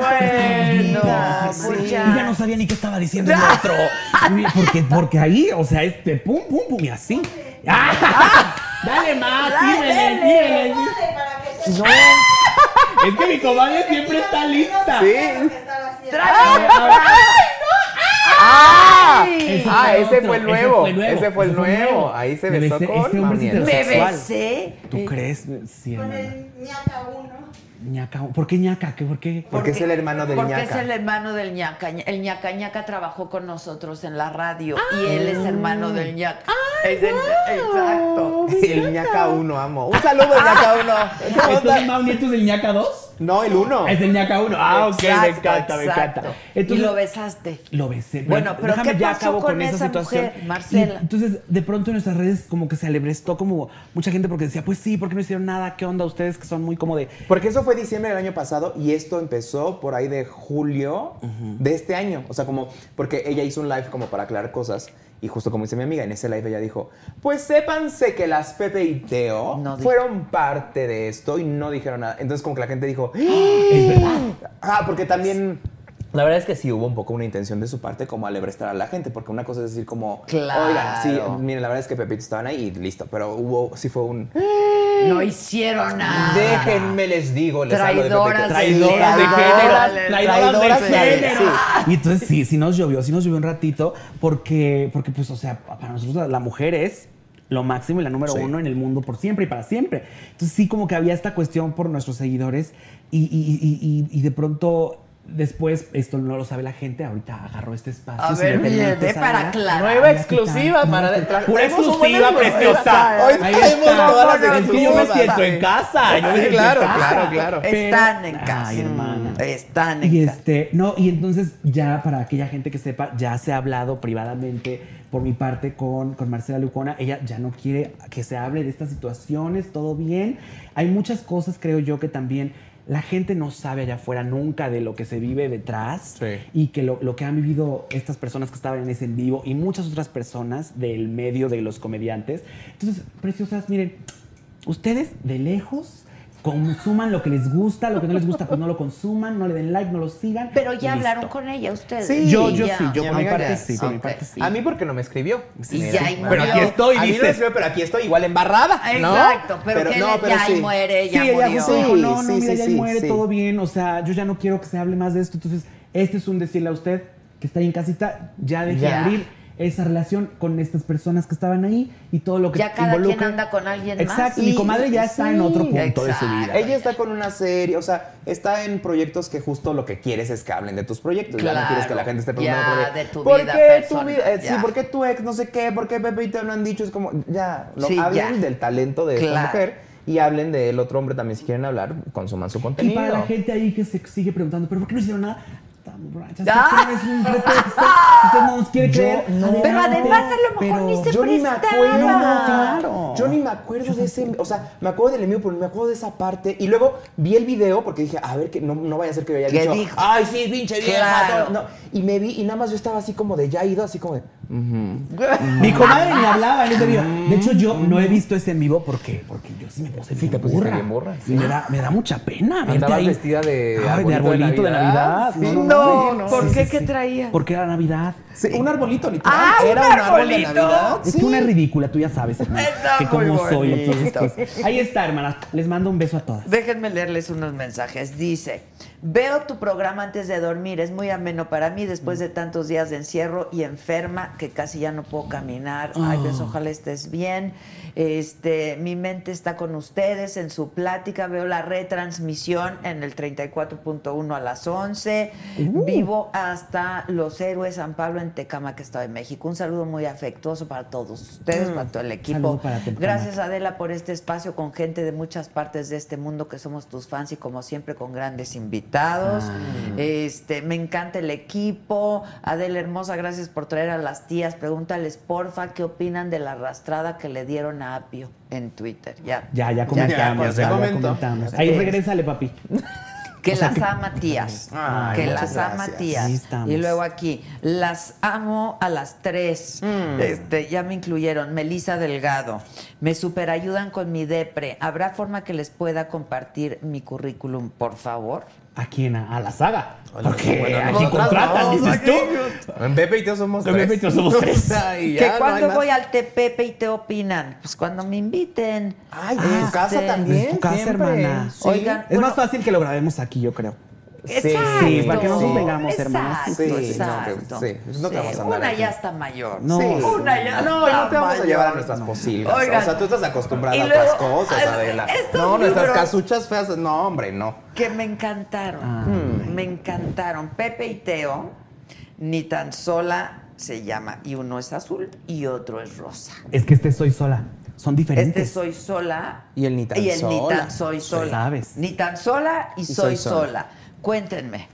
C: bueno,
F: sí,
C: pues
F: sí.
C: ya.
F: Y ya no sabía ni qué estaba diciendo el otro. Sí, Porque, porque ahí, o sea, este pum, pum, pum, y así. ¡Ah! (laughs) Dale más, síguele, síguele, sí. Es que mi comadre siempre está lista.
C: Trae-
F: Ese
E: Ah,
F: fue
E: ese
F: otro,
E: fue el nuevo, ese fue el
F: ese
E: nuevo. Ahí se
F: Me
E: besó
F: besé,
E: con
F: este hombre es
E: Manuel.
C: Me
F: heterosexual.
C: besé.
F: ¿Tú crees? Sí,
G: Con
F: hermana.
G: el ñaca uno.
F: Ñaca. ¿Por qué ñaca? ¿Qué, ¿Por qué?
E: Porque es el hermano del
C: Porque
E: ñaca.
C: es el hermano del ñaca. El ñaca ñaca trabajó con nosotros en la radio y
F: Ah.
C: él es hermano del ñaca. Es el- exacto.
E: El ñaca 1, amo. Un saludo, ñaca 1. ¿Cómo
F: ¿Entonces
E: estás?
F: Mau Nieto es del ñaca 2?
E: No, el 1.
F: Es del ñaca 1. Ah, ok, me
C: Exacto,
F: encanta, me
C: exacto.
F: encanta.
C: y lo besaste.
F: Lo besé.
C: Bueno, pero
F: déjame
C: ¿qué
F: ya
C: pasó
F: acabo
C: con
F: con, esa,
C: esa
F: situación.
C: mujer, Marcela?
F: Y entonces, de pronto en nuestras redes como que se alebrestó como mucha gente porque decía, pues sí, ¿por qué no hicieron nada? ¿Qué onda ustedes que son muy como de...
E: Porque eso fue diciembre del año pasado y esto empezó por ahí de julio de este año. O sea, como, porque ella hizo un live como para aclarar cosas. Y justo como dice mi amiga, en ese live ella dijo, pues sépanse que las Pepe y Teo
C: No di-
E: fueron parte de esto y no dijeron nada. Entonces como que la gente dijo,
F: Es verdad.
E: Ah, porque también. La verdad es que sí hubo un poco una intención de su parte como alebrestar a la gente, porque una cosa es decir como,
C: Claro.
E: oigan, sí, miren, la verdad es que Pepito estaban ahí y listo, pero hubo, sí fue un,
C: No hicieron nada.
E: déjenme les digo, les hablo de Pepito.
C: Traidoras
F: Traidoras de género. Traidoras de género.
E: sí.
F: Y entonces sí, sí nos llovió, sí nos llovió un ratito, porque, porque pues, o sea, para nosotros la, la mujer es lo máximo y la número
E: Sí.
F: uno en el mundo por siempre y para siempre. Entonces sí como que había esta cuestión por nuestros seguidores y, y- y- y- y de pronto... Después, esto no lo sabe la gente, ahorita agarro este espacio.
C: A
F: si
C: ver,
F: me permites,
C: viene para
F: Adela.
C: aclarar.
E: Nueva
F: Ya, ¿qué tal?
E: exclusiva para
F: Nueva-
E: tra-
F: Pura
E: traemos un buen
F: exclusiva
E: exclusiva.
F: preciosa.
E: Hoy
F: Ahí
E: traemos
F: está.
E: todas las
F: Es que yo me
E: exclusivas.
F: siento en casa. yo me
E: Sí,
F: siento en
E: claro,
F: casa.
E: claro, claro.
F: Pero-
C: Están en casa.
F: Ay, hermana.
C: Están en
F: Y
C: casa.
F: este, no, y entonces ya para aquella gente que sepa, ya se ha hablado privadamente por mi parte con, con Marcela Lucona. Ella ya no quiere que se hable de estas situaciones, todo bien. Hay muchas cosas, creo yo, que también la gente no sabe allá afuera nunca de lo que se vive detrás
E: Sí.
F: y que lo, lo que han vivido estas personas que estaban en ese en vivo y muchas otras personas del medio de los comediantes. Entonces, preciosas, miren, ustedes de lejos consuman lo que les gusta, lo que no les gusta, pues no lo consuman, no le den like, no lo sigan.
C: Pero
F: y
C: ya hablaron
F: listo.
C: con ella ustedes.
E: Sí,
F: Yo- yo sí,
C: Ya.
F: yo por mi
E: Amiga,
F: parte
E: ya.
F: sí, por mi
E: Ok.
F: parte sí.
E: A mí porque no me escribió.
C: Sí, ya ahí
E: Pero
C: murió.
E: aquí estoy,
C: A mí no
E: dices.
C: me
E: pero aquí estoy igual embarrada, ¿no?
C: Exacto, pero, que ella ya ahí muere, ya
F: sí, ella
C: murió.
F: justo dijo,
E: Sí,
F: no, no,
E: sí,
F: mira,
E: sí,
F: ya
E: sí,
F: muere,
E: sí.
F: todo bien, o sea, yo ya no quiero que se hable más de esto, entonces, este es un decirle a usted que está ahí en casita, ya deje de
C: Ya.
F: abrir esa relación con estas personas que estaban ahí y todo lo que
C: Ya cada quien
F: involucra.
C: anda con alguien más.
F: Exacto, mi
E: Y-
F: comadre ya está en otro
E: sí,
F: punto de su
C: exacto.
F: vida.
E: Ella está con una serie, o sea, está en proyectos que justo lo que quieres es que hablen de tus proyectos. ya
C: Claro,
E: no quieres que la gente esté preguntando
C: ya,
E: por qué-
C: de tu
E: ¿por
C: vida
E: qué
C: personal,
E: tu vida? Eh, sí,
C: ya.
E: ¿por qué tu ex no sé qué? ¿Por qué Pepe y te lo han dicho? Es como, ya, no,
C: Sí,
E: hablen
C: ya.
E: del talento de esta
C: Claro.
E: mujer y hablen del otro hombre también si quieren hablar, consuman su
F: Y
E: contenido.
F: para la gente ahí que se sigue preguntando, ¿pero por qué no hicieron nada? Estamos borrachas.
C: Ah.
F: Es un pretexto. Usted no nos quiere
E: Yo
F: creer.
E: no.
C: Pero además a lo mejor
F: pero-
C: ni se
E: yo ni me
C: prestaba.
E: acuerdo.
F: claro.
E: Yo ni me acuerdo de ese. O sea, me acuerdo del envío, pero ni me acuerdo de esa parte. Y luego vi el video porque dije, a ver, que no, no vaya a ser que yo haya
C: ¿Qué
E: dicho.
C: dijo?
E: Ay, sí, pinche vieja.
C: Claro.
E: no, no". Y me vi, y nada más yo estaba así como de ya ido, así como de.
F: Mi comadre ni hablaba en ese video. De hecho, yo no he visto ese en vivo porque, porque yo sí me puse
E: Sí, te pusiste bien burra, sí.
F: Me, da, me da mucha pena. verte
E: Andabas
F: ahí.
E: vestida de
F: Ay,
E: arbolito de
F: de arbolito de Navidad.
E: Navidad. Sí.
C: No, ¿por
F: Sí,
C: qué?
F: sí,
C: ¿Qué
F: sí.
C: traía?
F: Porque era Navidad.
E: Sí, un arbolito, literal.
C: Ah, un
E: Era un árbol de
C: arbolito.
E: Navidad.
F: Es que una ridícula, tú ya sabes, hermana,
C: (laughs) Está
F: que como
C: muy
F: soy.
C: bonito.
F: Entonces, pues, ahí está, hermanas. Les mando un beso a todas.
C: Déjenme leerles unos mensajes. Dice, veo tu programa antes de dormir, es muy ameno para mí después de tantos días de encierro y enferma que casi ya no puedo caminar. Ay, pues ojalá estés bien. Este, mi mente está con ustedes en su plática, veo la retransmisión en el 34.1 a las 11. Vivo hasta Los Héroes San Pablo en Tecamac, Estado de México. Un saludo muy afectuoso para todos ustedes, para todo el equipo.
F: Saludo para Tecamac.
C: Gracias Gracias, Adela por este espacio con gente de muchas partes de este mundo que somos tus fans y como siempre con grandes invitados. Este, me encanta el equipo. Adela hermosa, gracias por traer a las tías. Pregúntales porfa qué opinan de la arrastrada que le dieron a Apio en Twitter. Ya. pues,
F: Ya, ya comentamos.
E: se
F: Ya, ya
E: comentó.
F: comentamos. Ahí
C: Sí.
F: regrésale, papi.
C: Que
F: O sea,
C: las
F: que-
C: ama tías.
E: Ay,
C: que
E: muchas
C: las ama
E: gracias.
C: tías.
F: Ahí estamos.
C: Y luego aquí, las amo a las tres.
E: Mm.
C: Este, ya me incluyeron. Melisa Delgado. Me superayudan con mi depre. ¿Habrá forma que les pueda compartir mi currículum, por favor?
F: ¿A quién? A a la saga. Porque
E: "Pues, bueno,
F: aquí
E: nosotras
F: contratan,
E: no,
F: dices
E: aquí
F: tú.
E: En Pepe y yo somos
F: En Pepe y yo somos tres.
E: y
C: que
E: ya, no
C: cuando
E: hay más.
C: voy al Tepepe y te opinan, pues cuando me inviten.
E: Ay, en tu casa
C: Este,
E: también.
F: En tu casa,
E: siempre.
F: hermana.
E: Sí.
C: Oigan,
F: Es
C: bueno,
F: más fácil que lo grabemos aquí, yo creo.
C: Exacto.
F: Sí, para que no nos
C: Sí.
F: vengamos, hermanas.
C: Exacto,
E: Sí, no, que-
C: exacto.
E: sí, pues, no te vamos a andar
C: Una
E: aquí.
C: ya está mayor.
F: No,
E: Sí.
C: Una ya
E: No, y
C: está
E: no te vamos a
C: mayor.
E: llevar a nuestras posilgas.
C: Oigan.
E: o sea, tú estás acostumbrada
C: Y
E: a
C: luego,
E: otras cosas,
C: al-
E: Adela.
C: estos
E: No, nuestras
C: libros.
E: casuchas feas. No, hombre, no.
C: que me encantaron.
E: Ah.
C: Me encantaron. Pepe y Teo, ni tan sola se llama. Y uno es azul y otro es rosa.
F: Es que este soy sola. Son diferentes.
C: Este soy sola.
E: Y el ni tan
C: y el ni
E: sola. Pues
C: tan soy sola.
F: Sabes.
C: Ni tan sola y, soy,
E: soy sola.
C: sola. Cuéntenme.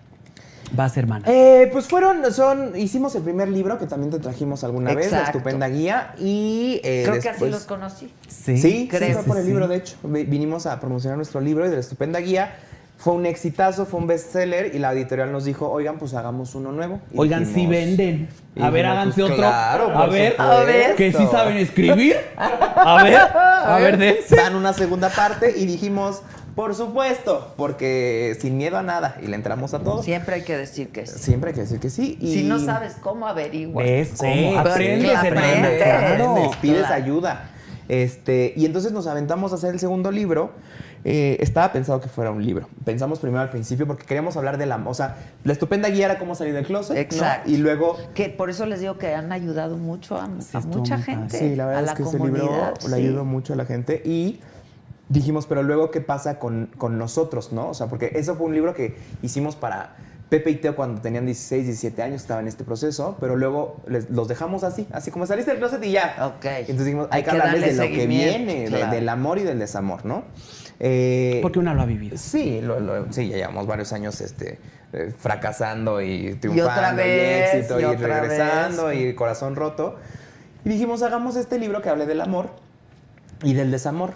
F: Vas, hermana.
E: Eh, pues fueron, son, hicimos el primer libro que también te trajimos alguna vez, la
C: Exacto.
E: estupenda guía. Y eh,
C: Creo que así
E: después-
C: los conocí.
F: sí,
E: Sí,
C: creo.
E: creo.
C: Sí,
E: por el libro, de hecho. Vi- Vinimos a promocionar nuestro libro y de la estupenda guía. Fue un exitazo, fue un bestseller y la editorial nos dijo, oigan, pues hagamos uno nuevo. Y
F: Oigan, si
E: dijimos-
F: venden.
E: y
F: A ver,
E: dijimos,
F: háganse
E: pues,
F: otro.
E: claro,
F: a
E: por
F: ver,
E: supuesto.
F: a ver. Que sí saben escribir. A ver, a ver, dense.
E: Dan una segunda parte y dijimos, por supuesto, porque sin miedo a nada. Y le entramos a todo.
C: Siempre hay que decir que sí.
E: Siempre hay que decir que sí. Y
C: Si no sabes cómo averiguas.
F: ¿Ves
E: ¿Cómo?
F: cómo?
E: Aprendes,
F: Aprendes,
C: aprendes,
F: hermana.
E: aprendes,
F: Claro.
E: aprendes, pides
C: Claro.
E: ayuda. Este, y entonces nos aventamos a hacer el segundo libro. Eh, estaba pensado que fuera un libro. Pensamos primero al principio porque queríamos hablar de la... O sea, la estupenda guía era cómo salir del closet. ¿no?
C: Exacto.
E: Y luego...
C: Que por eso les digo que han ayudado mucho a, a
F: estuvo
C: mucha
F: muy padre.
C: gente.
E: Sí, la verdad
C: a
E: es
C: la
E: que ese
C: comunidad.
E: libro le
C: sí.
E: ayudó mucho a la gente. Y dijimos, pero luego, ¿qué pasa con, con nosotros, no? O sea, porque eso fue un libro que hicimos para Pepe y Teo cuando tenían 16, 17 años, estaban en este proceso, pero luego les- los dejamos así, así como saliste del closet y ya.
C: Ok.
E: Entonces dijimos, hay,
C: Hay que
E: que hablarles de
C: darle
E: lo que
C: seguimiento,
E: viene, de-
C: claro.
E: del amor y del desamor, ¿no? Eh,
F: Porque una lo ha vivido.
E: Sí, lo- lo- sí, ya llevamos varios años este, eh, fracasando y triunfando
C: otra vez,
E: éxito
C: y
E: y,
C: otra vez.
E: regresando y corazón roto. Y dijimos, hagamos este libro que hable del amor y del desamor.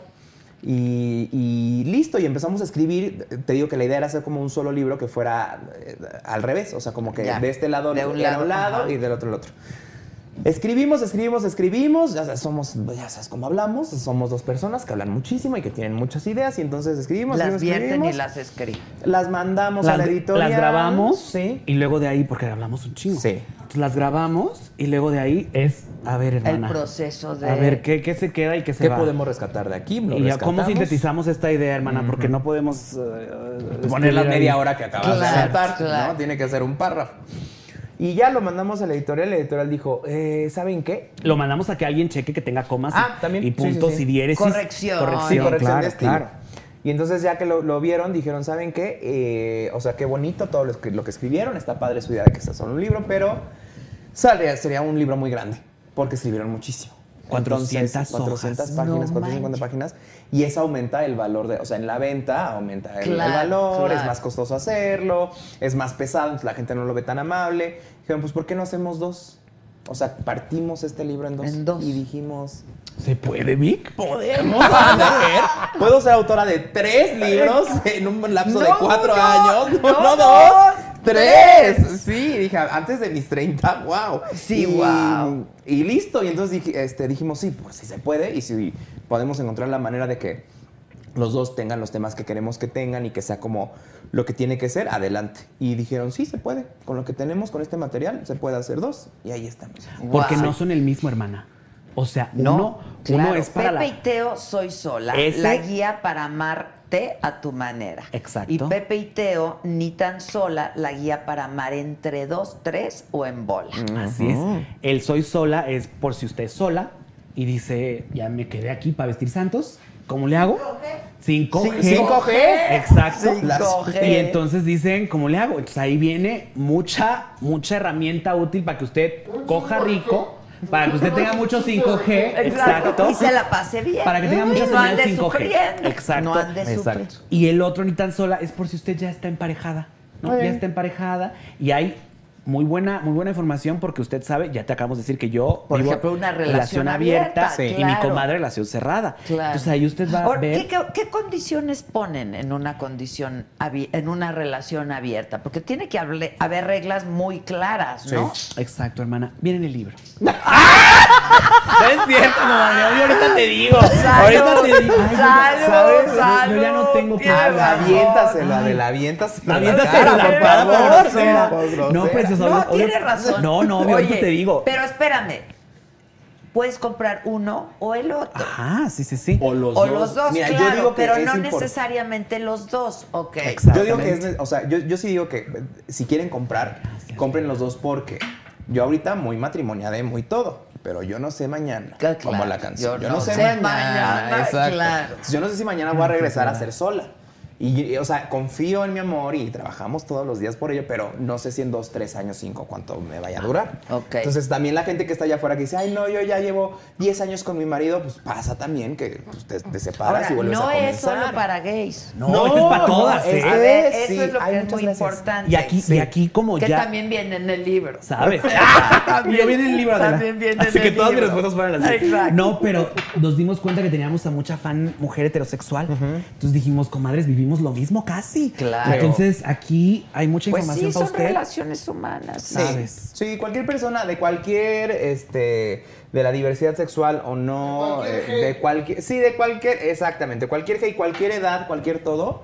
E: Y, y listo, y empezamos a escribir. Te digo que la idea era hacer como un solo libro que fuera eh, al revés, o sea, como que
C: Ya,
E: de este lado
C: de
E: de
C: un
E: un
C: lado,
E: lado,
C: ajá.
E: y del otro el otro. Escribimos, escribimos, escribimos. Ya sabes, somos, ya sabes cómo hablamos. Somos dos personas que hablan muchísimo y que tienen muchas ideas. Y entonces escribimos,
C: Las
E: escribimos,
C: vierten y
E: escribimos,
C: las escriben.
E: las mandamos a la editorial.
F: las grabamos
E: Sí.
F: y luego de ahí, porque hablamos un chingo.
E: Sí.
F: Entonces, las grabamos y luego de ahí es, a ver, hermana.
C: proceso de-
F: A ver, ¿qué, qué se queda y qué se
E: ¿Qué
F: va?
E: podemos rescatar de aquí? Lo
F: y ya, ¿cómo
E: rescatamos.
F: sintetizamos esta idea, hermana? Porque no podemos... eh,
E: Poner la media hora que acabas de
C: Claro,
E: anotar,
C: claro.
E: ¿no? Tiene que ser un párrafo. Y ya lo mandamos a la editorial. La editorial dijo, eh, ¿saben qué?
F: Lo mandamos a que alguien cheque que tenga comas
E: Ah,
F: y-
E: también.
F: y
E: Sí, sí,
F: puntos
E: sí.
F: y diéresis.
C: Corrección.
E: Sí,
F: Corrección,
E: corrección de
F: claro,
E: estilo.
F: claro.
E: Y entonces ya que lo, lo vieron, dijeron, ¿saben qué? Eh, o sea, qué bonito todo lo que, lo que escribieron. Está padre su idea de que sea solo un libro, pero saldría- sería un libro muy grande, porque escribieron muchísimo.
F: 400 hojas.
E: 400
C: No
E: páginas, 450
C: manches.
E: páginas. Y eso aumenta el valor de, o sea, en la venta aumenta el, el
C: Claro,
E: valor, es
C: claro.
E: más costoso hacerlo, es más pesado, la gente no lo ve tan amable. Dijeron, pues, ¿por qué no hacemos dos? O sea, partimos este libro en dos.
C: En dos.
E: Y dijimos,
F: ¿Se puede, Vic?
E: Podemos hacer. Puedo ser autora de tres libros en un lapso de
C: No
E: cuatro
C: uno,
E: años. No,
C: no
E: no
C: dos,
E: dos. Tres. Sí, dije, antes de mis 30, wow.
C: Sí,
E: Y-
C: guau.
E: Y listo. Y entonces dije- este, dijimos, sí, pues sí se puede. Y si podemos encontrar la manera de que los dos tengan los temas que queremos que tengan y que sea como lo que tiene que ser, adelante. Y dijeron, sí, se puede. Con lo que tenemos, con este material, se puede hacer dos. Y ahí estamos.
F: Porque
C: Wow.
F: no son el mismo, hermana. O sea,
C: No,
F: uno, uno
C: claro.
F: es para
C: Pepe
F: la...
C: y Teo soy sola,
F: Ese-
C: la guía para amarte a tu manera.
F: Exacto.
C: Y Pepe y Teo ni tan sola, la guía para amar entre dos, tres o en bola.
F: Así es. El soy sola es por si usted es sola y dice, ya me quedé aquí para vestir santos. ¿Cómo le hago? 5G.
E: Sí, 5G.
F: Exacto.
C: 5G.
F: Y entonces dicen, ¿cómo le hago? Entonces ahí viene mucha, mucha herramienta útil para que usted coja rico, para que usted tenga mucho 5G. Exacto.
C: Y se la pase bien.
F: Para que tenga mucha
C: y no
F: señal
C: ande
F: 5G.
C: sufriendo.
F: Exacto.
C: No ande sufriendo.
E: Exacto.
F: Y el otro ni tan sola es por si usted ya está emparejada, ¿no? Ya está emparejada y hay muy buena, muy buena información porque usted sabe, ya te acabamos de decir que yo
C: Por ejemplo, una relación abierta,
F: y mi
C: claro.
F: comadre relación cerrada.
C: Claro.
F: Entonces ahí usted va a
C: Ahora,
F: ver.
C: ¿qué, qué condiciones ponen en una condición abi- en una relación abierta? Porque tiene que hable- haber reglas muy claras, ¿no?
F: Exacto, hermana. Viene en el libro. (laughs) No es cierto, comadre. Yo ahorita te digo. ahorita te digo. Ay, yo-
C: Salud,
F: ¿sabes? Yo- Yo, ya no
C: salud,
F: tengo
C: tienes
F: palabras.
C: razón.
E: Aviéntaselo, Adela, aviéntaselo.
F: Aviéntasela,
E: Cara,
F: por favor, grosera. No, preciosa,
C: No,
F: obvio- obvio-
C: tiene razón.
F: No, no, obvio, ahorita
C: Oye,
F: te digo.
C: Pero espérame. Puedes comprar uno o el otro.
F: Ajá, Ah, sí, sí, sí.
E: O los
C: o
E: dos.
C: los dos,
E: Mira, yo
C: claro,
E: digo que
C: pero
E: es
C: no
E: import-
C: necesariamente los dos, ok.
F: Exacto.
E: Yo digo que es, o sea, yo, yo sí digo que eh, si quieren comprar, compren los dos porque yo ahorita muy matrimoniada y muy todo, pero yo no sé mañana.
C: Claro,
E: como la canción.
C: yo no sé mañana,
E: exacto.
C: claro.
E: Yo no sé si mañana voy a regresar a ser sola. Y, y, o sea, confío en mi amor y trabajamos todos los días por ello, pero no sé si en dos, tres años, cinco, cuánto me vaya a durar.
C: Ok.
E: Entonces, también la gente que está allá afuera que dice, ay, no, yo ya llevo 10 años con mi marido, pues pasa también que pues, te, te separas
C: Ahora,
E: y vuelves
C: no
E: a comenzar.
C: es solo para gays.
F: No, este es para todas, ¿eh?
C: A
E: este
C: ver,
E: es,
C: eso
E: sí,
C: es lo
E: hay
C: que es
E: muchas
C: muy
E: gracias.
C: importante.
F: Y aquí, y aquí como
C: que
F: ya.
C: también viene en el libro.
F: (laughs) ¿Sabes?
C: También-
F: Yo Ah, viene el libro Adela.
C: también viene
F: Así
C: en
F: que
C: el
F: todas
C: libro.
F: mis respuestas fueron así.
C: Exacto.
F: No, pero nos dimos cuenta que teníamos a mucha fan mujer heterosexual. Entonces dijimos, comadres, vivimos lo mismo casi.
C: Claro.
F: Entonces aquí hay mucha
C: Pues
F: información
C: sí,
F: para
C: son
F: usted.
C: relaciones humanas.
E: Sí,
F: ¿sabes?
E: sí, cualquier persona de cualquier, este, de la diversidad sexual o no, eh, de cualquier, sí, de cualquier, exactamente, cualquier gay, cualquier edad, cualquier todo,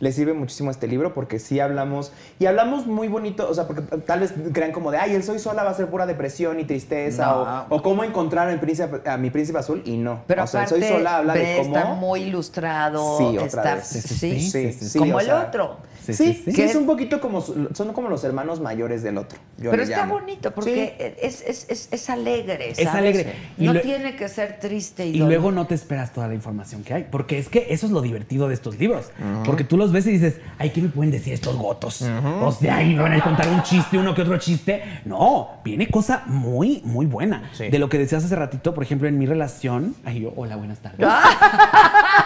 E: le sirve muchísimo este libro porque sí hablamos, y hablamos muy bonito, o sea, porque tal vez crean como de, ay, el soy sola va a ser pura depresión y tristeza,
C: No.
E: o, o cómo encontrar a mi príncipe, a mi príncipe azul, y no.
C: Pero
E: o sea, el
C: aparte,
E: soy sola habla de
C: ve,
E: cómo...
C: está muy ilustrado.
E: Sí, otra
C: está,
E: vez.
C: Sí,
E: Sí,
F: sí,
E: Sí, sí, sí,
C: como
E: o
C: el
E: sea,
C: otro.
E: Sí,
F: sí,
E: sí,
F: sí.
E: es un poquito como, su- son como los hermanos mayores del otro. yo
C: Pero
E: le
C: está
E: llamo.
C: bonito
E: Sí.
C: porque es, es, es, es alegre.
F: Es
C: ¿sabes?
F: alegre. Y
C: No
F: lo-
C: tiene que ser triste y,
F: Y
C: dolor.
F: luego no te esperas toda la información que hay, porque es que eso es lo divertido de estos libros, porque tú los ves y dices, ay, ¿qué me pueden decir estos gotos? O sea, ahí me van a contar un chiste, uno que otro chiste. No, viene cosa muy, muy buena.
E: Sí.
F: De lo que decías hace ratito, por ejemplo, en mi relación, ay, yo, hola, buenas tardes.
C: Ah.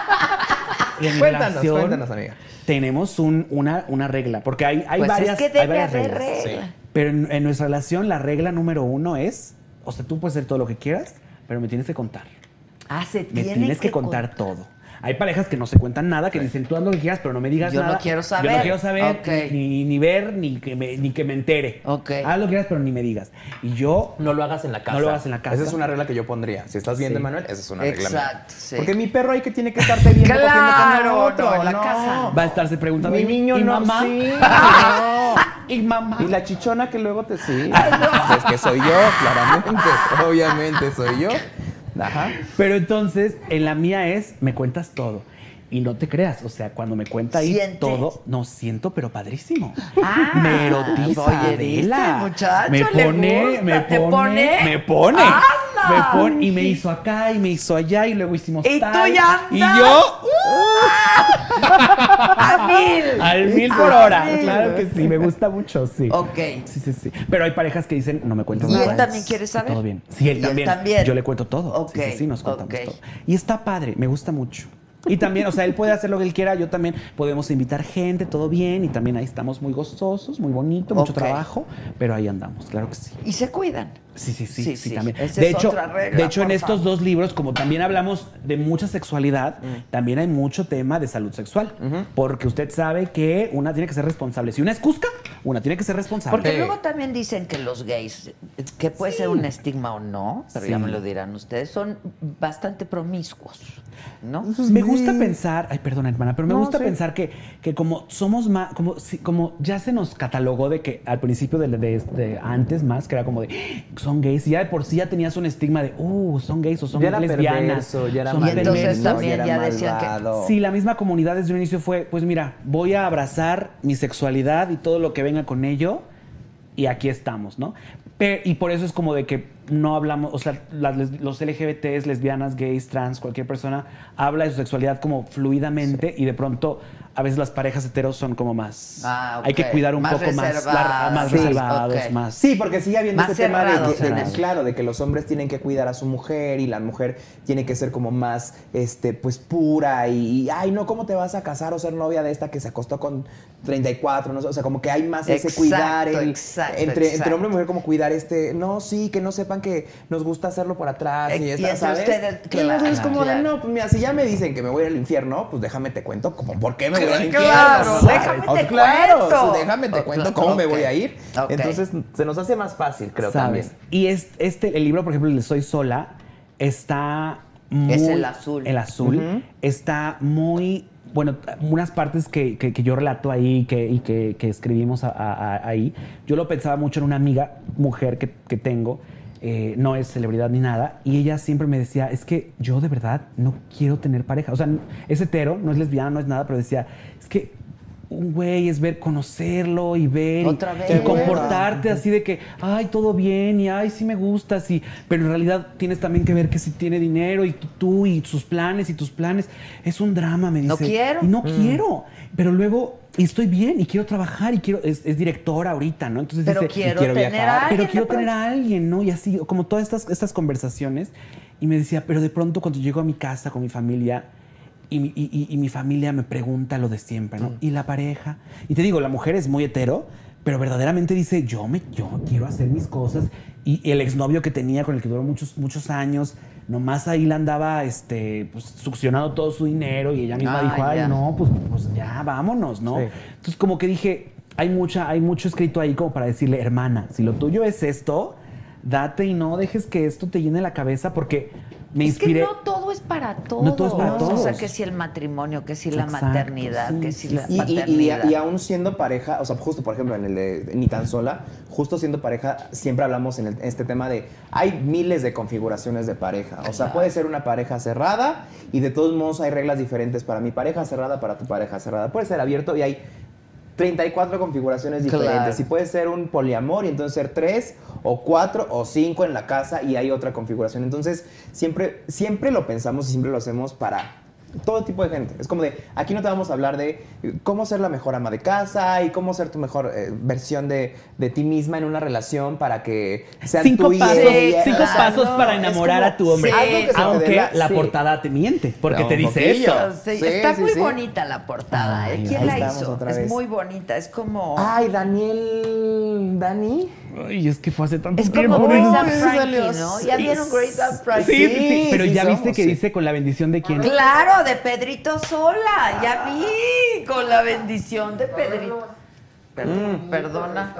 F: En mi
E: Cuéntanos,
F: relación
E: cuéntanos, amiga.
F: Tenemos un- una, una regla, porque hay, hay
C: Pues es
F: varias,
C: que
F: hay
C: debe
F: varias
C: haber
F: reglas.
C: regla.
F: Pero en, en nuestra relación la regla número uno es o sea, tú puedes hacer todo lo que quieras, pero me tienes que contar.
C: Ah, se
F: Me
C: tiene
F: tienes que, contar todo. Hay parejas que no se cuentan nada, que dicen tú haz lo que quieras, pero no me digas
C: Yo no
F: nada.
C: quiero
F: Yo
C: saber.
F: no quiero saber,
C: Ok.
F: ni, ni ver, ni que, me, ni que me entere.
C: Ok.
F: Haz lo que quieras, pero ni me digas. Y yo
G: No lo hagas en la casa.
F: no lo hagas en la casa.
E: Esa es una regla que yo pondría. Si estás viendo,
F: Sí.
E: Manuel, esa es una regla. mía.
C: Exacto, sí.
E: Porque mi perro ahí que tiene que estarte viendo. cogiendo con
C: Claro,
E: otro,
C: no, en la casa.
F: Va a estarse preguntando.
E: Mi
F: "¿Y-
E: niño
F: y
E: no,
F: mamá?
E: sí,
F: (laughs) Y mamá.
E: Y la chichona que luego te sí. Es que soy yo, claramente. Obviamente soy yo. Ajá.
F: Pero entonces, en la mía es, me cuentas todo. Y no te creas, o sea, cuando me cuenta ahí
C: ¿Sientes?
F: todo, no siento, pero padrísimo.
C: Ah,
F: me erotiza,
C: voyerista
F: Adela.
C: el muchacho,
F: me
C: le
F: pone,
C: gusta,
F: me
C: ¿te
F: pone,
C: pone?
F: me pone,
C: ¡Anda!
F: me pone, y me hizo acá y me hizo allá y luego hicimos
C: Y tú
F: tal,
C: ya
F: y
C: andas.
F: yo (laughs)
C: ¡A ¡Ah, mil!
F: al mil por
C: Al
F: hora,
C: mil.
F: claro que sí, me gusta mucho, sí.
C: Ok.
F: Sí, sí, sí. Pero hay parejas que dicen, no me cuentas
C: ¿Y
F: nada.
C: él también quiere saber?
F: Todo bien. Sí, él
C: ¿Y él
F: también.
C: también?
F: Yo le cuento todo.
C: Ok,
F: Sí, sí, sí, nos contamos
C: ok.
F: todo. Y está padre, me gusta mucho. Y también, o sea, él puede hacer lo que él quiera, yo también. Podemos invitar gente, todo bien. Y también ahí estamos muy gozosos, muy bonito, mucho
C: Ok.
F: trabajo. Pero ahí andamos, claro que sí.
C: Y se cuidan.
F: Sí, sí,
C: Sí,
F: sí, sí,
C: sí.
F: también.
C: Esa
F: de
C: es
F: hecho,
C: otra regla,
F: de hecho en
C: por
F: estos
C: favor.
F: dos libros, como también hablamos de mucha sexualidad,
C: Mm.
F: también hay mucho tema de salud sexual, porque usted sabe que una tiene que ser responsable. Si una es cusca, una tiene que ser responsable.
C: Porque luego también dicen que los gays, eh, que puede ser un estigma o no, pero ya
F: Sí.
C: me lo dirán ustedes, son bastante promiscuos, ¿no?
F: me gusta pensar, ay, perdona, hermana, pero me
C: No,
F: gusta
C: sí.
F: pensar que, que como somos más, como, si- como ya se nos catalogó de que al principio de, de- de antes más, que era como de "Ah, son gays, y ya de por sí ya tenías un estigma de, uh, son gays o son
E: Ya era
F: lesbianas.
E: perverso, ya era
F: son
C: Y entonces
F: perversos".
C: también ya decían que-
F: Sí, la misma comunidad desde un inicio fue, pues mira, voy a abrazar mi sexualidad y todo lo que venga con ello y aquí estamos, ¿no? Pe- y por eso es como de que no hablamos, o sea, las les- los LGBTs, lesbianas, gays, trans, cualquier persona habla de su sexualidad como fluidamente y de pronto a veces las parejas heteros son como más,
C: Ah, ok.
F: hay que cuidar un
C: Más
F: poco más, lar-
C: reservadas,
F: más
C: sí,
F: reservados,
C: ok.
F: más.
E: Sí, porque sigue habiendo
C: Más
E: ese tema de
C: cerrados,
E: que- de que,
C: cerrados.
E: claro, de que los hombres tienen que cuidar a su mujer y la mujer tiene que ser como más, este, pues pura y, y, ay, no, ¿cómo te vas a casar o ser novia de esta que se acostó con 34? No sé, o sea, como que hay más ese
C: Exacto,
E: cuidar el-
C: exacto,
E: entre,
C: exacto.
E: entre hombre y mujer como cuidar este, no, sí, que no sepan que nos gusta hacerlo por atrás
C: Eh, Y
E: y,
C: entre
E: esta, ¿sabes?
C: ustedes,
E: Y entonces es
C: claro,
E: como de,
C: claro.
E: no, pues mira, si ya me dicen que me voy a ir al infierno, pues déjame te cuento como por qué me voy al infierno.
C: Claro,
E: ¿no?
C: déjame
E: O-
C: te
E: claro,
C: cuento.
E: o sea, déjame te
C: O-
E: cuento cómo me
C: ok,
E: voy a ir.
C: ok.
E: Entonces se nos hace más fácil, creo
F: ¿sabes?
E: también.
F: Y es- este, el libro, por ejemplo, el de Soy Sola, está muy...
C: Es el azul.
F: El azul. Está muy... Bueno, unas partes que, que- que yo relato ahí que, y que, que escribimos a- a- a- ahí, yo lo pensaba mucho en una amiga, mujer que, que tengo, eh, no es celebridad ni nada, y ella siempre me decía, es que yo de verdad no quiero tener pareja. O sea, es hetero, no es lesbiana, no es nada, pero decía, es que un güey es ver, conocerlo y ver y-
C: Otra
F: y,
C: vez.
F: comportarte así de que, ay, todo bien y ay, sí me gusta, sí, pero en realidad tienes también que ver que si tiene dinero y tú, tú y sus planes y tus planes. Es un drama, me dice.
C: No quiero.
F: Y no quiero, pero luego y estoy bien y quiero trabajar y quiero, es, es directora ahorita, ¿no? Entonces
C: Pero
F: dice,
C: quiero,
E: y quiero
C: tener
E: viajar,
C: a alguien.
F: pero quiero
C: de pronto.
F: tener a alguien, ¿no? Y así, como todas estas, estas conversaciones. Y me decía, pero de pronto cuando llego a mi casa con mi familia y, mi- y- y- y mi familia me pregunta lo de siempre,
C: Mm.
F: ¿no? Y la pareja. Y te digo, la mujer es muy hetero, pero verdaderamente dice, yo, me, yo quiero hacer mis cosas. Y, el exnovio que tenía, con el que duró muchos, muchos años, nomás ahí la andaba este, pues, succionando todo su dinero y ella misma
C: Ay,
F: dijo, ay,
C: ya.
F: no, pues, pues ya, vámonos, ¿no? Entonces, como que dije, hay mucha, hay mucho escrito ahí como para decirle, hermana, si lo tuyo es esto, date y no dejes que esto te llene la cabeza porque me
C: Es que
F: inspiré.
C: no todo es para todos.
F: No todo es para
C: O sea,
F: todos.
C: que si el matrimonio, que si la
F: Exacto,
C: maternidad,
F: sí,
C: que si
F: sí,
C: la
E: Y, y-
C: paternidad.
E: y- y aún siendo pareja, o sea, justo por ejemplo en el de Ni tan sola, justo siendo pareja, siempre hablamos en, el- en este tema de hay miles de configuraciones de pareja. O sea, puede ser una pareja cerrada y de todos modos hay reglas diferentes para mi pareja cerrada, para tu pareja cerrada. Puede ser abierto y hay 34 configuraciones
C: Claro.
E: diferentes. Y puede ser un poliamor y entonces ser tres o cuatro o cinco en la casa y hay otra configuración. Entonces, siempre, siempre lo pensamos y siempre lo hacemos para todo tipo de gente. Es como de, aquí no te vamos a hablar de eh, cómo ser la mejor ama de casa y cómo ser tu mejor eh, versión de, de ti misma en una relación para que sea
F: Cinco
E: tú y
F: pasos,
E: él y ella.
F: cinco
E: O sea,
F: pasos
E: no,
F: para
E: es
F: enamorar
E: como
F: a tu hombre.
E: algo que se te dé
F: Aunque la
E: sí.
F: portada te miente, porque
E: No,
F: te
E: un
F: dice
E: poquillo.
F: eso.
C: Sí,
E: Sí,
C: está
E: sí,
C: muy
E: sí.
C: bonita la portada. ¿eh?
F: Ay,
C: ¿Quién
E: ahí
C: la
E: estamos
C: hizo?
E: otra
C: Es
E: vez.
C: muy bonita. Es como.
E: Ay, Daniel, Dani,
F: Ay, es que fue hace tanto
A: Es
F: tiempo.
A: como Grace
F: ¿no?
A: and Frankie,
E: salió
A: ¿no? ¿Ya vieron Grace and
F: Sí,
A: Frankie? Ah,
F: sí, sí, Pero
E: sí
F: ya viste
E: somos,
F: que
E: sí.
F: dice con la bendición de quién.
A: Claro, de Pedrito sola, ya vi, con la bendición de Pedrito.
F: Mm.
C: Perdón, Perdona.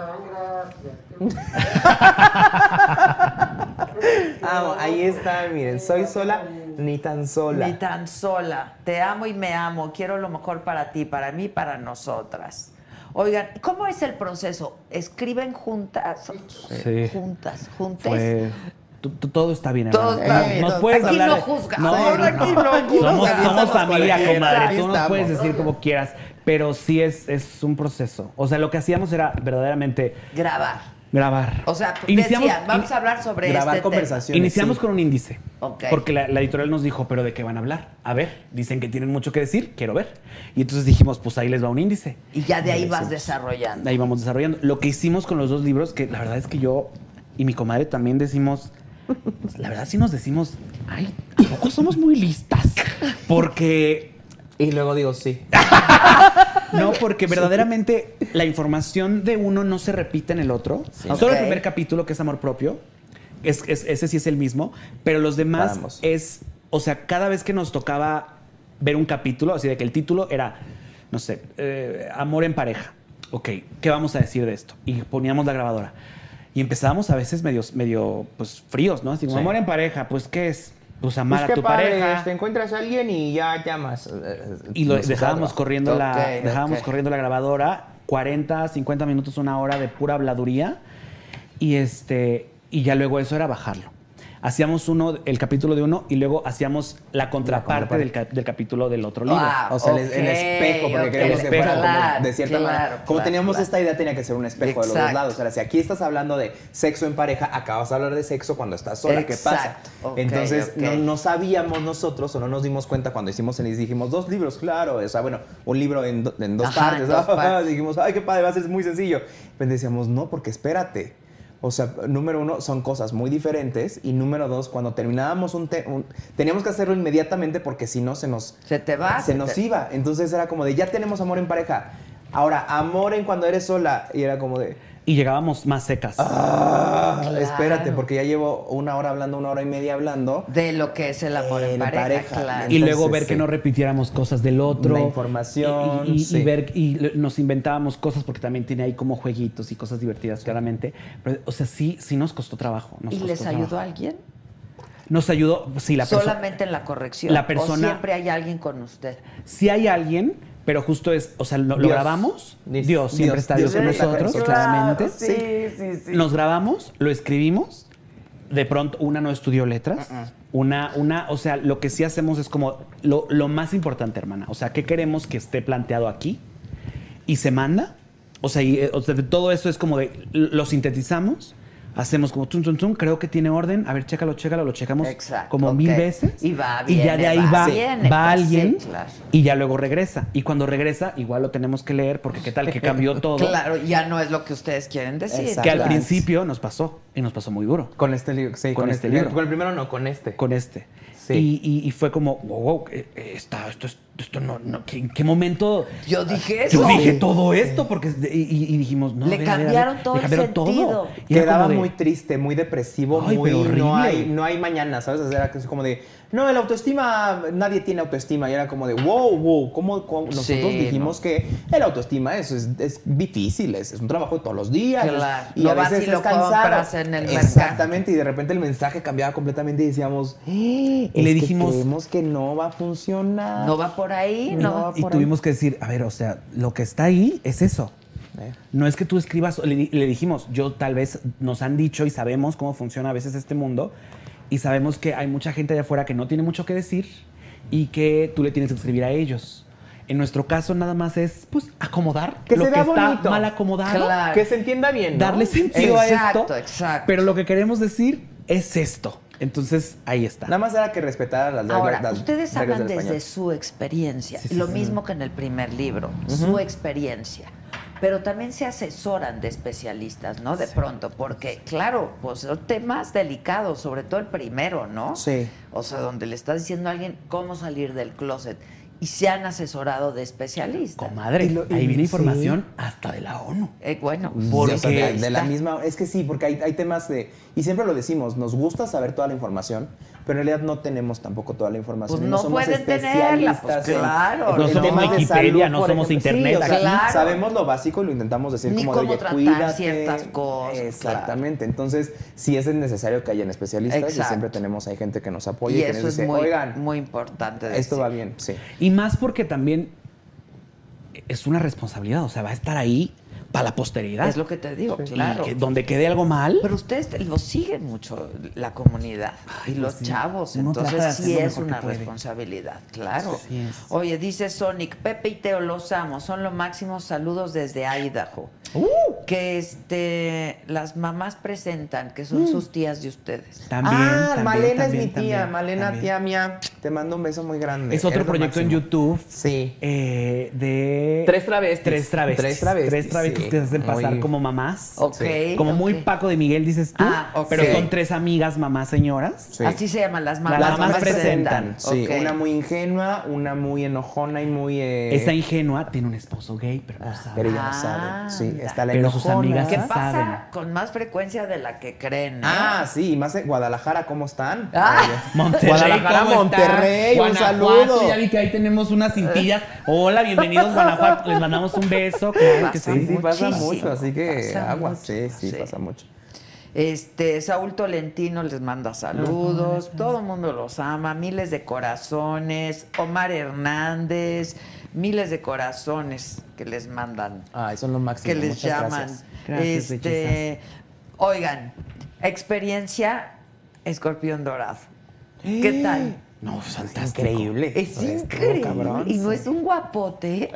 G: Ah, ahí está, miren, soy sola, ni tan sola.
C: Ni tan sola. Te amo y me amo. Quiero lo mejor para ti, para mí, para nosotras. Oigan, ¿cómo es el proceso? ¿Escriben juntas?
F: Sí. Pues,
C: Juntas, juntes.
F: Fue- Tú- tú- todo está bien.
C: Todo
F: hermana.
C: está
F: No-
C: bien.
F: Nos puedes
C: Aquí
F: hablar
C: no
F: de-
C: juzgas.
F: No,
C: Ahora
F: no, no.
C: aquí no juzgas.
F: Somos,
C: Ahí
F: somos
C: estamos
F: familia,
C: cualquiera.
F: comadre.
C: Ahí
F: Tú nos
C: estamos.
F: puedes decir como quieras, pero sí es, es un proceso. O sea, lo que hacíamos era verdaderamente
C: Grabar.
F: grabar.
C: O sea, decían, vamos a hablar sobre
G: Grabar
C: este
G: conversaciones.
F: Iniciamos
G: sí.
F: con un índice.
C: Ok.
F: Porque la, la editorial nos dijo, ¿pero de qué van a hablar? A ver, dicen que tienen mucho que decir, quiero ver. Y entonces dijimos, pues ahí les va un índice.
C: tema. Y ya de ahí
F: Ya
C: vas
F: hicimos.
C: desarrollando.
F: Ahí vamos desarrollando. Lo que hicimos con los dos libros, que la verdad es que yo y mi comadre también decimos, pues, la verdad sí nos decimos, ay, ¿a poco somos muy listas? Porque,
G: Y luego digo sí.
F: no, porque verdaderamente la información de uno no se repite en el otro. Solo
C: Ok.
F: el primer capítulo, que es amor propio, es, es- ese sí es el mismo, pero los demás
E: Vamos.
F: es, o sea, cada vez que nos tocaba ver un capítulo, así de que el título era, no sé, eh, amor en pareja. Ok, ¿qué vamos a decir de esto? Y poníamos la grabadora. Y empezábamos a veces medio, medio pues, fríos, ¿no? Así como,
G: Sí.
F: amor en pareja, pues, ¿qué es? Pues amar
G: Pues
F: a
G: qué
F: tu
G: padre,
F: pareja.
G: Te encuentras a alguien y ya llamas. eh,
F: Y lo
G: nos
F: dejábamos
G: otra.
F: corriendo, la,
C: Ok,
F: dejábamos
C: ok.
F: corriendo la grabadora, 40, 50 minutos, una hora de pura habladuría. Y, este, y ya luego eso era bajarlo. Hacíamos uno, el capítulo de uno, y luego hacíamos la contraparte del, cap- del capítulo del otro libro.
C: Ah,
E: O sea, el- el
C: ok,
E: espejo, porque
C: ok,
E: queríamos que fuera como
C: claro,
E: de cierta
C: claro,
E: manera. Como
C: claro,
E: teníamos
C: claro.
E: esta idea, tenía que ser un espejo de los
C: Exacto.
E: dos lados. O sea, si aquí estás hablando de sexo en pareja, acabas de hablar de sexo cuando estás sola. ¿Qué pasa?
C: Exacto. Ok,
E: Entonces,
C: ok.
E: No, no sabíamos nosotros o no nos dimos cuenta cuando hicimos el dijimos dos libros, claro. O sea, bueno, un libro en, do- en dos
C: Ajá,
E: partes.
C: en
E: (laughs)
C: dos partes.
E: dijimos, ay, qué padre, va a ser muy sencillo. Pero decíamos, no, porque espérate. O sea, número uno, son cosas muy diferentes. Y número dos, cuando terminábamos un, te- un- Teníamos que hacerlo inmediatamente porque si no se nos
C: Se te va.
E: se nos
C: te-
E: iba. Entonces era como de, ya tenemos amor en pareja. Ahora, amor en cuando eres sola. Y era como de,
F: Y llegábamos más secas.
E: ah,
C: Claro.
E: espérate, porque ya llevo una hora hablando, una hora y media hablando.
C: De lo que es el amor en
E: En
C: pareja,
E: pareja.
C: claro.
F: y luego ver
E: entonces,
F: que
E: sí.
F: no repitiéramos cosas del otro.
E: La información,
F: Y, y- y- y
E: sí.
F: ver, y lo- nos inventábamos cosas porque también tiene ahí como jueguitos y cosas divertidas, claramente. Pero, o sea, sí, sí nos costó trabajo. nos
C: ¿Y
F: costó
C: les
F: trabajo.
C: ayudó a alguien?
F: Nos ayudó, sí, la persona.
C: Solamente en la corrección.
F: la persona-
C: O siempre hay alguien con usted.
F: Si hay alguien, pero justo es, o sea, lo, lo
E: Dios.
F: grabamos. Dios,
E: Dios.
F: siempre
E: Dios.
F: está Dios,
E: Dios siempre
F: con
E: está con
F: nosotros,
E: nosotros.
F: claramente.
C: Sí, sí, sí.
F: Nos grabamos, lo escribimos. De pronto, una no estudió letras.
C: Ah,
F: Una, una, o sea, lo que sí hacemos es como lo, lo más importante, hermana. O sea, ¿qué queremos que esté planteado aquí? Y se manda. O sea, y, eh, o sea, de todo eso es como de lo sintetizamos. Hacemos como tun, tun, tun, creo que tiene orden. A ver, chécalo, chécalo, lo checamos
C: Exacto,
F: como
C: ok.
F: mil veces.
C: Y va,
F: Y
C: viene,
F: ya de ahí
C: va,
F: va,
C: viene,
F: va
C: pues, sí,
F: alguien
C: claro.
F: y ya luego regresa. Y cuando regresa, igual lo tenemos que leer porque qué tal
C: (laughs)
F: que cambió todo.
C: Claro, ya no es lo que ustedes quieren decir.
E: Exacto.
F: Que al
E: Claro.
F: principio nos pasó y nos pasó muy duro
G: Con este libro, sí,
F: Con
G: con,
F: este
G: este,
F: libro.
G: Con el primero no, con este.
F: con este.
G: Sí.
F: Y, y- y fue como, wow, wow, eh, eh, está, esto, es- esto no, no, ¿qué- ¿en qué momento?
C: Yo dije eso.
F: Yo dije todo esto porque es de- y, y- y dijimos, no,
C: Le
F: a ver, a ver, a ver,
C: cambiaron todo el sentido.
F: Y era
E: Quedaba
F: como de-
E: muy triste, muy depresivo,
F: Ay,
E: muy
F: pero
E: no
F: horrible.
E: hay, no hay mañana, ¿sabes? O sea, era casi como de, no, el autoestima, nadie tiene autoestima. Y era como de, wow, wow, ¿cómo, cómo? nosotros
C: Sí,
E: dijimos que el autoestima es, es, es difícil, es, es un trabajo de todos los días.
C: Claro,
E: y
C: no
E: a
C: vas
E: veces
C: y lo
E: es cansado.
C: compras en el mercado.
E: Exactamente, y de repente el mensaje cambiaba completamente y decíamos, eh,
F: Y le
E: es que
F: dijimos-
E: creemos que no va a funcionar.
C: No va por ahí, no, va
E: No,
C: por
F: Y
E: por ahí.
F: tuvimos que decir, a ver, o sea, lo que está ahí es eso.
E: Eh.
F: No es que tú escribas, le, di- le dijimos, yo tal vez nos han dicho y sabemos cómo funciona a veces este mundo y sabemos que hay mucha gente allá afuera que no tiene mucho que decir y que tú le tienes que escribir a ellos. En nuestro caso nada más es, pues, acomodar
G: Que
F: lo
G: se
F: que
G: vea
F: está
G: bonito.
F: mal acomodado,
C: Claro.
G: Que se entienda bien. ¿no?
F: darle sentido
C: Exacto,
F: a esto.
C: exacto.
F: Pero lo que queremos decir es esto. Entonces, ahí está.
E: Nada más era que respetaran las
C: Ahora,
E: reglas. las
C: ustedes hablan
E: reglas del
C: desde
E: español.
C: su experiencia,
F: Sí, sí,
C: lo
F: sí.
C: mismo que en el primer libro, su experiencia. Pero también se asesoran de especialistas, ¿no? De pronto, porque, claro, pues son temas delicados, sobre todo el primero, ¿no?
E: Sí.
C: O sea, donde le estás diciendo a alguien cómo salir del closet. y se han asesorado de especialistas.
F: Comadre,
E: Y lo- y-
F: ahí viene
E: sí.
F: información hasta de la ONU.
C: Eh,
F: Mm,
C: bueno,
E: Porque
C: o sea, ahí
E: Pues, de la
C: está.
E: misma, es que sí, porque hay, hay temas de, y siempre lo decimos, nos gusta saber toda la información, pero en realidad no tenemos tampoco toda la información.
C: Pues
E: y
C: no
E: somos
C: pueden tenerla, pues
E: especialistas en-
C: claro.
E: en
C: No
E: temas
C: somos
E: de
G: Wikipedia, no
E: por
G: somos
E: ejemplo.
G: internet
E: Sí, o sea,
C: aquí. Claro.
E: Sabemos lo básico y lo intentamos decir
C: Ni
E: como
C: cómo
E: de, oye,
C: tratar
E: cuídate.
C: ciertas cosas,
E: Exactamente. Entonces, sí es necesario que hayan especialistas y
C: Exacto.
E: siempre tenemos, hay gente que nos apoya y,
C: y
E: que
C: eso
E: nos
C: es
E: dice,
C: muy,
E: oigan,
C: muy importante.
E: esto
C: decir.
E: va bien, sí.
F: Y más porque también es una responsabilidad, o sea, va a estar ahí para la posteridad.
C: Es lo que te digo,
F: Y
C: claro.
F: que donde quede algo mal,
C: Pero ustedes te- lo siguen mucho, la comunidad y los chavos.
F: Uno trata de
C: Entonces
F: hacer
C: sí
F: lo
C: es
F: mejor que
C: una
F: puede.
C: responsabilidad, claro.
F: Así es.
C: Oye, dice Sonic, Pepe y Teo, los amo, son lo máximo. Saludos desde Idaho. Que este, las mamás presentan, que
F: Mm.
C: son sus tías de ustedes.
F: también.
E: ah,
F: también,
E: Malena
F: también,
E: es mi tía,
F: también,
E: Malena,
F: también.
E: tía mía. Te mando un beso muy grande.
F: Es otro
E: Eres lo
F: proyecto en
E: máximo.
F: YouTube.
E: Sí.
F: eh, de.
G: Tres travestis.
F: Tres travestis.
E: Tres travestis,
F: Tres travestis
E: sí.
F: que se hacen pasar
E: Muy-
F: como mamás.
C: Ok.
E: Sí.
F: Como muy
C: ok.
F: Paco de Miguel, dices tú.
C: Ah, ok.
F: Pero son tres amigas, mamás, señoras.
E: Sí.
C: Así se llaman, las mamás,
F: Las
E: Las
F: mamás
E: mamás presentan. Sí,
C: Ok.
E: una muy ingenua, una muy enojona y muy. eh,
F: Esta ingenua tiene un esposo gay, pero no sabe.
E: Pero ella no
C: Ah,
E: sabe. Sí,
C: anda.
E: está la
F: Pero sus
E: enojona.
F: amigas- ¿eh?
C: ¿Qué
F: Ya
C: pasa
F: saben.
C: con más frecuencia de la que creen? ¿no?
E: Ah, sí, y más en Guadalajara, ¿cómo están?
C: (laughs) Ah.
F: (laughs) Monterrey,
E: Guadalajara,
F: ¿cómo está?
E: Monterrey, un
F: Guanajuato,
E: saludo.
F: Ya vi que ahí tenemos unas cintillas. Hola, bienvenidos Guanajuato. Les mandamos un beso. Claro que
C: Pasa
E: Sí,
F: sí.
E: sí, pasa
C: Muchísimo,
E: mucho, así que
C: pasa
E: agua.
C: mucho,
E: sí, sí,
C: sí.
E: pasa mucho.
C: Este, Saúl Tolentino les manda saludos, todo el mundo los ama, miles de corazones, Omar Hernández, miles de corazones que les mandan,
E: Ay, son lo máximo.
C: que les
E: muchas
C: llaman.
E: gracias.
F: Gracias,
C: este, oigan, experiencia escorpión dorado. ¿Qué tal?
F: No, fantástico.
E: Increíble.
C: Es
E: ¡Eh! Estuvo
C: increíble.
E: cabrón,
C: y no
E: sí.
C: es un guapote.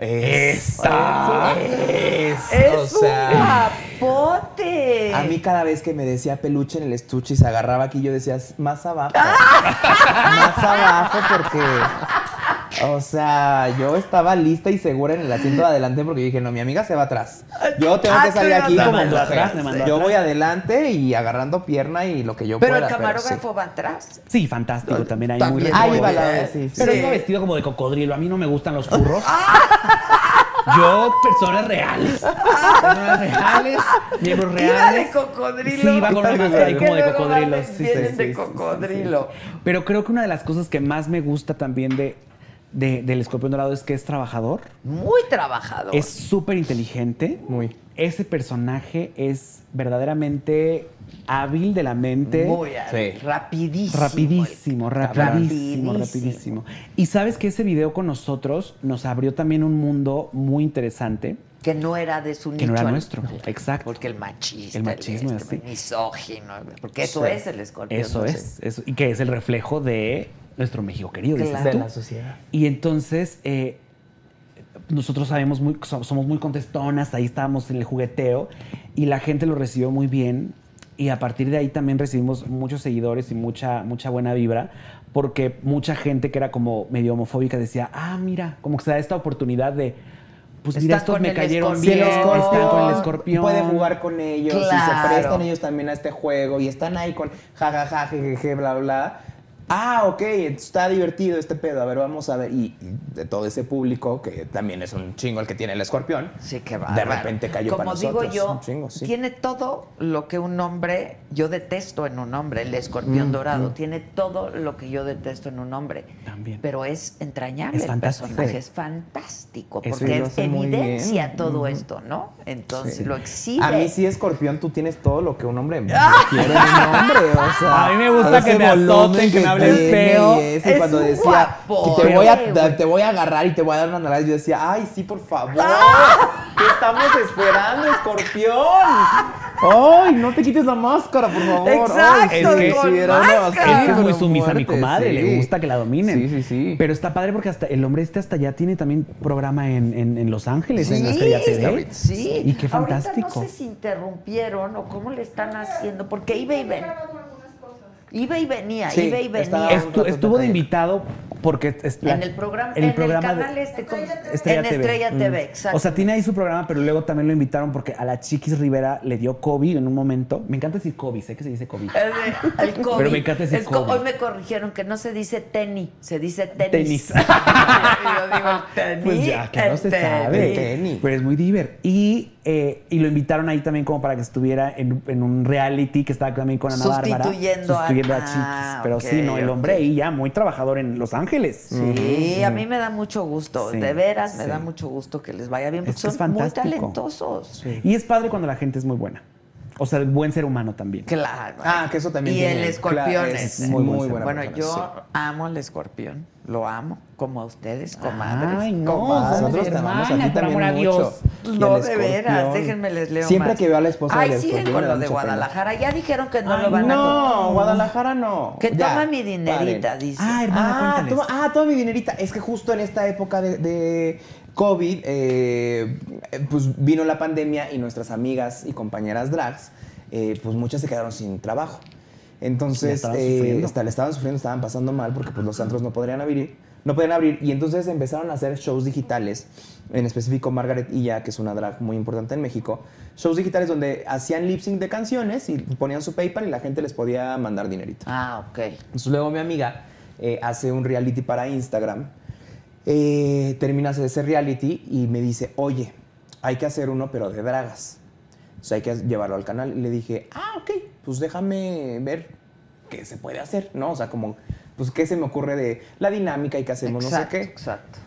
E: Esta es,
C: Es
E: o sea,
C: un guapote.
E: a mí cada vez que me decía peluche en el estuche y se agarraba aquí, yo decía, más abajo. más abajo porque, o sea, yo estaba lista y segura en el asiento de adelante porque dije, no, mi amiga se va atrás. Yo tengo
C: Ah,
E: que salir
C: tú ya
E: aquí
C: te
E: como
F: mandó
E: mujer.
F: atrás, te mandó
E: Yo
F: atrás.
E: voy adelante y agarrando pierna y lo que yo
C: pero el
E: pueda.
C: camarógrafo
E: sí.
C: va atrás.
F: Sí, fantástico. También hay muy
C: También.
F: rico.
E: Ahí va la vez, sí, sí.
F: Pero iba vestido como de cocodrilo. A mí no me gustan los furros.
C: Ah.
F: (laughs) Yo, personas reales. Personas reales, miembros
C: Iba de
F: reales.
C: cocodrilo.
F: Sí, iba con una
C: Pero
F: máscara
C: es
F: ahí
C: que
F: como de
C: luego
F: cocodrilo,
C: van-
F: sí, sí,
C: vienen
F: sí,
C: de
F: sí, sí,
C: cocodrilo.
F: Pero creo que una de las cosas que más me gusta también de, de- del escorpión dorado es que es trabajador,
C: Muy trabajador.
F: es súper inteligente.
E: Muy.
F: Ese personaje es verdaderamente hábil de la mente.
C: muy hábil,
E: Sí.
C: rapidísimo.
F: Rapidísimo,
C: Rapidísimo.
F: rapidísimo, rapidísimo. Y sabes que ese video con nosotros nos abrió también un mundo muy interesante
C: Que no era de su nicho.
F: que no era
C: al-
F: nuestro. Exacto.
C: Porque el machismo.
F: El machismo es así.
C: misógino. Porque eso
E: Sí.
C: es el escorpión.
F: Eso
C: ¿no?
F: es, eso- y que es el reflejo de nuestro México querido. dices
C: Claro.
F: tú.
E: De la sociedad.
F: Y entonces eh, nosotros sabemos muy, so- somos muy contestonas, ahí estábamos en el jugueteo y la gente lo recibió muy bien y a partir de ahí también recibimos muchos seguidores y mucha, mucha buena vibra porque mucha gente que era como medio homofóbica decía, ah, mira, como que se da esta oportunidad de... Pues mira,
C: Están
F: estos
C: con
F: me
C: el
F: cayeron
E: Sí,
F: bien,
E: el
C: escorpión,
F: están con el escorpión.
E: Puede jugar con ellos
C: Claro.
E: y se prestan ellos también a este juego y están ahí con jajaja, ja, jejeje, bla, bla. Ah, ok, está divertido este pedo. A ver, vamos a ver. Y y de todo ese público, que también es un chingo el que tiene el escorpión.
C: Sí, que va.
E: De repente cayó
C: Como
E: para
C: digo
E: nosotros.
C: yo,
E: un chingo, sí.
C: tiene todo lo que un hombre, yo detesto en un hombre, el escorpión dorado, tiene todo lo que yo detesto en un hombre.
F: También.
C: Pero es entrañable
F: Es
C: el
F: fantástico.
C: personaje, es fantástico,
F: Eso
C: porque
E: lo
C: es
E: hace muy
C: evidencia
E: bien.
C: todo esto, ¿no? Entonces
E: Sí.
C: lo exhibe.
E: A mí sí, escorpión, tú tienes todo lo que
C: (laughs)
E: un hombre quiere en un hombre. O sea,
F: A mí me gusta
E: ese
F: que me azoten,
E: volumen
F: que me hablen
E: tiene
F: feo.
E: Y, eso, y
C: Es
E: cuando
C: un
E: decía,
C: guapo,
E: que te, voy a,
C: güey.
E: te voy a agarrar y te voy a dar una nalgada, yo decía, ay, sí, por favor.
C: ¡Ah!
E: ¿Qué estamos esperando, escorpión? Ay, no te quites la máscara, por favor. Ay,
C: Exacto,
E: sí,
C: con
E: sí, era una
C: máscara.
F: Es que es muy
E: fuerte,
F: sumisa a mi comadre,
E: sí.
F: le gusta que la dominen.
E: Sí, sí, sí.
F: Pero está padre porque hasta el hombre este hasta allá tiene también programa en, en- en Los Ángeles, en
C: Sí,
F: Estrella TV.
C: sí.
F: Y
C: Ahorita
F: qué
C: no
F: fantástico.
C: sé si interrumpieron o cómo le están haciendo, porque iba y ven. Iba y venía,
E: Sí,
C: iba y venía.
E: estaba-
F: Estu-
C: Ah,
E: Un rato
F: estuvo de
E: de
F: invitado Porque es la-
C: en el programa, en
F: el programa
C: el
F: de-
C: canal este, ¿cómo se-
F: Estrella
C: en
F: TV.
C: Estrella
F: Mm.
C: TV, exacto.
F: O sea, tiene ahí su programa, pero luego también lo invitaron porque a la Chiquis Rivera le dio COVID en un momento. Me encanta decir COVID, sé que se dice COVID.
C: Eh, el COVID.
F: (laughs) Pero me encanta ese
C: Es co-
F: COVID.
C: Hoy me corrigieron que no se dice tenis, se dice tenis. (laughs)
F: Tenis.
C: Yo digo el Eh, tenis.
F: (laughs) Pues ya, que no
C: el
F: se
C: tenis.
F: sabe.
H: tenis.
F: Pero es muy divertido. Y, eh, y lo invitaron ahí también como para que estuviera en, en un reality que estaba también con Ana Bárbara.
C: Sustituyendo a-
F: sustituyendo a,
C: ah,
F: Chiquis. Pero
C: ok,
F: sí, no, el
C: ok.
F: hombre ahí ya muy trabajador en Los Ángeles.
C: Sí, a mí me da mucho gusto,
F: Sí,
C: de veras me
F: sí.
C: da mucho gusto que les vaya bien,
F: Es
C: porque
F: que es
C: son muy
F: fantástico.
C: talentosos.
F: Y es padre cuando la gente es muy buena. O sea, buen ser humano también.
C: Claro.
E: Ah, que eso también
C: Y
E: tiene-
C: el escorpión
E: claro,
C: es,
E: es muy, muy
C: bueno.
E: buena persona,
C: yo
E: sí.
C: amo el escorpión, lo amo, como a ustedes, comadres.
F: Ay, no,
E: Comadre,
F: somos
E: nosotros te amamos a ti
F: hermanas, por
E: también
F: amor a
E: mucho.
F: Dios.
E: Y al
C: No, de veras,
E: escorpión.
C: déjenme les leo
E: Siempre
C: más.
E: que veo a la esposa
C: Ay,
E: del
C: siguen
E: escorpión,
C: con
E: me
C: lo
E: da
C: de
E: mucha pena.
C: Guadalajara. Ya dijeron que no
E: Ay,
C: lo van a...
E: no, Guadalajara no.
C: Que
E: Ya,
C: toma mi dinerita,
E: paren.
C: dice.
F: Ah, hermana,
E: ah, toma,
F: cuéntales.
E: ah, toma mi dinerita. Es que justo en esta época de, de COVID, eh, pues vino la pandemia y nuestras amigas y compañeras drags, eh, pues muchas se quedaron sin trabajo.
F: La
E: Entonces,
F: estaban
E: eh,
F: sufriendo.
E: esta- la estaban sufriendo, estaban pasando mal porque pues los antros no podrían abrir, no podían abrir y entonces empezaron a hacer shows digitales, en específico Margaret Illa, que es una drag muy importante en México, shows digitales donde hacían lip sync de canciones y ponían su PayPal y la gente les podía mandar dinerito.
C: Ah, ok.
E: Entonces luego mi amiga eh, hace un reality para Instagram, eh, termina de ese reality y me dice, oye, hay que hacer uno pero de dragas. O sea, hay que llevarlo al canal. Y le dije, ah, ok, pues déjame ver qué se puede hacer, ¿no? O sea, como, pues qué se me ocurre de la dinámica y qué hacemos,
C: exacto,
E: no sé qué.
C: Exacto.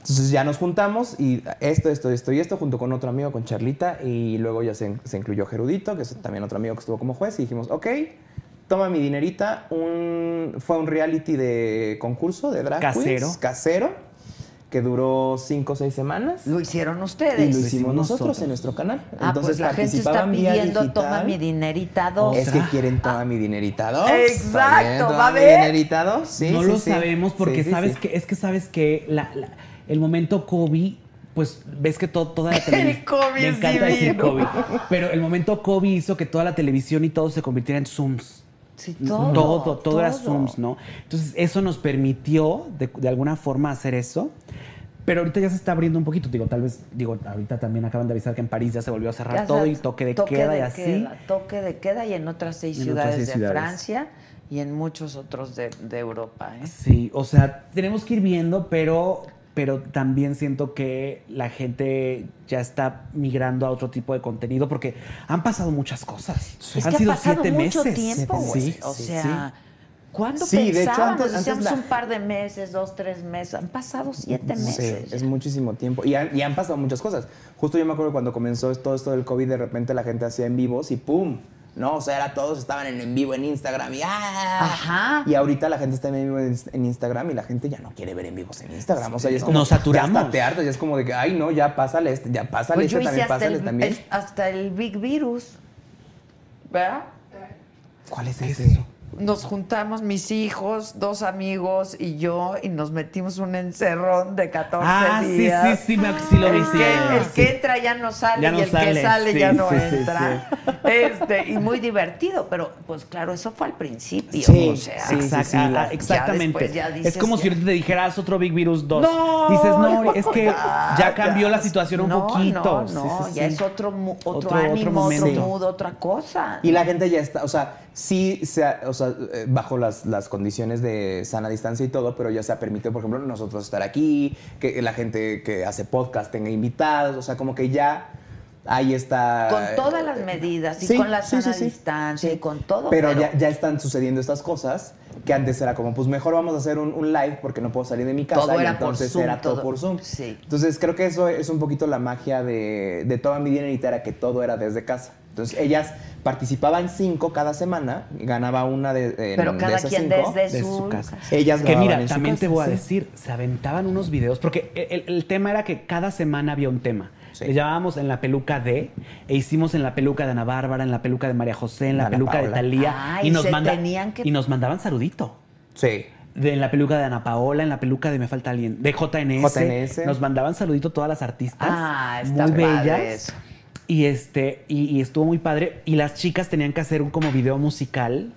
E: Entonces ya nos juntamos y esto, esto, esto y esto, junto con otro amigo, con Charlita, y luego ya se, se incluyó Gerudito, que es también otro amigo que estuvo como juez, y dijimos, ok, toma mi dinerita, un, fue un reality de concurso de drag queens,
F: Casero.
E: casero, que duró cinco o seis semanas.
C: Lo hicieron
E: Y
C: ustedes.
E: lo
F: Lo hicimos
E: hicimos nosotros,
F: nosotros.
E: en nuestro canal.
C: ah, pues la gente está
E: participaban vía
C: pidiendo, toma
E: digital".
C: mi dinerita dos.
E: Es que quieren toda mi dinerita dos.
C: Exacto,
E: también,
C: va
E: toma
C: a
E: mi
C: ver.
E: dinerita dos. Sí,
F: no
E: sí,
F: lo
E: sí.
F: sabemos porque
E: Sí, sí,
F: sabes
E: sí.
F: que es que sabes que la- la- el momento COVID pues ves que todo, toda la televisión
C: COVID
F: me encanta
C: sí
F: decir
C: vino.
F: COVID pero el momento COVID hizo que toda la televisión y todo se convirtiera en zooms
C: Sí, todo,
F: todo, todo, era
C: todo.
F: zooms no entonces eso nos permitió de, de alguna forma hacer eso pero ahorita ya se está abriendo un poquito digo tal vez digo ahorita también acaban de avisar que en París ya se volvió a cerrar
C: Ya
F: todo
C: sea,
F: y toque de queda y así
C: queda, toque de queda y en otras seis
F: Y en otras
C: ciudades
F: seis
C: de
F: ciudades.
C: Francia y en muchos otros de, de Europa. ¿eh?
F: Sí, o sea, tenemos que ir viendo, pero, pero también siento que la gente ya está migrando a otro tipo de contenido porque han pasado muchas cosas.
C: Es
F: han
C: que
F: sido
C: ha pasado
F: siete
C: mucho
F: meses.
C: tiempo, güey.
F: Sí,
C: o
F: sí,
C: sea,
F: sí.
C: ¿cuándo
E: Sí, de hecho,
C: pensábamos?
E: antes- antes
C: Decíamos
E: la-
C: un par de meses, dos, tres meses. Han pasado siete meses.
E: Sí, es muchísimo tiempo. Y han, y han pasado muchas cosas. Justo yo me acuerdo cuando comenzó todo esto del COVID, de repente la gente hacía en vivos y ¡pum! No, o sea, era todos estaban en, en vivo en Instagram y ¡ah!
C: Ajá.
E: Y ahorita la gente está en vivo en, en Instagram y la gente ya no quiere ver en vivos en Instagram. O sea, ya es como.
F: Nos saturamos.
E: Ya está te hartas, ya es como de que, ay, no, ya pásale este, ya pásale
C: Pues
E: este,
C: yo hice
E: también
C: hasta
E: pásale
C: el,
E: también.
C: el- hasta el Big Virus. ¿Verdad?
E: ¿Cuál es ese?
C: Nos juntamos mis hijos, dos amigos y yo y nos metimos un encerrón de 14
F: Ah, sí,
C: días. Ah,
F: sí, sí, me, sí lo vi.
C: El
F: sí,
C: que, el
F: sí.
C: que entra ya no sale
F: Ya no
C: y el que
F: sale,
C: sale
F: sí,
C: ya no
F: sí, sí,
C: entra. Este, y muy divertido, pero pues claro, eso fue al principio.
F: Sí,
C: o sea,
F: exact-
C: ya
F: ah,
C: después
F: exactamente.
C: ya dices,
F: es como si
C: ya-
F: ahorita te dijeras otro Big Virus 2.
C: No,
F: Dices, no,
C: no, (laughs)
F: es que ya cambió la situación un
C: no,
F: poquito.
C: No,
F: Sí,
C: no,
F: sí,
C: ya
F: sí.
C: es otro, mu- otro,
F: Otro- otro
C: ánimo, otro,
F: momento.
C: mood, otra cosa.
E: Y la gente ya está, o sea, sí, se ha- o sea, eh, bajo las, las condiciones de sana distancia y todo, pero ya se ha permitido, por ejemplo, nosotros estar aquí, que la gente que hace podcast tenga invitados, o sea, como que ya ahí está.
C: Con todas las medidas y
E: Sí,
C: con la
E: sí,
C: sana
E: sí, sí.
C: distancia y con todo.
E: Pero, ya, ya están sucediendo estas cosas que antes era como, pues mejor vamos a hacer un, un live porque no puedo salir de mi casa
C: Todo
E: y
C: era por
E: entonces
C: Zoom,
E: era todo,
C: todo-
E: por Zoom.
C: sí.
E: Entonces creo que eso es un poquito la magia de, de toda mi dinerita, era que todo era desde casa. Entonces ellas participaban cinco cada semana, y ganaba una de, en-
C: Pero
E: de
C: cada
E: esas
C: quien
E: cinco.
C: desde
F: de
C: su,
F: su casa.
E: Ellas
F: que
E: grababan
F: mira,
E: en su
F: también te
E: casa,
F: voy a
E: sí.
F: decir, se aventaban unos videos, porque el, el- el tema era que cada semana había un tema.
E: Sí.
F: Le llamábamos en la peluca de, e hicimos en la peluca de Ana Bárbara, en la peluca de María José, en la
E: Ana
F: peluca de
E: Paola.
F: Talía.
C: Ah, y se tenían que-
F: y nos mandaban saludito.
E: Sí.
F: De en la peluca de Ana Paola, en la peluca de Me Falta Alguien, de JNS.
E: JNS.
F: Nos mandaban saludito todas las artistas.
C: Ah, está
F: muy
C: padre
F: bellas.
C: eso.
F: Y este, y, y estuvo muy padre. Y las chicas tenían que hacer un como video musical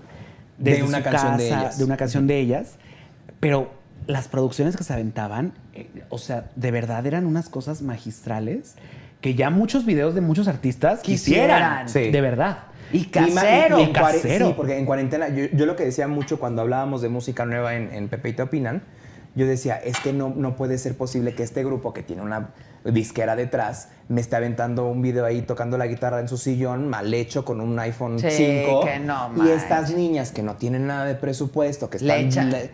E: De
F: desde
E: una
F: su
E: canción de
F: casa,
E: ellas.
F: una canción de ellas. Pero las producciones que se aventaban, eh, o sea, de verdad eran unas cosas magistrales que ya muchos videos de muchos artistas quisieran.
C: Quisieran.
E: Sí.
F: De verdad.
C: Y
E: ma-
C: casero.
E: y en cuare-
F: casero.
E: Sí, porque en cuarentena, yo, yo lo que decía mucho cuando hablábamos de música nueva en, en Pepe y Te Opinan, yo decía, es que no, no puede ser posible que este grupo que tiene una disquera detrás me esté aventando un video ahí tocando la guitarra en su sillón, mal hecho, con un iPhone
C: Sí,
E: 5.
C: que no
E: y estas
C: manches.
E: niñas que no tienen nada de presupuesto, que
C: Le echan.
E: están, le-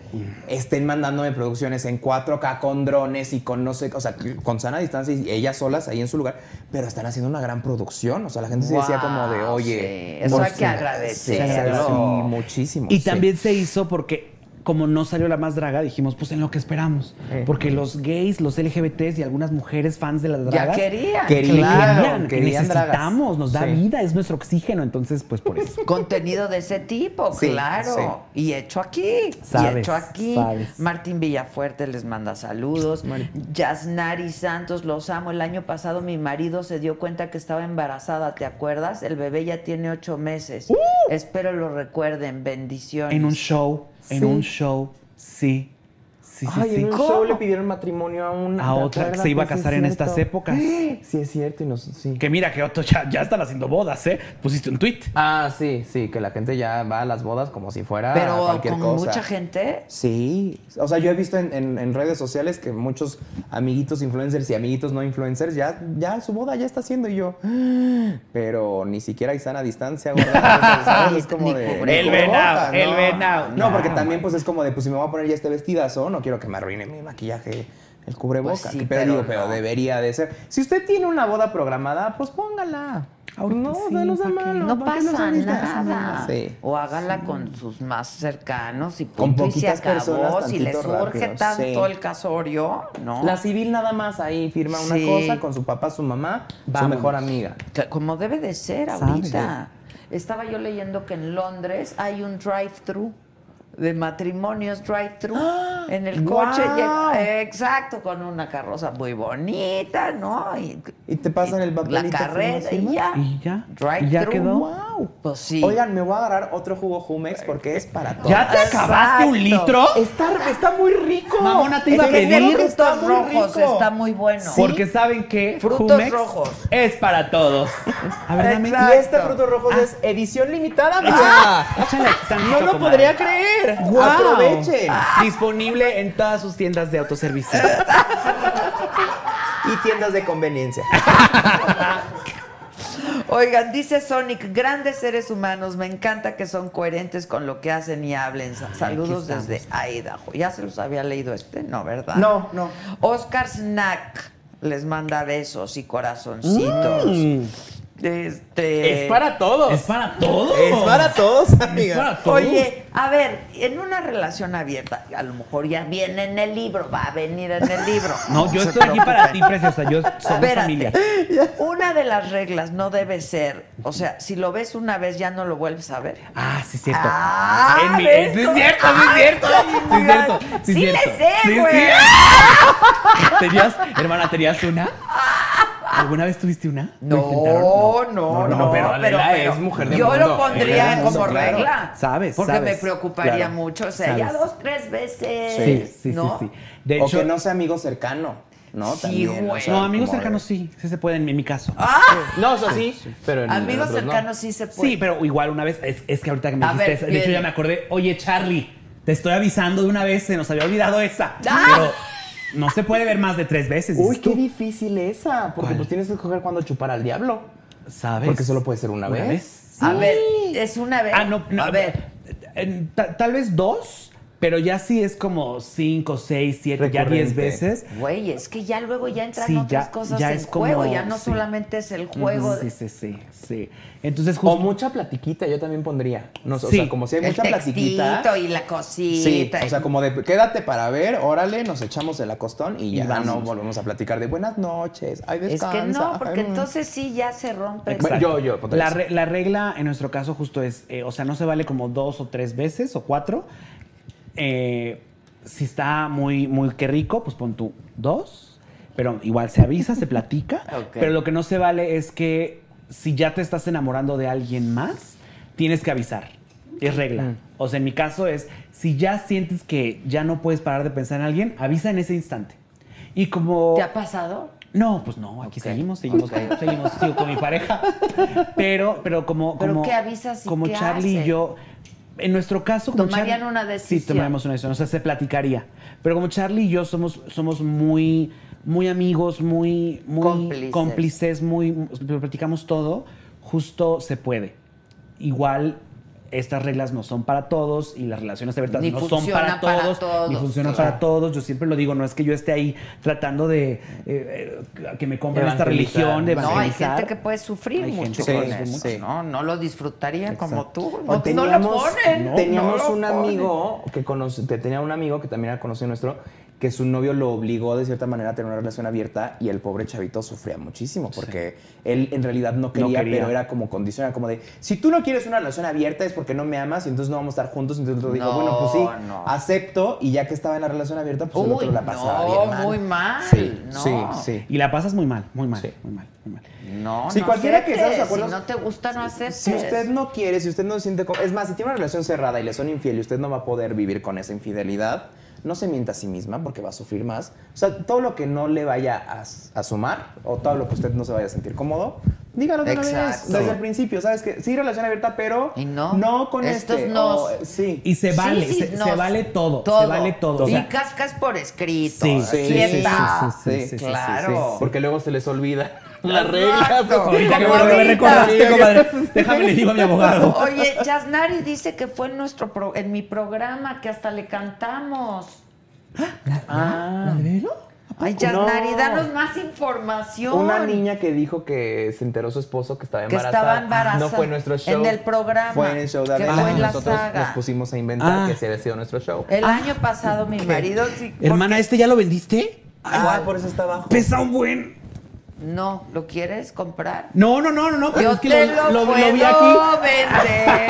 E: estén mandándome producciones en 4K con drones y con no sé, o sea, con sana distancia y ellas solas ahí en su lugar, pero están haciendo una gran producción. O sea, la gente se decía como de,
C: Wow,
E: oye,
C: sí, eso hay
E: por-
C: que agradecerlo.
E: Sí, se agradeció muchísimo.
F: Y
E: sí.
F: también se hizo porque, como no salió la más draga, dijimos, pues en lo que esperamos. Porque los gays, los LGBTs y algunas mujeres fans de las
C: Ya
F: dragas.
C: querían.
E: Querían.
C: claro.
F: querían, que
E: querían dragas.
F: necesitamos, nos da
E: Sí.
F: vida, es nuestro oxígeno, entonces pues por
C: (laughs)
F: eso.
C: Contenido de ese tipo,
E: Sí,
C: claro. Y hecho aquí. y
F: Sabes,
C: hecho aquí.
F: sabes.
C: Martín Villafuerte les manda saludos. Yasnari Santos, los amo. El año pasado mi marido se dio cuenta que estaba embarazada, ¿te acuerdas? El bebé ya tiene ocho meses. Espero lo recuerden. Bendiciones.
F: En un show, en
I: Sí.
F: un show, sí. Sí, sí,
I: Ay,
F: sí.
I: en un show le pidieron matrimonio a una.
F: A
I: ¿te
F: otra que
I: acuerdas?
F: se iba a
I: Sí, es
F: casar en
I: cierto.
E: (gasps)
F: estas épocas.
I: Sí, es cierto. Y nos, sí.
F: Que mira que Otto ya, ya están haciendo bodas, ¿eh? Pusiste un tweet.
E: Ah, sí, sí, que la gente ya va a las bodas como si fuera
C: Pero
E: Ah, cualquier
C: con
E: cosa.
C: mucha gente.
E: Sí, o sea, yo he visto en, en- en redes sociales que muchos amiguitos influencers y amiguitos no influencers ya, ya su boda ya está haciendo y yo, "Ah", pero ni siquiera hay sana
C: (laughs)
E: distancia. gorda, ¿sabes? Es como
C: Ni
E: de-
C: cubrebocas,
E: ni
F: El venao,
E: cubrebocas,
F: el
E: ¿no?
F: venao.
E: No, porque también pues es como de, pues si me voy a poner ya este vestidazo, no quiero que me arruine mi maquillaje. El cubrebocas,
C: Pues sí,
E: Que-
C: pero
E: pero, digo, pero
C: no.
E: debería de ser. Si usted tiene una boda programada, pues póngala. no, danos la mano.
C: No
E: ¿para qué nos
C: pasa
E: avisas?
C: nada.
E: Sí.
C: O háganla con sus más cercanos y
E: Con
C: punto y se
E: poquitas
C: acabó.
E: personas,
C: si les
E: tantito
C: urge
E: rápido,
C: tanto
E: sí.
C: el casorio, ¿no?
E: La civil nada más ahí firma una
C: Sí.
E: cosa con su papá, su mamá, su
F: Vámonos.
E: mejor amiga.
C: Cla- Como debe de ser ahorita. Estaba yo leyendo que en Londres hay un drive-thru de matrimonios drive-thru en el coche.
E: ¡Ah! ¡Guau!
C: llega- exacto, con una carroza muy bonita, ¿no? Y,
E: Y te pasan el
C: la
E: papelito.
C: carrera y
E: firmas,
C: ya.
F: Y ya.
C: Drive-thru.
F: Y ya quedó.
E: ¡Wow!
C: Pues sí.
E: Oigan, me voy a agarrar otro jugo Jumex porque es para todos.
F: ¿Ya te
C: Exacto.
F: acabaste un litro?
E: Está, está muy rico.
F: Mamona, te iba a
E: Es que
F: pedir.
E: creo que
C: frutos
E: está muy
C: rojos
E: rico.
C: está muy bueno.
F: Porque saben que
C: Frutos
F: Jumex
C: rojos.
F: es para todos. A ver, dame.
E: Y este fruto rojo
F: Ah.
E: es edición limitada. ma.
F: Échale tantito,
E: no lo
F: comadre.
E: podría creer.
F: ¡Guau!
E: Aprovechen.
F: Disponible en todas sus tiendas
E: (laughs)
F: de autoservicio.
E: Y tiendas de conveniencia.
C: Oigan, dice Sonic, grandes seres humanos, me encanta que son coherentes con lo que hacen y hablen. Sa- Saludos desde Idaho. Ya se los había leído este, no, ¿verdad?
E: No, no.
C: Oscar Snack les manda besos y corazoncitos.
E: Mm.
C: Este.
I: Es para todos.
F: Eh, Es para todos.
E: Es para todos,
F: Oh. Es
E: amiga.
F: para todos.
C: Oye, a ver, en una relación abierta, a lo mejor ya viene en el libro, va a venir en el libro.
F: (laughs) No, yo
C: se
F: estoy aquí
C: preocupen.
F: para ti, preciosa. Yo somos
C: Espérate.
F: familia.
C: Una de las reglas no debe ser, o sea, si lo ves una vez ya no lo vuelves a ver.
F: Ah, sí, es cierto.
C: Ah,
F: En mi-
C: ¿ves?
F: sí, es cierto, sí, es cierto. Sí, es cierto. Sí, es
C: Sí le
F: cierto.
C: sé,
F: Sí,
C: güey. (laughs)
F: sí. ¿Tenías, hermana, ¿tenías una? ¿Alguna vez tuviste una? ¿Lo intentaron?
C: No, no, no,
F: no, pero Adela
I: es mujer de
C: yo lo
I: mundo.
C: pondría
F: Ella es
C: como
F: mundo, claro.
C: regla.
F: Sabes,
C: Porque
F: sabes,
C: me preocuparía
F: claro.
C: mucho. O sea, ya
F: Sabes.
C: dos, tres veces.
F: Sí, sí,
C: ¿no?
F: sí, sí. De
E: o
F: hecho,
E: que no sea amigo cercano, ¿no?
C: Sí,
E: También,
C: güey.
F: no, amigos
E: como de-
F: cercanos sí, sí se pueden, en mi caso.
C: Ah,
I: No, o sea, sí. Pero en
C: Amigos
I: otros no.
C: cercanos sí se puede.
F: Sí, pero igual una vez, es, es que ahorita que me
C: A
F: dijiste,
C: ver,
F: eso, de hecho
C: viene.
F: ya me acordé, oye Charlie, te estoy avisando de una vez, se nos había olvidado esa.
C: ¡Ah!
F: Pero no se puede ver más de tres veces.
I: Uy,
F: dices
I: qué
F: tú.
I: difícil esa. Porque
F: ¿Cuál?
I: pues tienes que escoger cuándo chupar al diablo.
F: ¿Sabes?
E: Porque solo puede ser una vez.
C: A ver, es una vez.
F: Ah, no, no,
C: A ver,
F: eh, ta- tal vez dos, pero ya sí es como cinco, seis, siete, ya diez
E: Recurrente.
F: veces.
C: güey, es que ya luego ya entran
F: Sí,
C: otras
F: ya-
C: cosas
F: ya
C: en
F: es como-
C: juego. Ya no
F: sí.
C: solamente es el juego.
F: Ujú, Sí, sí, sí, sí. Entonces,
E: O
F: justo.
E: mucha platiquita, yo también pondría. No, sé, O
F: Sí.
E: sea, como si hay
C: El
E: mucha
C: textito
E: platiquita.
C: y la
E: Sí,
C: cosita.
E: o sea, como de quédate para ver, órale, nos echamos el acostón y ya
F: Y vamos.
E: no volvemos a platicar de buenas noches. Ay,
C: es
E: descansa.
C: que no, porque
E: ay, mm.
C: entonces sí ya se rompe. el-
E: Bueno, yo, yo, pondría
F: La,
E: eso.
F: re- la regla en nuestro caso justo es, eh, o sea, no se vale como dos o tres veces o cuatro. Eh, si está muy, muy que rico, pues pon tú dos, pero igual se avisa, se platica.
C: (laughs) Ok.
F: Pero lo que no se vale es que si ya te estás enamorando de alguien más, tienes que avisar. Es regla.
C: Mm.
F: O sea, en mi caso es, si ya sientes que ya no puedes parar de pensar en alguien, avisa en ese instante. Y como...
C: ¿Te ha pasado?
F: No, pues no, aquí seguimos, seguimos, seguimos, sigo con mi pareja. Pero, pero como,
C: ¿Pero
F: como,
C: qué avisas y
F: como
C: qué
F: Charlie
C: hacen?
F: y yo, en nuestro caso, como
C: Tomarían
F: Charlie-
C: una
F: Sí,
C: decisión.
F: tomaríamos una decisión, o sea, se platicaría. Pero como Charlie y yo somos, somos muy, muy amigos, muy, muy
C: Cómplices.
F: cómplices, muy, lo platicamos todo, justo se puede. Igual. Estas reglas no son para todos y las relaciones abiertas
C: Ni
F: no son
C: funciona
F: para
C: para
F: todos, ni
C: todos,
F: funcionan
C: claro.
F: para todos. Yo siempre lo digo, no es que yo esté ahí tratando de eh, eh, que me compren esta
E: Evangelizar.
F: religión, de
C: No, hay
F: evangelizar.
C: gente que puede sufrir
F: Hay gente
C: mucho
F: que
C: con
F: sufre
C: eso,
F: mucho.
C: ¿no? No lo disfrutaría como tú.
E: O
C: No, pues no lo
E: teníamos-
C: ponen.
E: no, teníamos
C: no lo
E: un
C: ponen.
E: amigo que, conoce, que tenía un amigo que también era conocido nuestro que su novio lo obligó de cierta manera a tener una relación abierta y el pobre chavito sufría muchísimo porque él en realidad no quería,
F: quería.
E: pero era como condición, era como de si tú no quieres una relación abierta es porque no me amas y entonces no vamos a estar juntos, entonces lo dijo,
C: No,
E: bueno, pues sí,
C: no.
E: acepto y ya que estaba en la relación abierta, pues el
C: Uy,
E: otro la pasaba
C: no,
E: bien mal.
C: muy mal.
E: Sí,
C: no.
E: sí, sí.
F: Y la pasas muy mal, muy mal,
E: Sí.
F: muy mal, muy mal.
C: No,
E: Si
C: no
E: cualquiera que sea de
C: aceptes,
E: acuerdo-
C: Si no te gusta, no aceptes.
E: Si usted no quiere, si usted no se siente cómodo, es más, si tiene una relación cerrada y le son infiel y usted no va a poder vivir con esa infidelidad, no se mienta a sí misma porque va a sufrir más. O sea, todo lo que no le vaya a, s- a sumar o todo lo que usted no se vaya a sentir cómodo, dígalo de una vez,
C: Exacto.
E: desde el principio, ¿sabes que Sí, relación abierta, pero
C: Y no.
E: con
C: Estos
E: este.
C: nos.
E: o, eh, sí.
F: Y se
C: Sí,
F: vale,
C: sí,
F: se,
C: no,
F: se vale todo, se vale todo. O
C: Y
F: sea,
C: cascas por escrito.
F: Sí,
E: sí,
C: Sienta.
E: sí, sí, sí, sí, sí,
C: claro.
E: Porque luego se les olvida la regla.
F: ahorita que
C: como
F: me- me
C: ahorita.
F: recordaste, comadre, este déjame le
E: (laughs)
F: digo a mi abogado.
C: Oye, Yasnari dice que fue en, nuestro pro- en mi programa que hasta le cantamos. Ah, Ay, Yasnari,
E: No.
C: danos más información.
E: Una niña que dijo que se enteró su esposo que estaba
C: que
E: embarazada. Ah,
C: estaba embarazada.
E: No fue nuestro show.
C: En el programa.
E: Fue en el show de
C: que
E: Adela
C: fue
E: y
C: en la
E: nosotros nos
C: saga. Eh,
E: pusimos a inventar
F: Ah.
E: que si había sido nuestro show.
C: El año pasado mi marido sí.
F: Hermana, ¿este ya lo vendiste?
E: Ah, por eso está abajo.
F: Pesa un buen.
C: No, ¿lo quieres comprar?
F: No, no, no, no, no, pero
C: Yo
F: es que
C: te
F: lo, lo- lo
C: puedo
F: vi aquí. (laughs)
C: vender.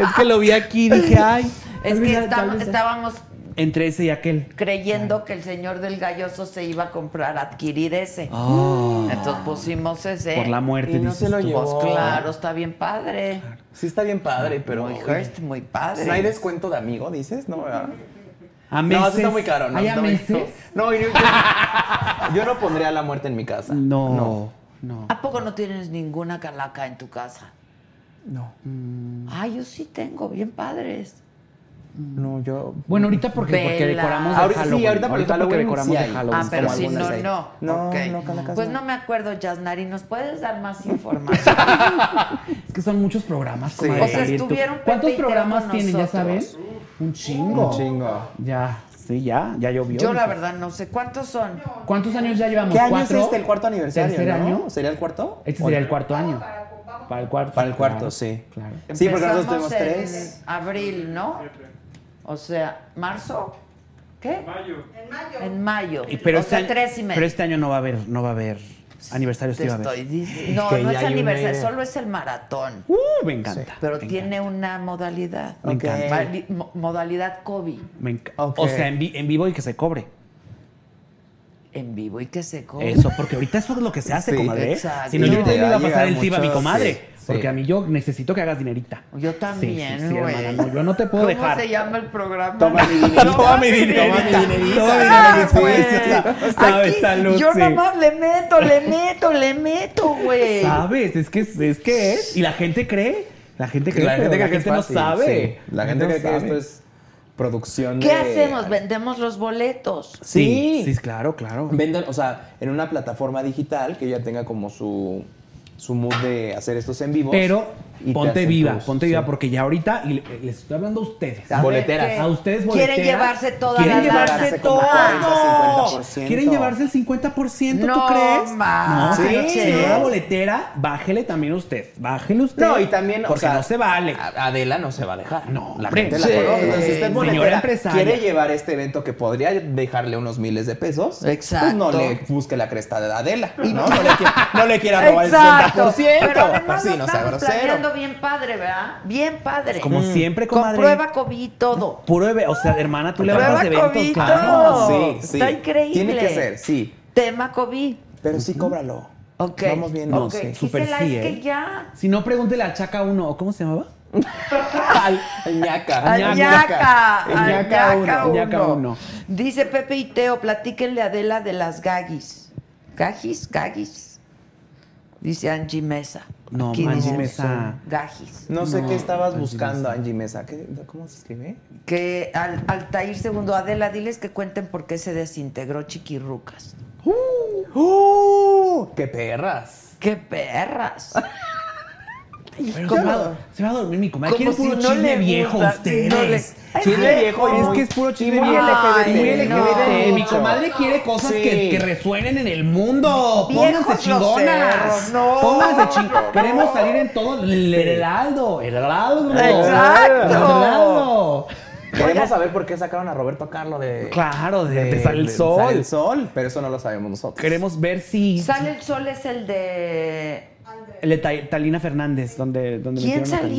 F: Es que lo vi aquí y dije, ay.
C: es que
F: mira,
C: estam-
F: tal vez-
C: estábamos
F: Entre ese y aquel.
C: creyendo que el señor del galloso se iba a comprar, a adquirir ese. Entonces pusimos ese.
F: Ah. Por la muerte,
E: Y no
F: dices
E: se lo
F: tú.
E: llevó.
C: Pues claro, está bien padre.
E: Sí está bien padre, pero...
C: muy Hearst, muy padre.
E: ¿No hay descuento de amigo, dices? No, ¿verdad?
F: A
E: No,
F: meses.
E: eso está muy caro. No,
F: ¿Hay a
E: está muy-
F: meses?
E: No, yo, yo- yo no pondría la muerte en mi casa.
F: No, no.
C: ¿A poco no tienes ninguna calaca en tu casa?
E: No,
C: Ay, yo sí tengo, bien padres.
E: no, yo...
F: Bueno, ahorita porque, porque
C: Vela.
F: decoramos de
E: Ahorita sí,
F: Halloween.
E: ahorita por el
F: porque
E: Halloween
F: decoramos
E: sí
F: de
E: hay.
F: Halloween.
C: Ah,
E: busco
C: pero
E: como
C: si no,
E: algunas ahí.
C: no.
E: No,
C: Ok.
E: no, calacas,
C: Pues no
E: no.
C: me acuerdo, Yasnari, ¿nos puedes dar más información?
F: Es que son muchos programas.
E: Sí.
F: comadre,
E: O sea,
F: también tú.
C: estuvieron
F: ¿Cuántos
C: Pepe y Teo
F: programas
C: con
F: tienen, ya
C: nosotros?
F: sabes? Un chingo.
E: Un chingo.
F: Ya, sí, ya, ya llovió.
C: Yo la verdad no sé cuántos son.
F: ¿Cuántos años ya llevamos?
E: ¿Qué año
F: ¿Cuatro?
E: es este? ¿El cuarto aniversario?
F: ¿Tercer
E: ¿no?
F: año?
E: ¿Sería el cuarto?
F: Este
E: ¿O
F: sería
E: no?
F: el cuarto año. Para el cuarto.
E: Para el cuarto,
F: claro,
E: sí.
F: Claro.
E: Sí, porque nosotros
C: Empezamos
E: tenemos tres.
C: en abril, ¿no? O sea, marzo. ¿Qué? En mayo.
F: Y- pero,
C: o
F: este
C: sea,
F: año,
C: tres y medio.
F: pero este año no va a haber, no va a haber aniversarios,
C: Te
F: sí va a haber.
C: estoy diciendo. No,
E: que
C: no
E: ya
C: es
E: hay una
C: aniversario,
E: idea.
C: solo es el maratón.
F: Uh, me encanta.
C: Pero
F: me
C: tiene una modalidad.
F: Me encanta.
C: Vali- mo- modalidad COVID
F: Me enca-
E: Ok.
F: O sea, en, vi- en vivo y que se cobre.
C: en vivo y que se come.
F: Eso, porque ahorita eso es lo que se hace,
E: Sí,
F: comadre. ¿eh?
C: exacto.
F: Si no, yo
C: Sí,
F: te
E: te
F: iba
E: va
F: a
E: a
F: pasar
E: llegar
F: el tip a mi
E: mucho,
F: comadre.
E: sí, sí.
F: Porque a mí yo necesito que hagas dinerita.
C: Yo también,
F: Sí, sí, sí,
C: güey.
F: hermana, no, yo no te puedo
C: ¿Cómo
F: dejar.
C: se llama el programa?
F: Toma mi dinerita. Toma mi dinerita. Toma mi
C: Ah,
F: dinerita.
C: güey.
F: Sí, sí, sí.
C: Aquí
F: Sabes, salud,
C: yo
F: sí.
C: nomás le meto, le meto, le meto, güey.
F: ¿Sabes? Es que es, es que es. Y la gente cree. La gente cree,
E: La
F: pero
E: gente
F: la
E: cree que es
F: gente no
E: fácil,
F: sabe.
E: sí. La gente
F: no
E: cree que
F: sabe.
E: esto es producción
C: ¿Qué
E: de-
C: hacemos? Vendemos los boletos.
F: Sí,
E: Sí.
F: sí, claro, claro.
E: Venden, o sea, en una plataforma digital que ya tenga como su, su mood de hacer estos en vivo.
F: Pero
E: y te
F: ponte
E: hacen
F: viva,
E: tus-
F: ponte viva,
E: sí.
F: porque ya ahorita, y le- les estoy hablando a ustedes.
C: A ver,
E: Boleteras.
C: ¿qué?
F: A ustedes boleteras.
C: Quieren llevarse toda
F: Quieren
C: la
F: llevarse
C: lana.
F: todo.
E: 40, 50%.
F: Quieren llevarse el 50%, ¿tú
C: No
F: crees?
C: manches.
F: No, señor-
E: Sí.
F: señora boletera, bájele también usted. Bájele usted.
E: No, y también, o
F: Porque
E: sea,
F: no se vale.
E: A- Adela no se va a dejar.
F: No,
E: la
F: hombre,
E: gente la
F: sí.
E: conoce. Entonces, si usted
F: Señora
E: boletera
F: empresaria.
E: quiere llevar este evento que podría dejarle unos miles de pesos,
C: Exacto.
E: pues no le busque la cresta de Adela. ¿no? No,
F: (laughs)
E: le quiera, no le quiera robar
C: Exacto.
E: el 60%.
C: Pero además
E: sí,
C: lo
E: no sea
C: estamos
E: grosero.
C: planeando bien padre, ¿verdad? Bien padre.
F: Como
C: Mm.
F: siempre,
C: Con
F: comadre.
C: prueba COVID y todo.
F: Puro eve- o sea, hermana, tú le
C: Prueba
F: vas de eventos,
C: COVID,
F: claro.
C: todo.
E: Sí, sí.
C: Está increíble.
E: Tiene que ser, sí.
C: Tema COVID.
E: Pero sí, cóbralo.
C: Ok.
E: Vamos viendo.
C: Ok.
E: sí.
F: (laughs) Súper
C: Gisela,
F: sí,
C: es
F: ¿eh?
C: que ya.
F: Si no, pregúntele a Chaca uno, ¿cómo se llamaba?
E: Al, al ñaca.
C: Añaca,
F: Añaca
C: añaca
F: uno, añaca
C: uno.
F: uno.
C: Dice Pepe y Teo, platíquenle a Adela de las gagis. ¿Gagis? Gagis. Dice Angie Mesa.
F: No,
C: Aquí
F: Angie
C: dice
F: Mesa.
C: Gagis.
E: No sé
F: No,
E: qué estabas
F: Angie
E: buscando,
F: Mesa.
E: Angie Mesa. ¿Qué- ¿Cómo se escribe?
C: Que al, Altair segundo, Adela, diles que cuenten por qué se desintegró Chiquirrucas.
F: ¡Oh!
E: ¡Uh! ¡Qué perras!
C: ¡Qué
F: (laughs)
C: perras!
F: Se va, se va a dormir mi comadre.
C: Como
F: ¿Quién es puro
C: si no
F: chisme
C: le
F: viejo
C: gusta, no le-
F: ustedes?
C: Ay,
E: Chisme viejo y
F: Es
E: muy-
F: que es puro
E: y
F: chisme
E: muy
F: viejo.
C: Ay,
F: Muy LGBT.
C: no.
F: Mi comadre quiere cosas
E: Sí.
F: que, que resuenen en el mundo.
C: Viejos
F: Pónganse chingonas.
C: groseros, no.
F: Pónganse chingonas. Queremos salir en todo. El heraldo. El heraldo.
C: Exacto.
F: El heraldo.
E: Queremos saber por qué sacaron a Roberto Carlos de.
F: Claro, de, de Sale el
E: de
F: Sol.
E: Sale el sol, pero eso no lo sabemos nosotros.
F: Queremos ver si.
C: Sale el sol es el de...
F: El de Ta- Talina Fernández, donde, donde
C: ¿Quién
F: metieron a Talina.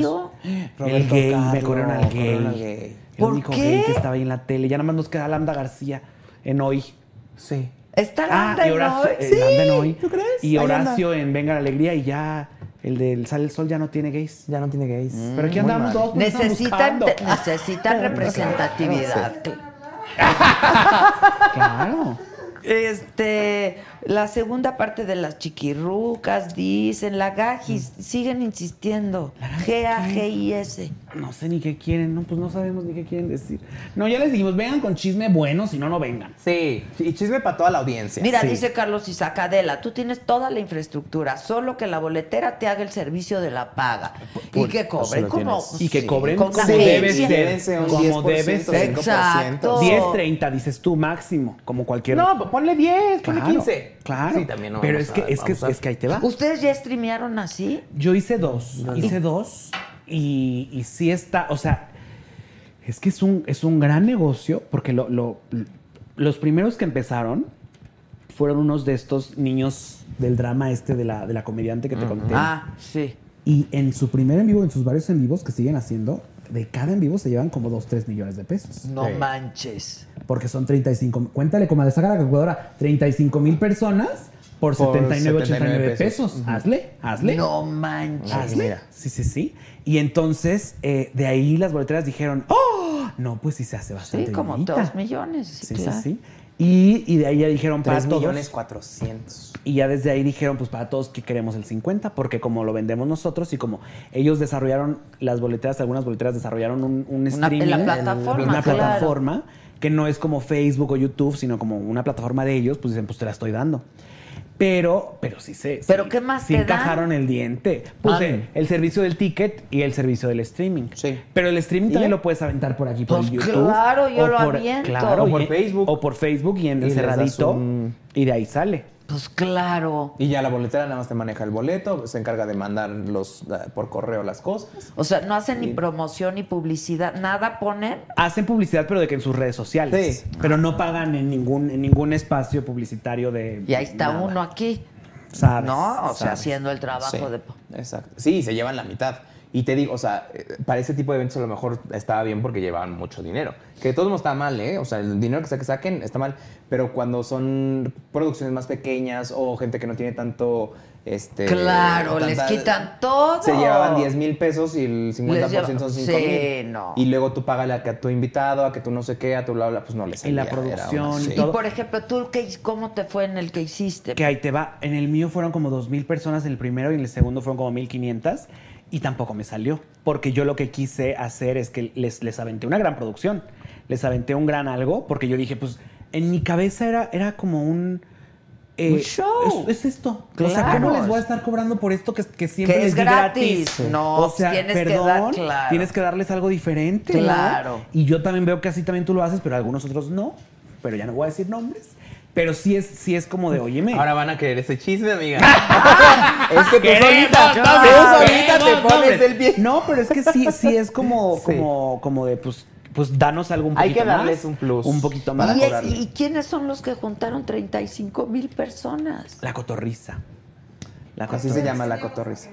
C: salió?
F: el gay, me corrieron al gay.
E: corrieron al gay.
F: El
C: ¿Por
F: único
C: qué?
F: gay que estaba ahí en la tele. Ya nada más nos queda Lambda García en hoy.
E: Sí.
C: ¿Está Landa
F: Ah, y
C: Ah, en
F: Horacio.
C: hoy?
F: eh,
C: Sí.
F: Lambda en hoy.
E: ¿tú crees? Ahí
F: Y
E: anda.
F: Horacio en Venga la Alegría y ya el del Sale el Sol ya no tiene gays.
E: Ya no tiene gays.
F: Mm, Pero aquí andamos dos. pues, estamos
C: Necesitan,
F: buscando.
C: necesitan representatividad.
F: (laughs) Claro.
C: Este, la segunda parte de las chiquirrucas, dicen, la gajis,
F: Mm.
C: siguen insistiendo. G-A-G-I-S.
F: No sé ni qué quieren, no, pues no sabemos ni qué quieren decir. No, ya les dijimos, vengan con chisme bueno, si no, no vengan.
E: Sí. Y chisme para toda la audiencia.
C: Mira,
E: Sí.
C: dice Carlos Isacadela, tú tienes toda la infraestructura, solo que la boletera te haga el servicio de la paga. y que
E: eso
C: cobren
E: lo
C: como... pues
E: tienes.
F: Y que cobren
C: con
F: como
C: una
F: debe
C: agencia.
F: ser.
E: un
F: Como
E: 10%,
F: debe ser.
E: 5%.
C: Exacto.
F: 10.30, dices tú, máximo, como cualquier...
E: No, ponle 10, ponle
F: Claro,
E: 15.
F: Claro.
E: Sí, también no
F: Pero
E: vamos
F: es que,
E: a-
F: es, que,
E: vamos a-
F: es que ahí te va.
C: ¿Ustedes ya streamearon así?
F: Yo hice dos. Hice dos. Y, y sí está. O sea, es que es un, es un gran negocio porque lo- lo- los primeros que empezaron fueron unos de estos niños del drama este de la, de la comediante que te conté.
C: Ah, sí.
F: Y en su primer en vivo, en sus varios en vivos que siguen haciendo, de cada en vivo se llevan como 2, 3 millones de pesos.
C: No manches.
F: Porque son 35. Cuéntale, comadre, saca la calculadora. 35 mil personas por,
E: Por
F: 79,
E: 79
F: 89 pesos. Hazle, hazle.
C: No manches.
F: Hazle. Sí, sí, sí. Y entonces, eh, de ahí las boleteras dijeron, ¡Oh! No, pues sí se hace bastante
C: Sí, como
F: dinerita".
C: dos millones. Sí,
F: Sí, sí,
C: claro.
F: sí. Y, y de ahí ya dijeron para
E: 3
F: todos.
E: millones 400.
F: Y ya desde ahí dijeron, pues para todos que queremos el 50, porque como lo vendemos nosotros y como ellos desarrollaron las boleteras, algunas boleteras desarrollaron un, un streaming.
C: en la
F: el-
C: plataforma,
F: Una
C: claro.
F: plataforma que no es como Facebook o YouTube, sino como una plataforma de ellos, pues dicen, pues te la estoy dando. Pero, pero sí se.
C: ¿Pero
F: sí-
C: qué más te
F: sí
C: dan? Ah.
F: encajaron el diente. Pues el, el servicio del ticket y el servicio del streaming.
E: Sí.
F: Pero el streaming también
E: ya?
F: lo puedes aventar por aquí, por
C: Pues
F: el YouTube.
C: claro, yo
F: o
C: lo
F: por-
C: aviento.
F: Claro,
E: O por
F: y-
E: Facebook.
F: O por Facebook y en el
E: Y les das
F: cerradito.
E: un-
F: Y de ahí sale.
C: Pues claro.
E: Y ya la boletera nada más te maneja el boleto, se encarga de mandar los, eh, por correo las cosas.
C: O sea, no hacen ni promoción ni publicidad, nada ponen.
F: hacen publicidad, pero de que en sus redes sociales.
E: Sí.
F: Pero no pagan en ningún, en ningún espacio publicitario de.
C: Y ahí está
F: nada.
C: uno aquí,
F: ¿Sabes?
C: ¿no? O sea,
F: ¿Sabes?
C: haciendo el trabajo
E: Sí,
C: de.
E: Exacto. Sí, se llevan la mitad. Y te digo, o sea, eh, para ese tipo de eventos a lo mejor estaba bien porque llevaban mucho dinero. Que de todos modos está mal, ¿eh? O sea, el dinero que sa- que saquen está mal. Pero cuando son producciones más pequeñas o gente que no tiene tanto. Este,
C: Claro, les quitan todo.
E: Se llevaban 10 mil pesos y el 50% son
C: lleva-
E: 5 mil.
C: Sí, no.
E: Y luego tú págale a, que a tu invitado, a que tú no sé qué, a tu bla, bla, pues no les
F: Y la producción y
C: Y
F: todo.
C: por ejemplo, tú, qué, ¿cómo te fue en el que hiciste?
F: Que ahí te va. En el mío fueron como 2.000 personas en el primero y en el segundo fueron como 1.500. Y tampoco me salió. Porque yo lo que quise hacer es que les, les aventé una gran producción. Les aventé un gran algo. Porque yo dije, pues en mi cabeza era, era como un. eh,
C: Un show.
F: Es, es esto. O sea,
C: Claro.
F: ¿cómo les voy a estar cobrando por esto que, que siempre
C: Que es
F: les di gratis?
C: gratis. No,
F: o sea,
C: tienes que
F: perdón,
C: dar- claro.
F: tienes que darles algo diferente. ¿no?
C: Claro.
F: Y yo también veo que así también tú lo haces, pero algunos otros no. Pero ya no voy a decir nombres. Pero sí es, sí es como de, óyeme.
E: Ahora van a querer ese chisme, amiga. (laughs) es que tú solita,
F: Queremos
E: tú
F: nombres,
E: solita te
F: queremos
E: pones
F: nombres.
E: el pie.
F: No, pero es que sí, sí es como,
E: (laughs) Sí.
F: como, como de, pues, pues danos algo un
E: Hay
F: poquito
E: que darles
F: más,
E: un plus
F: Un poquito
E: para
F: más.
C: ¿Y, es-
E: cobrarle.
C: y quiénes son los que juntaron 35 mil personas?
F: La cotorriza. La
E: Así se llama la cotorriza.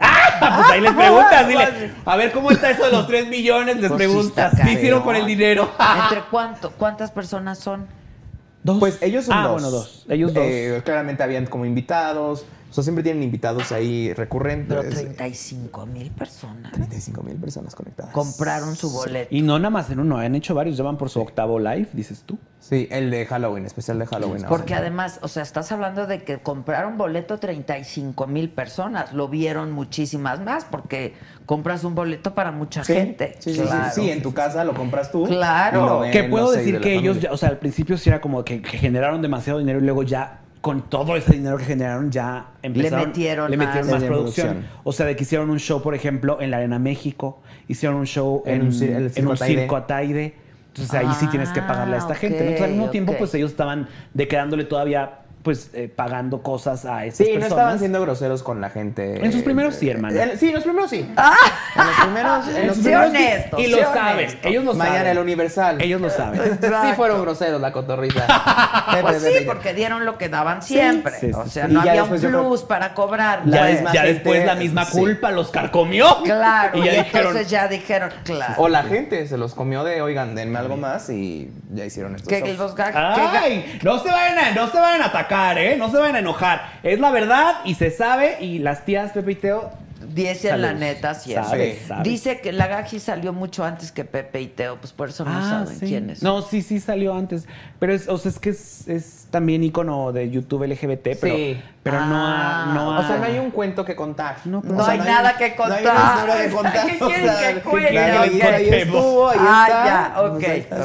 F: Ah, pues ahí les preguntas, dile. A ver, ¿cómo está eso de los 3 millones? Les
C: Pues sí
F: preguntas.
C: está
F: ¿Qué hicieron
C: cañón.
F: por el dinero?
C: ¿Entre cuánto? ¿Cuántas personas son?
F: (laughs) ¿Dos?
E: Pues ellos son
F: ah,
E: dos.
F: bueno, dos. Ellos dos.
E: Eh, claramente habían como invitados. O sea, siempre tienen invitados ahí recurrentes.
C: Pero 35 mil personas
E: 35 mil personas conectadas.
C: compraron su boleto.
F: Y no nada más en uno, han hecho varios, ya van por su octavo live, dices tú.
E: Sí, el de Halloween, especial de Halloween. ahora.
C: Pues Porque además, o sea, estás hablando de que compraron boleto 35 mil personas, lo vieron muchísimas más, porque compras un boleto para mucha
E: Sí,
C: gente.
E: Sí, sí, sí,
C: Claro.
E: sí, en tu casa lo compras tú.
C: Claro.
E: y lo ven
F: Que puedo
E: los seis
F: decir
E: de la
F: que ellos,
E: familia.
F: ya- o sea, al principio sí era como que, que generaron demasiado dinero y luego ya con todo ese dinero que generaron ya empezaron
C: metieron
F: le metieron
C: más.
F: más,
E: Le metieron
F: producción.
E: producción.
F: O sea, de que hicieron un show, por ejemplo, en la Arena México, hicieron un show
E: En
F: en,
E: un cir- el
F: en
E: circo
F: un
E: Ataide.
F: circo Ataide. Entonces ahí sí tienes que pagarle a esta
C: Ah,
F: gente. ¿no? Entonces, al mismo
C: ok,
F: tiempo,
C: ok.
F: pues ellos estaban declarándole todavía, pues eh, pagando cosas a
E: Sí,
F: estas personas.
E: no estaban siendo groseros con la gente.
F: En sus primeros sí,
E: Eh,
F: hermano.
E: eh, Sí, en los primeros sí.
C: Ah.
E: En los primeros. En los
C: Sé
E: primeros sí.
C: honesto,
F: Y
C: sé
F: lo
C: honesto.
F: saben, ellos lo
E: Mañana el
F: saben.
E: Universal.
F: Ellos lo saben.
E: Sí fueron groseros la
F: (laughs)
E: cotorrita.
C: Pues sí, porque dieron lo que daban siempre.
F: sí, sí,
C: o sea,
E: sí.
C: no
E: Y ya
C: había un
E: después yo creo-
C: plus para cobrar. pues.
F: ya,
E: (laughs) La
F: des-
E: misma
F: ya
E: gente-
F: después la misma
E: sí.
F: culpa los carcomió.
C: Claro,
F: (laughs) Y
C: y,
F: ya dijeron,
C: entonces ya dijeron, claro.
E: O la gente se los comió de, oigan, denme algo más y ya hicieron esto.
C: Que los gag- que ga-
F: Ay, no se vayan a, no se vayan a atacar, ¿eh? No se vayan a enojar. Es la verdad y se sabe y las tías Pepe y Teo
C: Dice
F: Salud.
C: la neta siempre.
F: Sabe, sabe.
C: Dice que la Gaji salió mucho antes que Pepe y Teo, pues por eso no saben quién es.
F: No, Ah, sí, sí salió antes. Pero es, o sea, es que es, es también icono de YouTube LGBT, pero,
E: Sí.
F: pero no ha,
C: Ah,
F: no ha-
E: O sea, no hay un cuento que contar.
F: No,
E: O
C: No
E: sea,
C: hay nada que
E: No hay una
C: contar.
E: historia que
C: (laughs)
E: contar.
C: ¿Qué
E: o
C: quieres
E: sea,
C: que cuente?
E: claro,
C: Ok.
E: ahí estuvo, ahí está.
C: Ah, ya, ok,
E: Pues ahí está.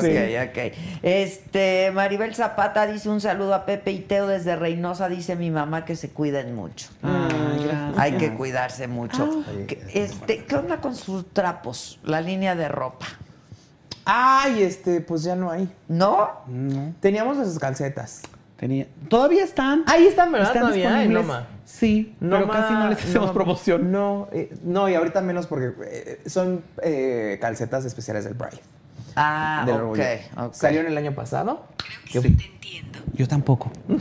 C: ok, ok. Este, Maribel Zapata dice un saludo a Pepe y Teo desde Reynosa. Dice mi mamá que se cuiden mucho. Mm.
F: Ah,
C: Hay que cuidarse mucho. Que- este, ¿Qué onda con sus trapos? La línea de ropa.
E: Ay, este, pues ya no hay.
C: ¿No?
E: Teníamos las calcetas.
F: Tenía- Todavía están.
E: Ahí están, ¿verdad?
F: Están
E: Todavía, en
F: disponibles.
E: Noma.
F: Sí, pero
E: ma-
F: casi no les hacemos
E: no,
F: promoción.
E: No, eh, no, y ahorita menos porque eh, son eh, calcetas especiales del Pride.
C: Ah,
E: del
C: ok,
E: orgullo.
C: ok.
E: Salieron el año pasado.
F: Yo tampoco.
C: ¿Por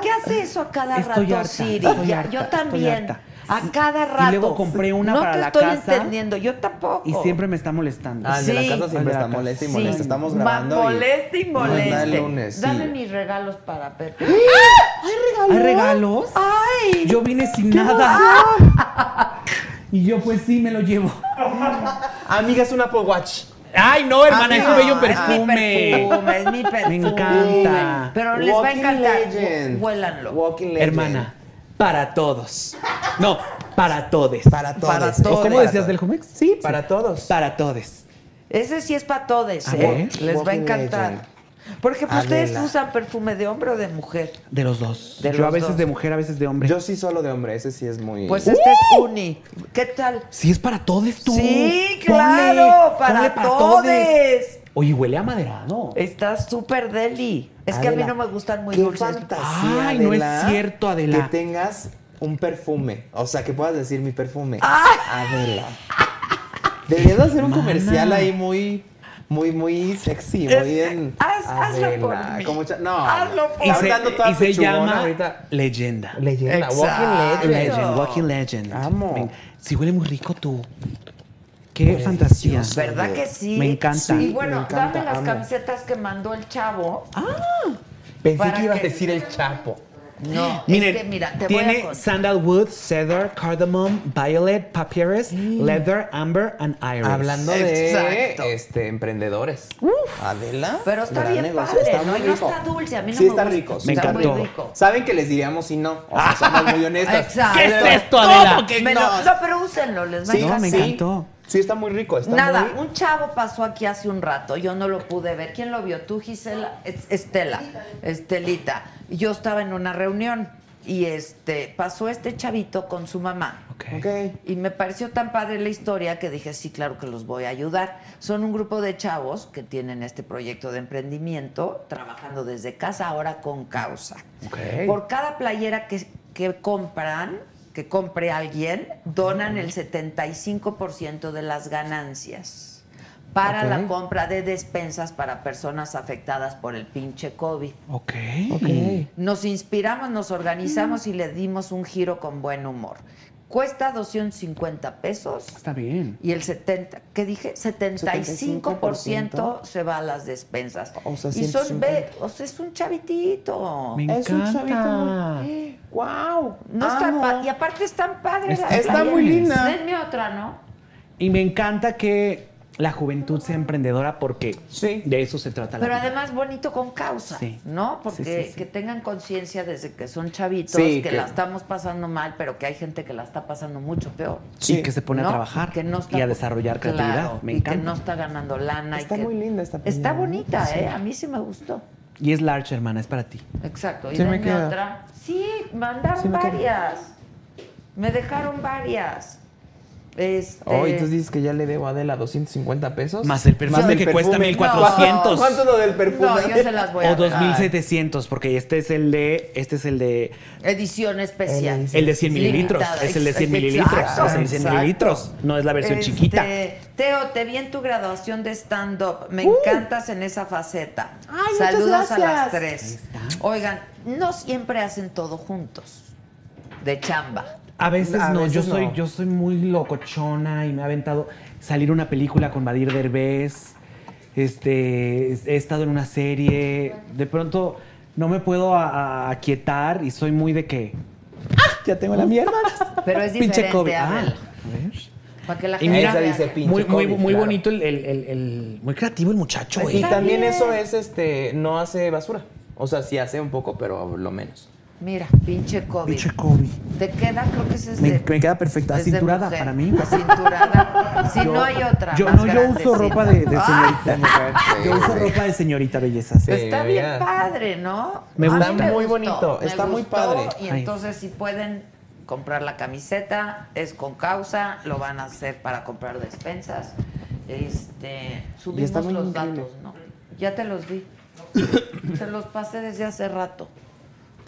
C: qué hace eso a cada
F: Estoy
C: rato,
F: harta,
C: Siri?
F: estoy
C: Ya,
F: harta,
C: yo
F: estoy
C: también.
F: harta.
C: A
F: Sí,
C: cada
F: y
C: rato.
F: luego compré una
C: no
F: para
C: te
F: la
C: estoy
F: casa.
C: entendiendo, yo tampoco.
F: Y siempre me está molestando.
E: Ah, el de
C: Sí.
E: la casa
F: El de
E: siempre
F: la
E: está
F: casa.
E: molesta y
C: Sí.
E: molesta. Estamos
C: Ma-
E: grabando. y-
C: Moleste y
E: No, está el
C: moleste.
E: lunes, sí.
C: Dame mis regalos para Pepe.
F: ¿Hay regalos?
C: ¡Ay!
F: Yo vine sin nada. (laughs) Y yo pues sí me lo llevo.
E: Amiga, es un Apple Watch.
F: Ay, no, hermana,
E: Amiga,
C: Ah,
F: es un bello
C: es mi
F: perfume.
C: perfume,
F: (laughs)
C: es mi perfume.
F: encanta.
C: Pero les va a
E: Walking
C: encantar.
E: Legend.
C: Huélanlo.
E: Walking Legend.
F: Hermana, para todos. No, para todes.
E: Para todos.
C: Para
E: ¿O
C: todes.
F: ¿Cómo decías del Jumex? Sí,
E: Para todos.
F: Para todes.
C: Ese sí es para todos,
F: A
C: ¿eh?
F: ver.
C: Les va a
E: Walking
C: encantar.
E: Legend.
C: Por ejemplo, ¿ustedes
E: Adela.
C: usan perfume de hombre o de mujer?
F: De los dos.
C: De
F: yo
C: los
F: a veces
C: dos.
F: de mujer, a veces de hombre.
E: Yo sí solo de hombre, ese sí es muy...
C: Pues este es uni. ¿Qué tal?
F: Sí, es para todes ¡Uh! tú.
C: Sí,
F: Ponle,
C: claro,
F: ponle
C: para, todes.
F: Oye, huele a maderado.
C: Está súper deli. Es que a mí
E: Adela,
C: no me gustan muy
E: qué
C: dulces.
E: fantasía,
F: Ay, no es
E: Adela,
F: cierto, Adela.
E: Que tengas un perfume. O sea, que puedas decir mi perfume. Adela. Deberías de hacer un comercial ahí muy. Muy, muy sexy, muy bien.
C: Haz- hazlo por mí.
E: como cha- no,
C: Hazlo por
F: Y
E: Está
F: se,
E: hablando toda
F: y se
E: pechugona
F: llama
E: ahorita.
F: Leyenda.
E: Leyenda,
C: Exacto.
E: Walking Legend.
F: Legend, Walking Legend.
E: Amo.
F: Me- Sí, huele muy rico tú. Qué fantasía.
C: ¿Verdad que sí?
F: Me encanta.
C: Y bueno,
E: me encanta,
C: dame las
E: amo.
C: camisetas que mandó el chavo.
F: Ah.
E: Pensé
C: Para
E: que iba a
C: que-
E: decir el Chapo.
C: No,
F: Miren,
C: es que mira, te voy a
F: tiene
C: contar.
F: sandalwood, cedar, cardamom, violet, papyrus, leather, amber and iris.
E: Hablando de
C: Exacto.
E: este, emprendedores. Adela.
C: Pero está
E: gran
C: bien
E: negocio,
C: padre,
E: está
C: ¿no?
E: muy
C: Y no
E: rico.
C: está dulce, a mí no
E: sí
C: me
E: está
C: gusta.
E: rico.
F: Me
C: está
F: encantó.
C: muy rico.
E: Saben que les diríamos si no. O sea, somos
C: (laughs)
E: muy honestas.
C: Exacto.
F: ¿Qué es esto, Adela?
E: que
C: Me lo- no, pero úsenlo, les va a
E: Sí,
F: No, me
C: encantar.
E: sí.
F: encantó.
E: Sí, está muy rico. Está
C: Nada,
E: muy-
C: un chavo pasó aquí hace un rato, yo no lo pude ver. ¿Quién lo vio? ¿Tú, Gisela? Es- Estela, Estelita. Y Yo estaba en una reunión y este pasó este chavito con su mamá.
F: Ok.
E: Ok.
C: Y me pareció tan padre la historia que dije, sí, claro que los voy a ayudar. Son un grupo de chavos que tienen este proyecto de emprendimiento, trabajando desde casa, ahora con causa.
E: Ok.
C: Por cada playera que, que compran, que compre alguien, donan el 75% de las ganancias para la compra de despensas para personas afectadas por el pinche COVID.
F: Ok.
C: Nos inspiramos, nos organizamos y le dimos un giro con buen humor. Cuesta 250 pesos
F: Está bien.
C: y el 70, ¿qué dije? 75%,
E: 75%
C: se va a las despensas.
E: O sea,
C: y son, ve,
E: 150.
C: o sea, es un chavitito.
F: Me
E: Es un
F: encanta.
E: chavito. ¡Wow!
C: No está pa- y aparte están padres
F: Está-
C: las
E: está muy
C: playeras.
E: linda.
C: Denme otra, ¿no?
F: Y me encanta que la juventud sea emprendedora porque
E: Sí.
F: de eso se trata la
C: Pero
F: vida.
C: además bonito con causa,
F: Sí.
C: ¿no? Porque
F: Sí, sí, sí.
C: que tengan conciencia desde que son chavitos,
E: Sí,
C: que,
E: que-
C: la estamos pasando mal, pero que hay gente que la está pasando mucho peor.
F: y que se pone
C: ¿no?
F: a trabajar
C: Que no está-
F: y a desarrollar
C: Claro,
F: creatividad. me
C: y que
F: encanta.
C: no está ganando lana. y
E: Está
C: que-
E: muy linda esta
C: Está
E: playera, ¿no?
C: bonita,
E: Sí.
C: ¿eh? A mí sí me gustó.
F: Y es large, hermana, es para ti.
C: Exacto. Y
E: Sí, me
C: denme
E: queda.
C: otra. Sí, mandaron
E: Sí, me queda.
C: varias. Me dejaron varias. Este...
E: Oh, y tú dices que ya le debo a Adela 250 pesos.
F: Más el perfume
E: Más el
F: que cuesta
E: perfume.
F: 1400.
E: ¿Cuánto es lo del perfume?
C: No, yo se las voy a
F: O
C: dar.
F: 2700, porque este es el de. Este es el de.
C: Edición especial.
F: El de 100 mililitros.
C: Limitada.
F: Es el de 100
C: Exacto,
F: mililitros. Es el de 100
C: exacto.
F: mililitros. No es la versión chiquita.
C: Este, Teo, te vi en tu graduación de stand-up. Me
F: Uh.
C: encantas en esa faceta. Saludos a las tres. Oigan, no siempre hacen todo juntos. De chamba.
F: A veces
E: A
F: no, yo
E: veces
F: soy
E: no.
F: yo soy muy locochona y me ha aventado salir una película con Badir Derbez. Este, he estado en una serie, de pronto no me puedo a- a- aquietar y soy muy de que
E: Ya tengo la (laughs) mierda.
C: Pero es
F: pinche
C: diferente,
F: COVID. Ah,
C: Adela, Para que la
F: Y
C: gente
F: mira,
C: vea
E: dice
C: que-
E: pinche
F: muy, muy,
E: COVID,
F: muy
E: claro.
F: bonito el, el- el- el- muy creativo el muchacho,
E: Y
F: eh. güey.
C: Está
E: también
C: bien.
E: eso es, este, no hace basura. O sea, sí hace un poco, pero lo menos.
C: Mira, pinche COVID. Te queda, creo que ese es
F: Me,
C: de-
F: me queda perfecta,
C: es de
F: cinturada
C: mujer.
F: para mí. pues
C: Cinturada. Si no hay otra.
F: Yo
C: más
F: no, yo uso
C: grandecita.
F: ropa de, de
C: Ah,
F: señorita. Yo uso ropa de señorita bellezas.
E: Sí.
C: Está bien
E: mira.
C: padre, ¿no?
F: Me
C: A mí
F: gusta.
E: Muy
C: gustó,
E: bonito,
C: me
E: está muy
C: gustó,
E: padre.
C: Y
F: Ay.
C: entonces si pueden comprar la camiseta, es con causa, lo van a hacer para comprar despensas. Este, subimos
E: está muy
C: los
E: increíble.
C: datos, ¿no? Ya te los
F: (coughs)
C: di. Se los pasé desde hace rato.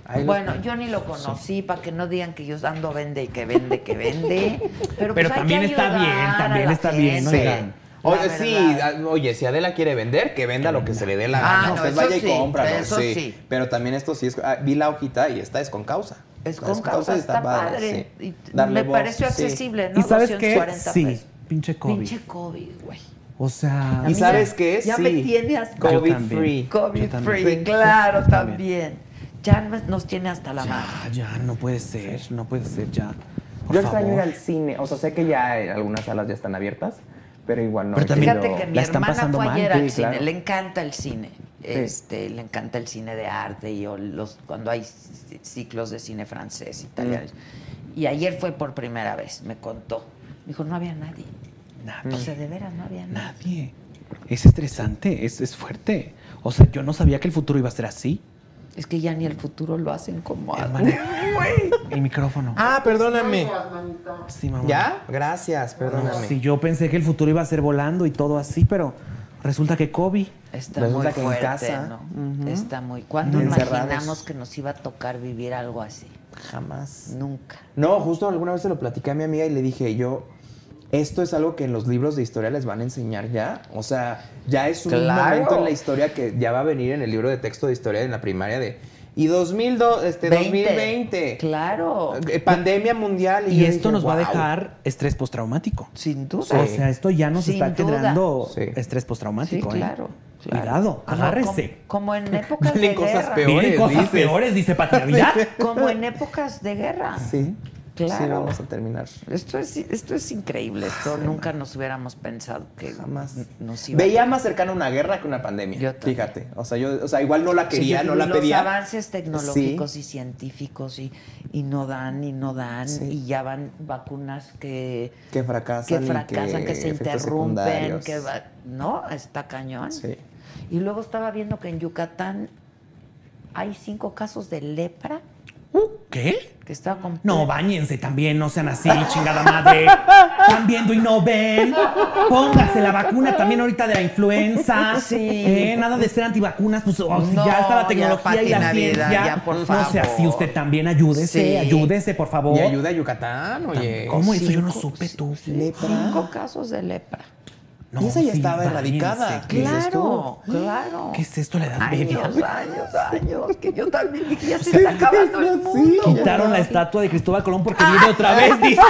E: Ahí los-
C: bueno, yo ni lo conocí para que no digan que yo ando vende y que vende, que
F: (laughs)
C: vende. Pero,
F: Pero
C: pues, hay que
F: también está
C: ayudar
F: bien,
C: a
F: también
C: la
F: está bien,
C: gente,
E: Sí.
F: Oigan,
C: la
E: Oye, sí,
C: verdad.
E: a- oye, si Adela quiere vender, que venda lo que se le dé la
C: Ah,
E: gana.
C: no,
E: Usted
C: eso
E: vaya
C: sí,
E: y compra.
C: eso
E: sí.
C: sí.
E: Pero también esto sí es. ah, vi la hojita y esta es con causa.
C: Es
E: Esta
C: con causa,
E: y
C: está padre.
E: sí.
C: Y
E: Darle
C: me
E: voz,
C: pareció
E: sí.
C: accesible, ¿no?
F: ¿Y sabes qué?
C: 240
F: Sí,
C: pesos.
F: pinche COVID.
C: Pinche COVID, güey.
F: O sea,
C: A mí
E: ¿Y sabes
C: ya-
E: qué?
C: ya
E: sí.
C: me tiene hasta- Yo
E: COVID
F: también.
E: free.
C: COVID
F: también.
C: free,
F: Sí,
C: claro,
F: yo
C: también. Ya nos nos tiene hasta la mano.
F: ya, Ah, ya, no puede ser, no puede ser ya. Por
E: Yo
F: favor.
E: extraño ir al cine. O sea, sé que ya eh, algunas salas ya están abiertas, pero igual no.
F: Pero
E: he
F: también-
C: Fíjate
E: querido-
C: que mi
F: la están
C: hermana
F: pasando
C: fue
F: mal,
C: ayer al
E: sí,
C: cine,
E: claro.
C: le encanta el cine. Este, le encanta el cine de arte y o los cuando hay c- ciclos de cine francés, italiano.
F: Mm.
C: Y ayer fue por primera vez, me contó. Me dijo, no había nadie.
F: Nadie.
C: O sea, de veras no había nadie.
F: Nadie. Es estresante, es, es fuerte. O sea, yo no sabía que el futuro iba a ser así.
C: Es que ya ni el futuro lo hacen como antes.
F: (laughs) Hermana. el micrófono.
E: Ah, perdóname.
F: Sí, mamá.
E: ¿Ya? Gracias,
F: No,
E: perdóname.
F: sí, yo pensé que el futuro iba a ser volando y todo así, pero resulta que COVID.
C: Está
E: Resulta
C: muy
E: que en
C: fuerte,
E: casa,
C: ¿no? Está muy. ¿Cuándo
E: Encerrados.
C: imaginamos que nos iba a tocar vivir algo así?
E: Jamás.
C: Nunca.
E: No, justo alguna vez se lo platicé a mi amiga y le dije yo, esto es algo que en los libros de historia les van a enseñar ya. O sea, ya es un
C: Claro.
E: momento en la historia que ya va a venir en el libro de texto de historia en la primaria de... Y 2002, este, 2020.
C: Claro.
E: eh, Pandemia mundial.
F: Y
E: yo
F: esto
E: dije,
F: nos va a
E: "Wow".
F: dejar estrés postraumático.
C: Sin duda.
F: O sea, esto ya nos
C: Sin
F: está
C: duda.
F: generando
E: Sí.
F: estrés
C: Sí,
F: postraumático. ¿eh?
C: claro. claro.
F: Cuidado,
C: Como-
F: agárrese.
C: Como, como
F: (laughs)
C: en épocas de
E: Vienen cosas
C: guerra.
E: peores.
F: Vienen cosas
E: dices.
F: peores, dice
E: (laughs)
F: para (laughs) Navidad.
C: Como en épocas de guerra.
E: Sí.
C: Claro.
E: Sí, vamos a terminar.
C: Esto es, esto es increíble. Esto nunca nos hubiéramos pensado que
E: Jamás.
C: nos iba
E: Veía más cercana una guerra que una pandemia.
C: Yo también.
E: Fíjate. O sea, yo, o sea, igual no la
C: Sí,
E: quería,
C: sí,
E: no la
C: los
E: pedía.
C: avances tecnológicos y científicos y, y no dan y no dan
E: Sí.
C: y ya van vacunas que
E: Que fracasan
C: que
E: y
C: fracasan, que,
E: que
C: se
E: efectos
C: interrumpen,
E: secundarios.
C: que va- no, está cañón.
E: Sí.
C: Y luego estaba viendo que en Yucatán hay cinco casos de lepra
F: Uh, ¿Qué?
C: que está con
F: No, bañense también, no sean así, chingada madre. Están viendo y no ven. Póngase la vacuna también ahorita de la influenza.
C: Sí.
F: Eh, nada de ser antivacunas, pues oh, si
C: No,
F: ya está
C: ya,
F: la tecnología y la
C: Pati Navidad,
F: ciencia.
C: ya, por
F: No sea así,
C: favor.
F: usted también ayúdese,
C: Sí.
F: ayúdese, por favor.
E: Y ayuda a Yucatán, oye.
F: ¿Cómo eso? Yo no
C: cinco,
F: supe tú.
C: cinco casos de lepra.
J: No,
E: y esa ya
J: sí,
E: estaba
J: báñense,
E: erradicada.
J: ¿qué es esto?
C: Claro, claro.
J: ¿Qué es esto? La edad media.
C: Años, años, años. Que yo también dije, ya se está acabando el mundo.
F: Quitaron la estatua de Cristóbal Colón porque viene
C: (laughs)
F: otra vez, dice.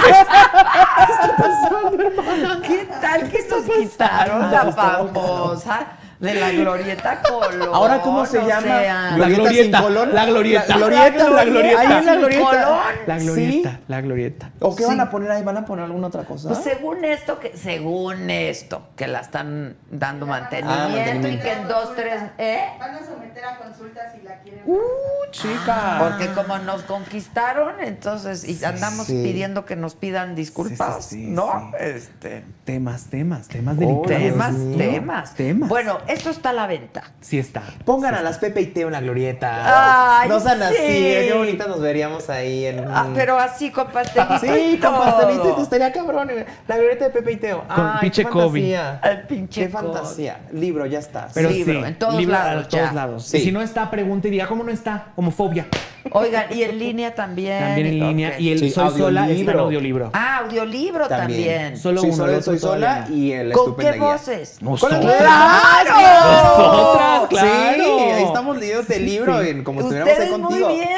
C: ¿Qué tal que nos quitaron la famosa de la glorieta Colón?
E: Ahora, ¿cómo se
C: O
E: llama?
C: sea,
K: La glorieta, la glorieta.
E: La glorieta,
K: La
E: la
K: glorieta.
E: glorieta. Ahí en la
C: Sin
E: glorieta.
C: Colón.
J: La
E: Sí.
J: glorieta, la glorieta.
E: ¿O qué van a poner ahí? ¿Van a poner alguna otra cosa?
C: Pues según esto, que, según esto, que la están dando mantenimiento,
E: Ah,
C: y
E: mantenimiento.
C: que en dos, tres, ¿eh?
L: Van a someter a consulta si la quieren.
E: Uh, chica.
C: Porque como nos conquistaron, entonces, y andamos
E: sí.
C: pidiendo que nos pidan disculpas,
J: sí,
C: ¿no? Este.
J: Temas, temas, temas
E: Oh,
J: delicados.
C: Temas,
E: mío.
C: temas.
J: Temas.
C: Bueno, esto está a la venta.
J: Sí está.
E: Pongan a las Pepe y Teo en la glorieta.
C: Ay,
E: no sean así,
C: sí.
E: eh, qué bonita nos veríamos ahí en.
C: Ah, pero así con pastelito.
E: Mm. Sí,
C: y
E: con pastelito y
C: todo.
E: te estaría cabrón. eh, La glorieta de Pepe y Teo.
F: Con
E: Ay,
F: pinche
E: qué
F: Kobe.
E: fantasía.
C: Al pinche
E: Qué
C: Kobe.
E: fantasía. Libro, ya está.
F: Pero
C: Libro,
F: sí,
C: en todos
F: libro
C: lados,
F: a todos
C: ya.
F: lados.
E: Sí.
F: Y si no está, pregunta y diga, ¿cómo no está? Homofobia.
C: Oigan, y en línea también.
F: También en línea.
C: Eh, Ok.
F: Y el
E: Sí,
F: Soy Sola está en
E: audiolibro.
F: audiolibro.
C: Ah, audiolibro también.
F: Solo
E: Sí,
F: uno.
E: solo
F: el
E: el
F: otro
E: soy sola
F: todavía no.
E: y el
C: ¿Con qué
E: estupenda guía.
C: voces? Ah,
E: (laughs)
F: ¡Nosotras, claro!
E: Sí, ahí estamos leyéndote el libro en, como si estuviéramos ahí
C: Ustedes muy
E: contigo.
C: bien.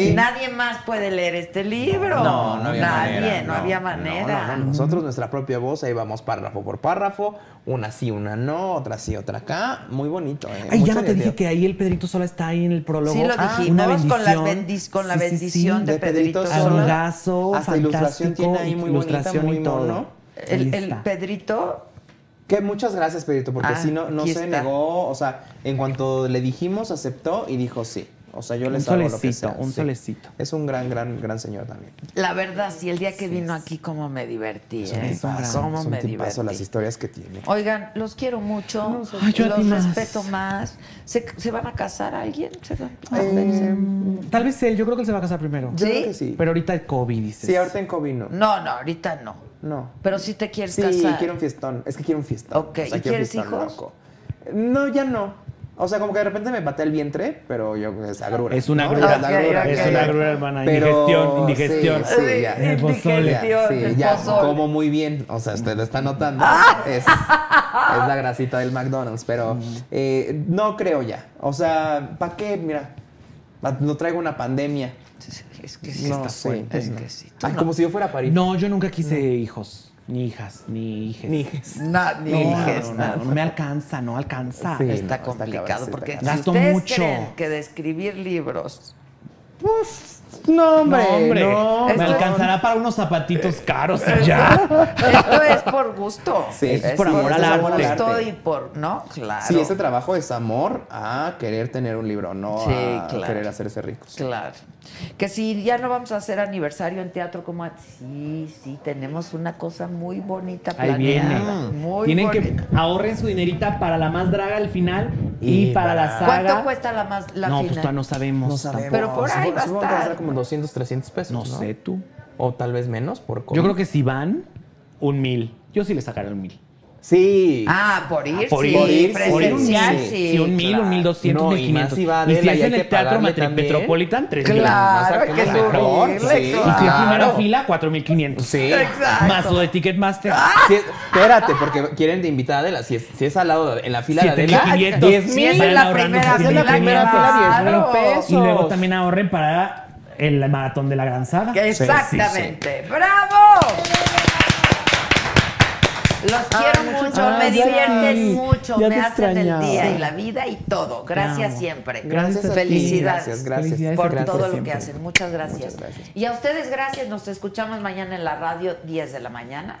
E: Sí.
C: Nadie más puede leer este libro.
E: No, no había
C: Nadie,
E: manera,
C: no, había manera.
E: no, no, no. Nosotros, nuestra propia voz, ahí vamos párrafo por párrafo. Una sí, una no, otra sí, otra acá. Muy bonito, ¿eh?
F: Ay,
E: Mucho
F: ya no te
E: divertido.
F: dije que ahí el Pedrito Sola está ahí en el prólogo.
C: Sí, lo
F: Ah,
C: dijimos
F: una
C: con, la
F: bendición.
C: bendic- con la
F: Sí, sí, sí.
C: bendición de,
E: de
C: Pedrito,
E: Pedrito
C: Sola.
E: Sola.
F: Amigazo,
E: Hasta ilustración
F: fantástico,
E: tiene ahí muy bonita,
F: ilustración
E: muy
F: y todo.
E: mono.
F: Ahí
C: El, el
F: está.
C: Pedrito,
E: Que muchas gracias, Pedrito, porque
C: Ah,
E: si no, no
C: aquí
E: se
C: está.
E: negó. O sea, en cuanto le dijimos, aceptó y dijo sí. O sea, yo
F: Un
E: les hago lo que
F: solecito,
E: sea,
F: un
E: sí.
F: solecito.
E: Es un gran, gran, gran señor también.
C: la verdad, sí, el día que vino aquí, cómo me divertí. ¿eh? Cómo
E: Son
C: me
E: tipazo las
C: divertí. Oh,
E: historias que tiene.
C: Oigan, los quiero mucho,
F: Ay, yo a ti
C: los
F: más.
C: respeto más. ¿Se, se van a casar alguien? ¿Se van a
F: Mm, Tal vez él, yo creo que él se va a casar primero.
E: Yo creo
C: ¿Sí?
E: que sí.
F: Pero ahorita el COVID, dices.
E: sí, ahorita en COVID no.
C: No, no, ahorita no.
E: No.
C: Pero si te quieres
E: Sí,
C: casar.
E: quiero un fiestón. Es que quiero un fiestón.
C: Ok,
E: O sea,
C: ¿y
E: quiero un
C: quieres
E: fiestón
C: hijos?
E: loco. No, ya no. O sea, como que de repente me patea el vientre, pero yo pues, es agrura.
F: Es una
E: ¿no?
F: agrura.
E: Es una
C: Ok,
F: Es
C: ok.
F: una grúa, hermana.
E: Pero-
F: Indigestión, indigestión.
E: Sí, sí, ya.
C: Ay,
F: El pozole.
C: Eh, indigestión,
E: Sí,
C: el
E: ya
C: pozole. Ah.
E: como muy bien. O sea, usted lo está notando. Es, es la grasita del McDonald's, pero eh, no creo ya. O sea, ¿para qué? Mira, pa- no traigo una pandemia.
C: Es que sí
E: No
C: está
E: sé,
C: fuerte,
E: pues
C: es
E: no.
C: que sí. Tú
F: Ah,
E: Ay,
C: no.
E: Como si yo fuera a París.
F: No, yo nunca quise hijos, ni hijas, ni hijes.
E: Ni hijes.
C: Na- ni
F: No,
C: dijes
F: no, no,
C: nada.
F: no, no me alcanza, no alcanza.
C: Está
E: Sí. no, está
C: complicado
E: cabrón, sí,
C: porque
E: está
C: si
F: cabrón. Gasto
C: ustedes
F: mucho.
C: creen que de escribir libros
E: No,
F: No, hombre,
E: no.
F: me
C: Esto-
F: alcanzará para unos zapatitos caros y ya.
C: esto es por
F: (laughs)
C: gusto
E: Sí,
C: es,
E: es por
F: amor al
C: por
F: arte.
C: gusto y por no claro
E: Sí, ese trabajo es amor a querer tener un libro, no
C: Sí,
E: a
C: claro.
E: querer hacerse ricos.
C: Claro. Que si ya no vamos a hacer aniversario en teatro como a- sí, sí, tenemos una cosa muy bonita
F: Ahí viene. Ah,
C: planeada. Muy
F: Tienen que
C: bonita.
F: ahorren su dinerita para la más draga al final y,
E: Y
F: para
E: para-
F: la saga.
C: ¿Cuánto cuesta la más la
F: no,
C: fina?
F: pues todavía no sabemos. tampoco.
C: Pero por ahí
E: Supongo-
C: va a
E: supongo que va a
C: estar.
E: estar como 200, 300 pesos.
F: No
E: No,
F: sé tú.
E: O tal vez menos por
F: Yo creo que si van, un mil. Yo sí le sacaré un mil.
E: Sí.
C: Ah, por ir,
F: Por
C: sí,
F: ir, por
E: ir,
C: presencial,
E: por ir,
C: sí.
E: sí.
F: Si un mil, un mil doscientos,
E: No,
F: mil
E: y más
F: quinientos.
E: si va
F: Y si
E: Adela,
F: es
E: y hay
F: en el
E: que
F: Teatro
E: pagarle
F: Matri-
E: también.
F: Metropolitan, tres mil.
C: Claro, hay que
E: Más a como
C: subirle,
E: mejor, sí.
F: Y si es primera
C: claro.
F: fila, cuatro mil quinientos.
E: Sí.
C: Exacto.
F: Más lo de Ticketmaster.
E: Sí, espérate, porque quieren de invitada a Adela. Si es, si es al lado, de- en la fila de
F: Siete mil
E: Adela,
F: quinientos.
E: diez
C: Si
E: mil.
C: es en
F: Vayan
C: la
F: ahorrando
C: primera
F: sus
E: fila,
F: mil
C: claro.
E: pesos.
F: Y luego también ahorren para el maratón de la gran saga.
C: Exactamente. ¡Bravo! Los quiero mucho, me divierten mucho,
F: ya
C: me
F: te
C: hacen el
F: extrañaba.
C: día y
F: Sí.
C: la vida y todo. Gracias
F: amo.
C: siempre.
F: Gracias a ti.
C: Felicidades.
E: Gracias, gracias.
F: Felicidades
C: por
F: a ti.
C: todo lo
F: Siempre.
C: que hacen. Muchas gracias.
E: Muchas gracias.
C: Y a ustedes, gracias. Nos escuchamos mañana en la radio, 10 de la mañana,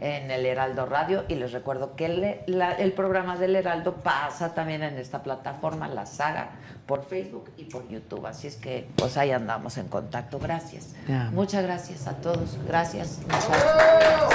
C: en el Heraldo Radio. Y les recuerdo que el, la- el programa del Heraldo pasa también en esta plataforma, la saga, por Facebook y por YouTube. Así es que, pues ahí andamos en contacto. Gracias.
F: Te amo.
C: Muchas gracias a todos. Gracias. Nos vemos.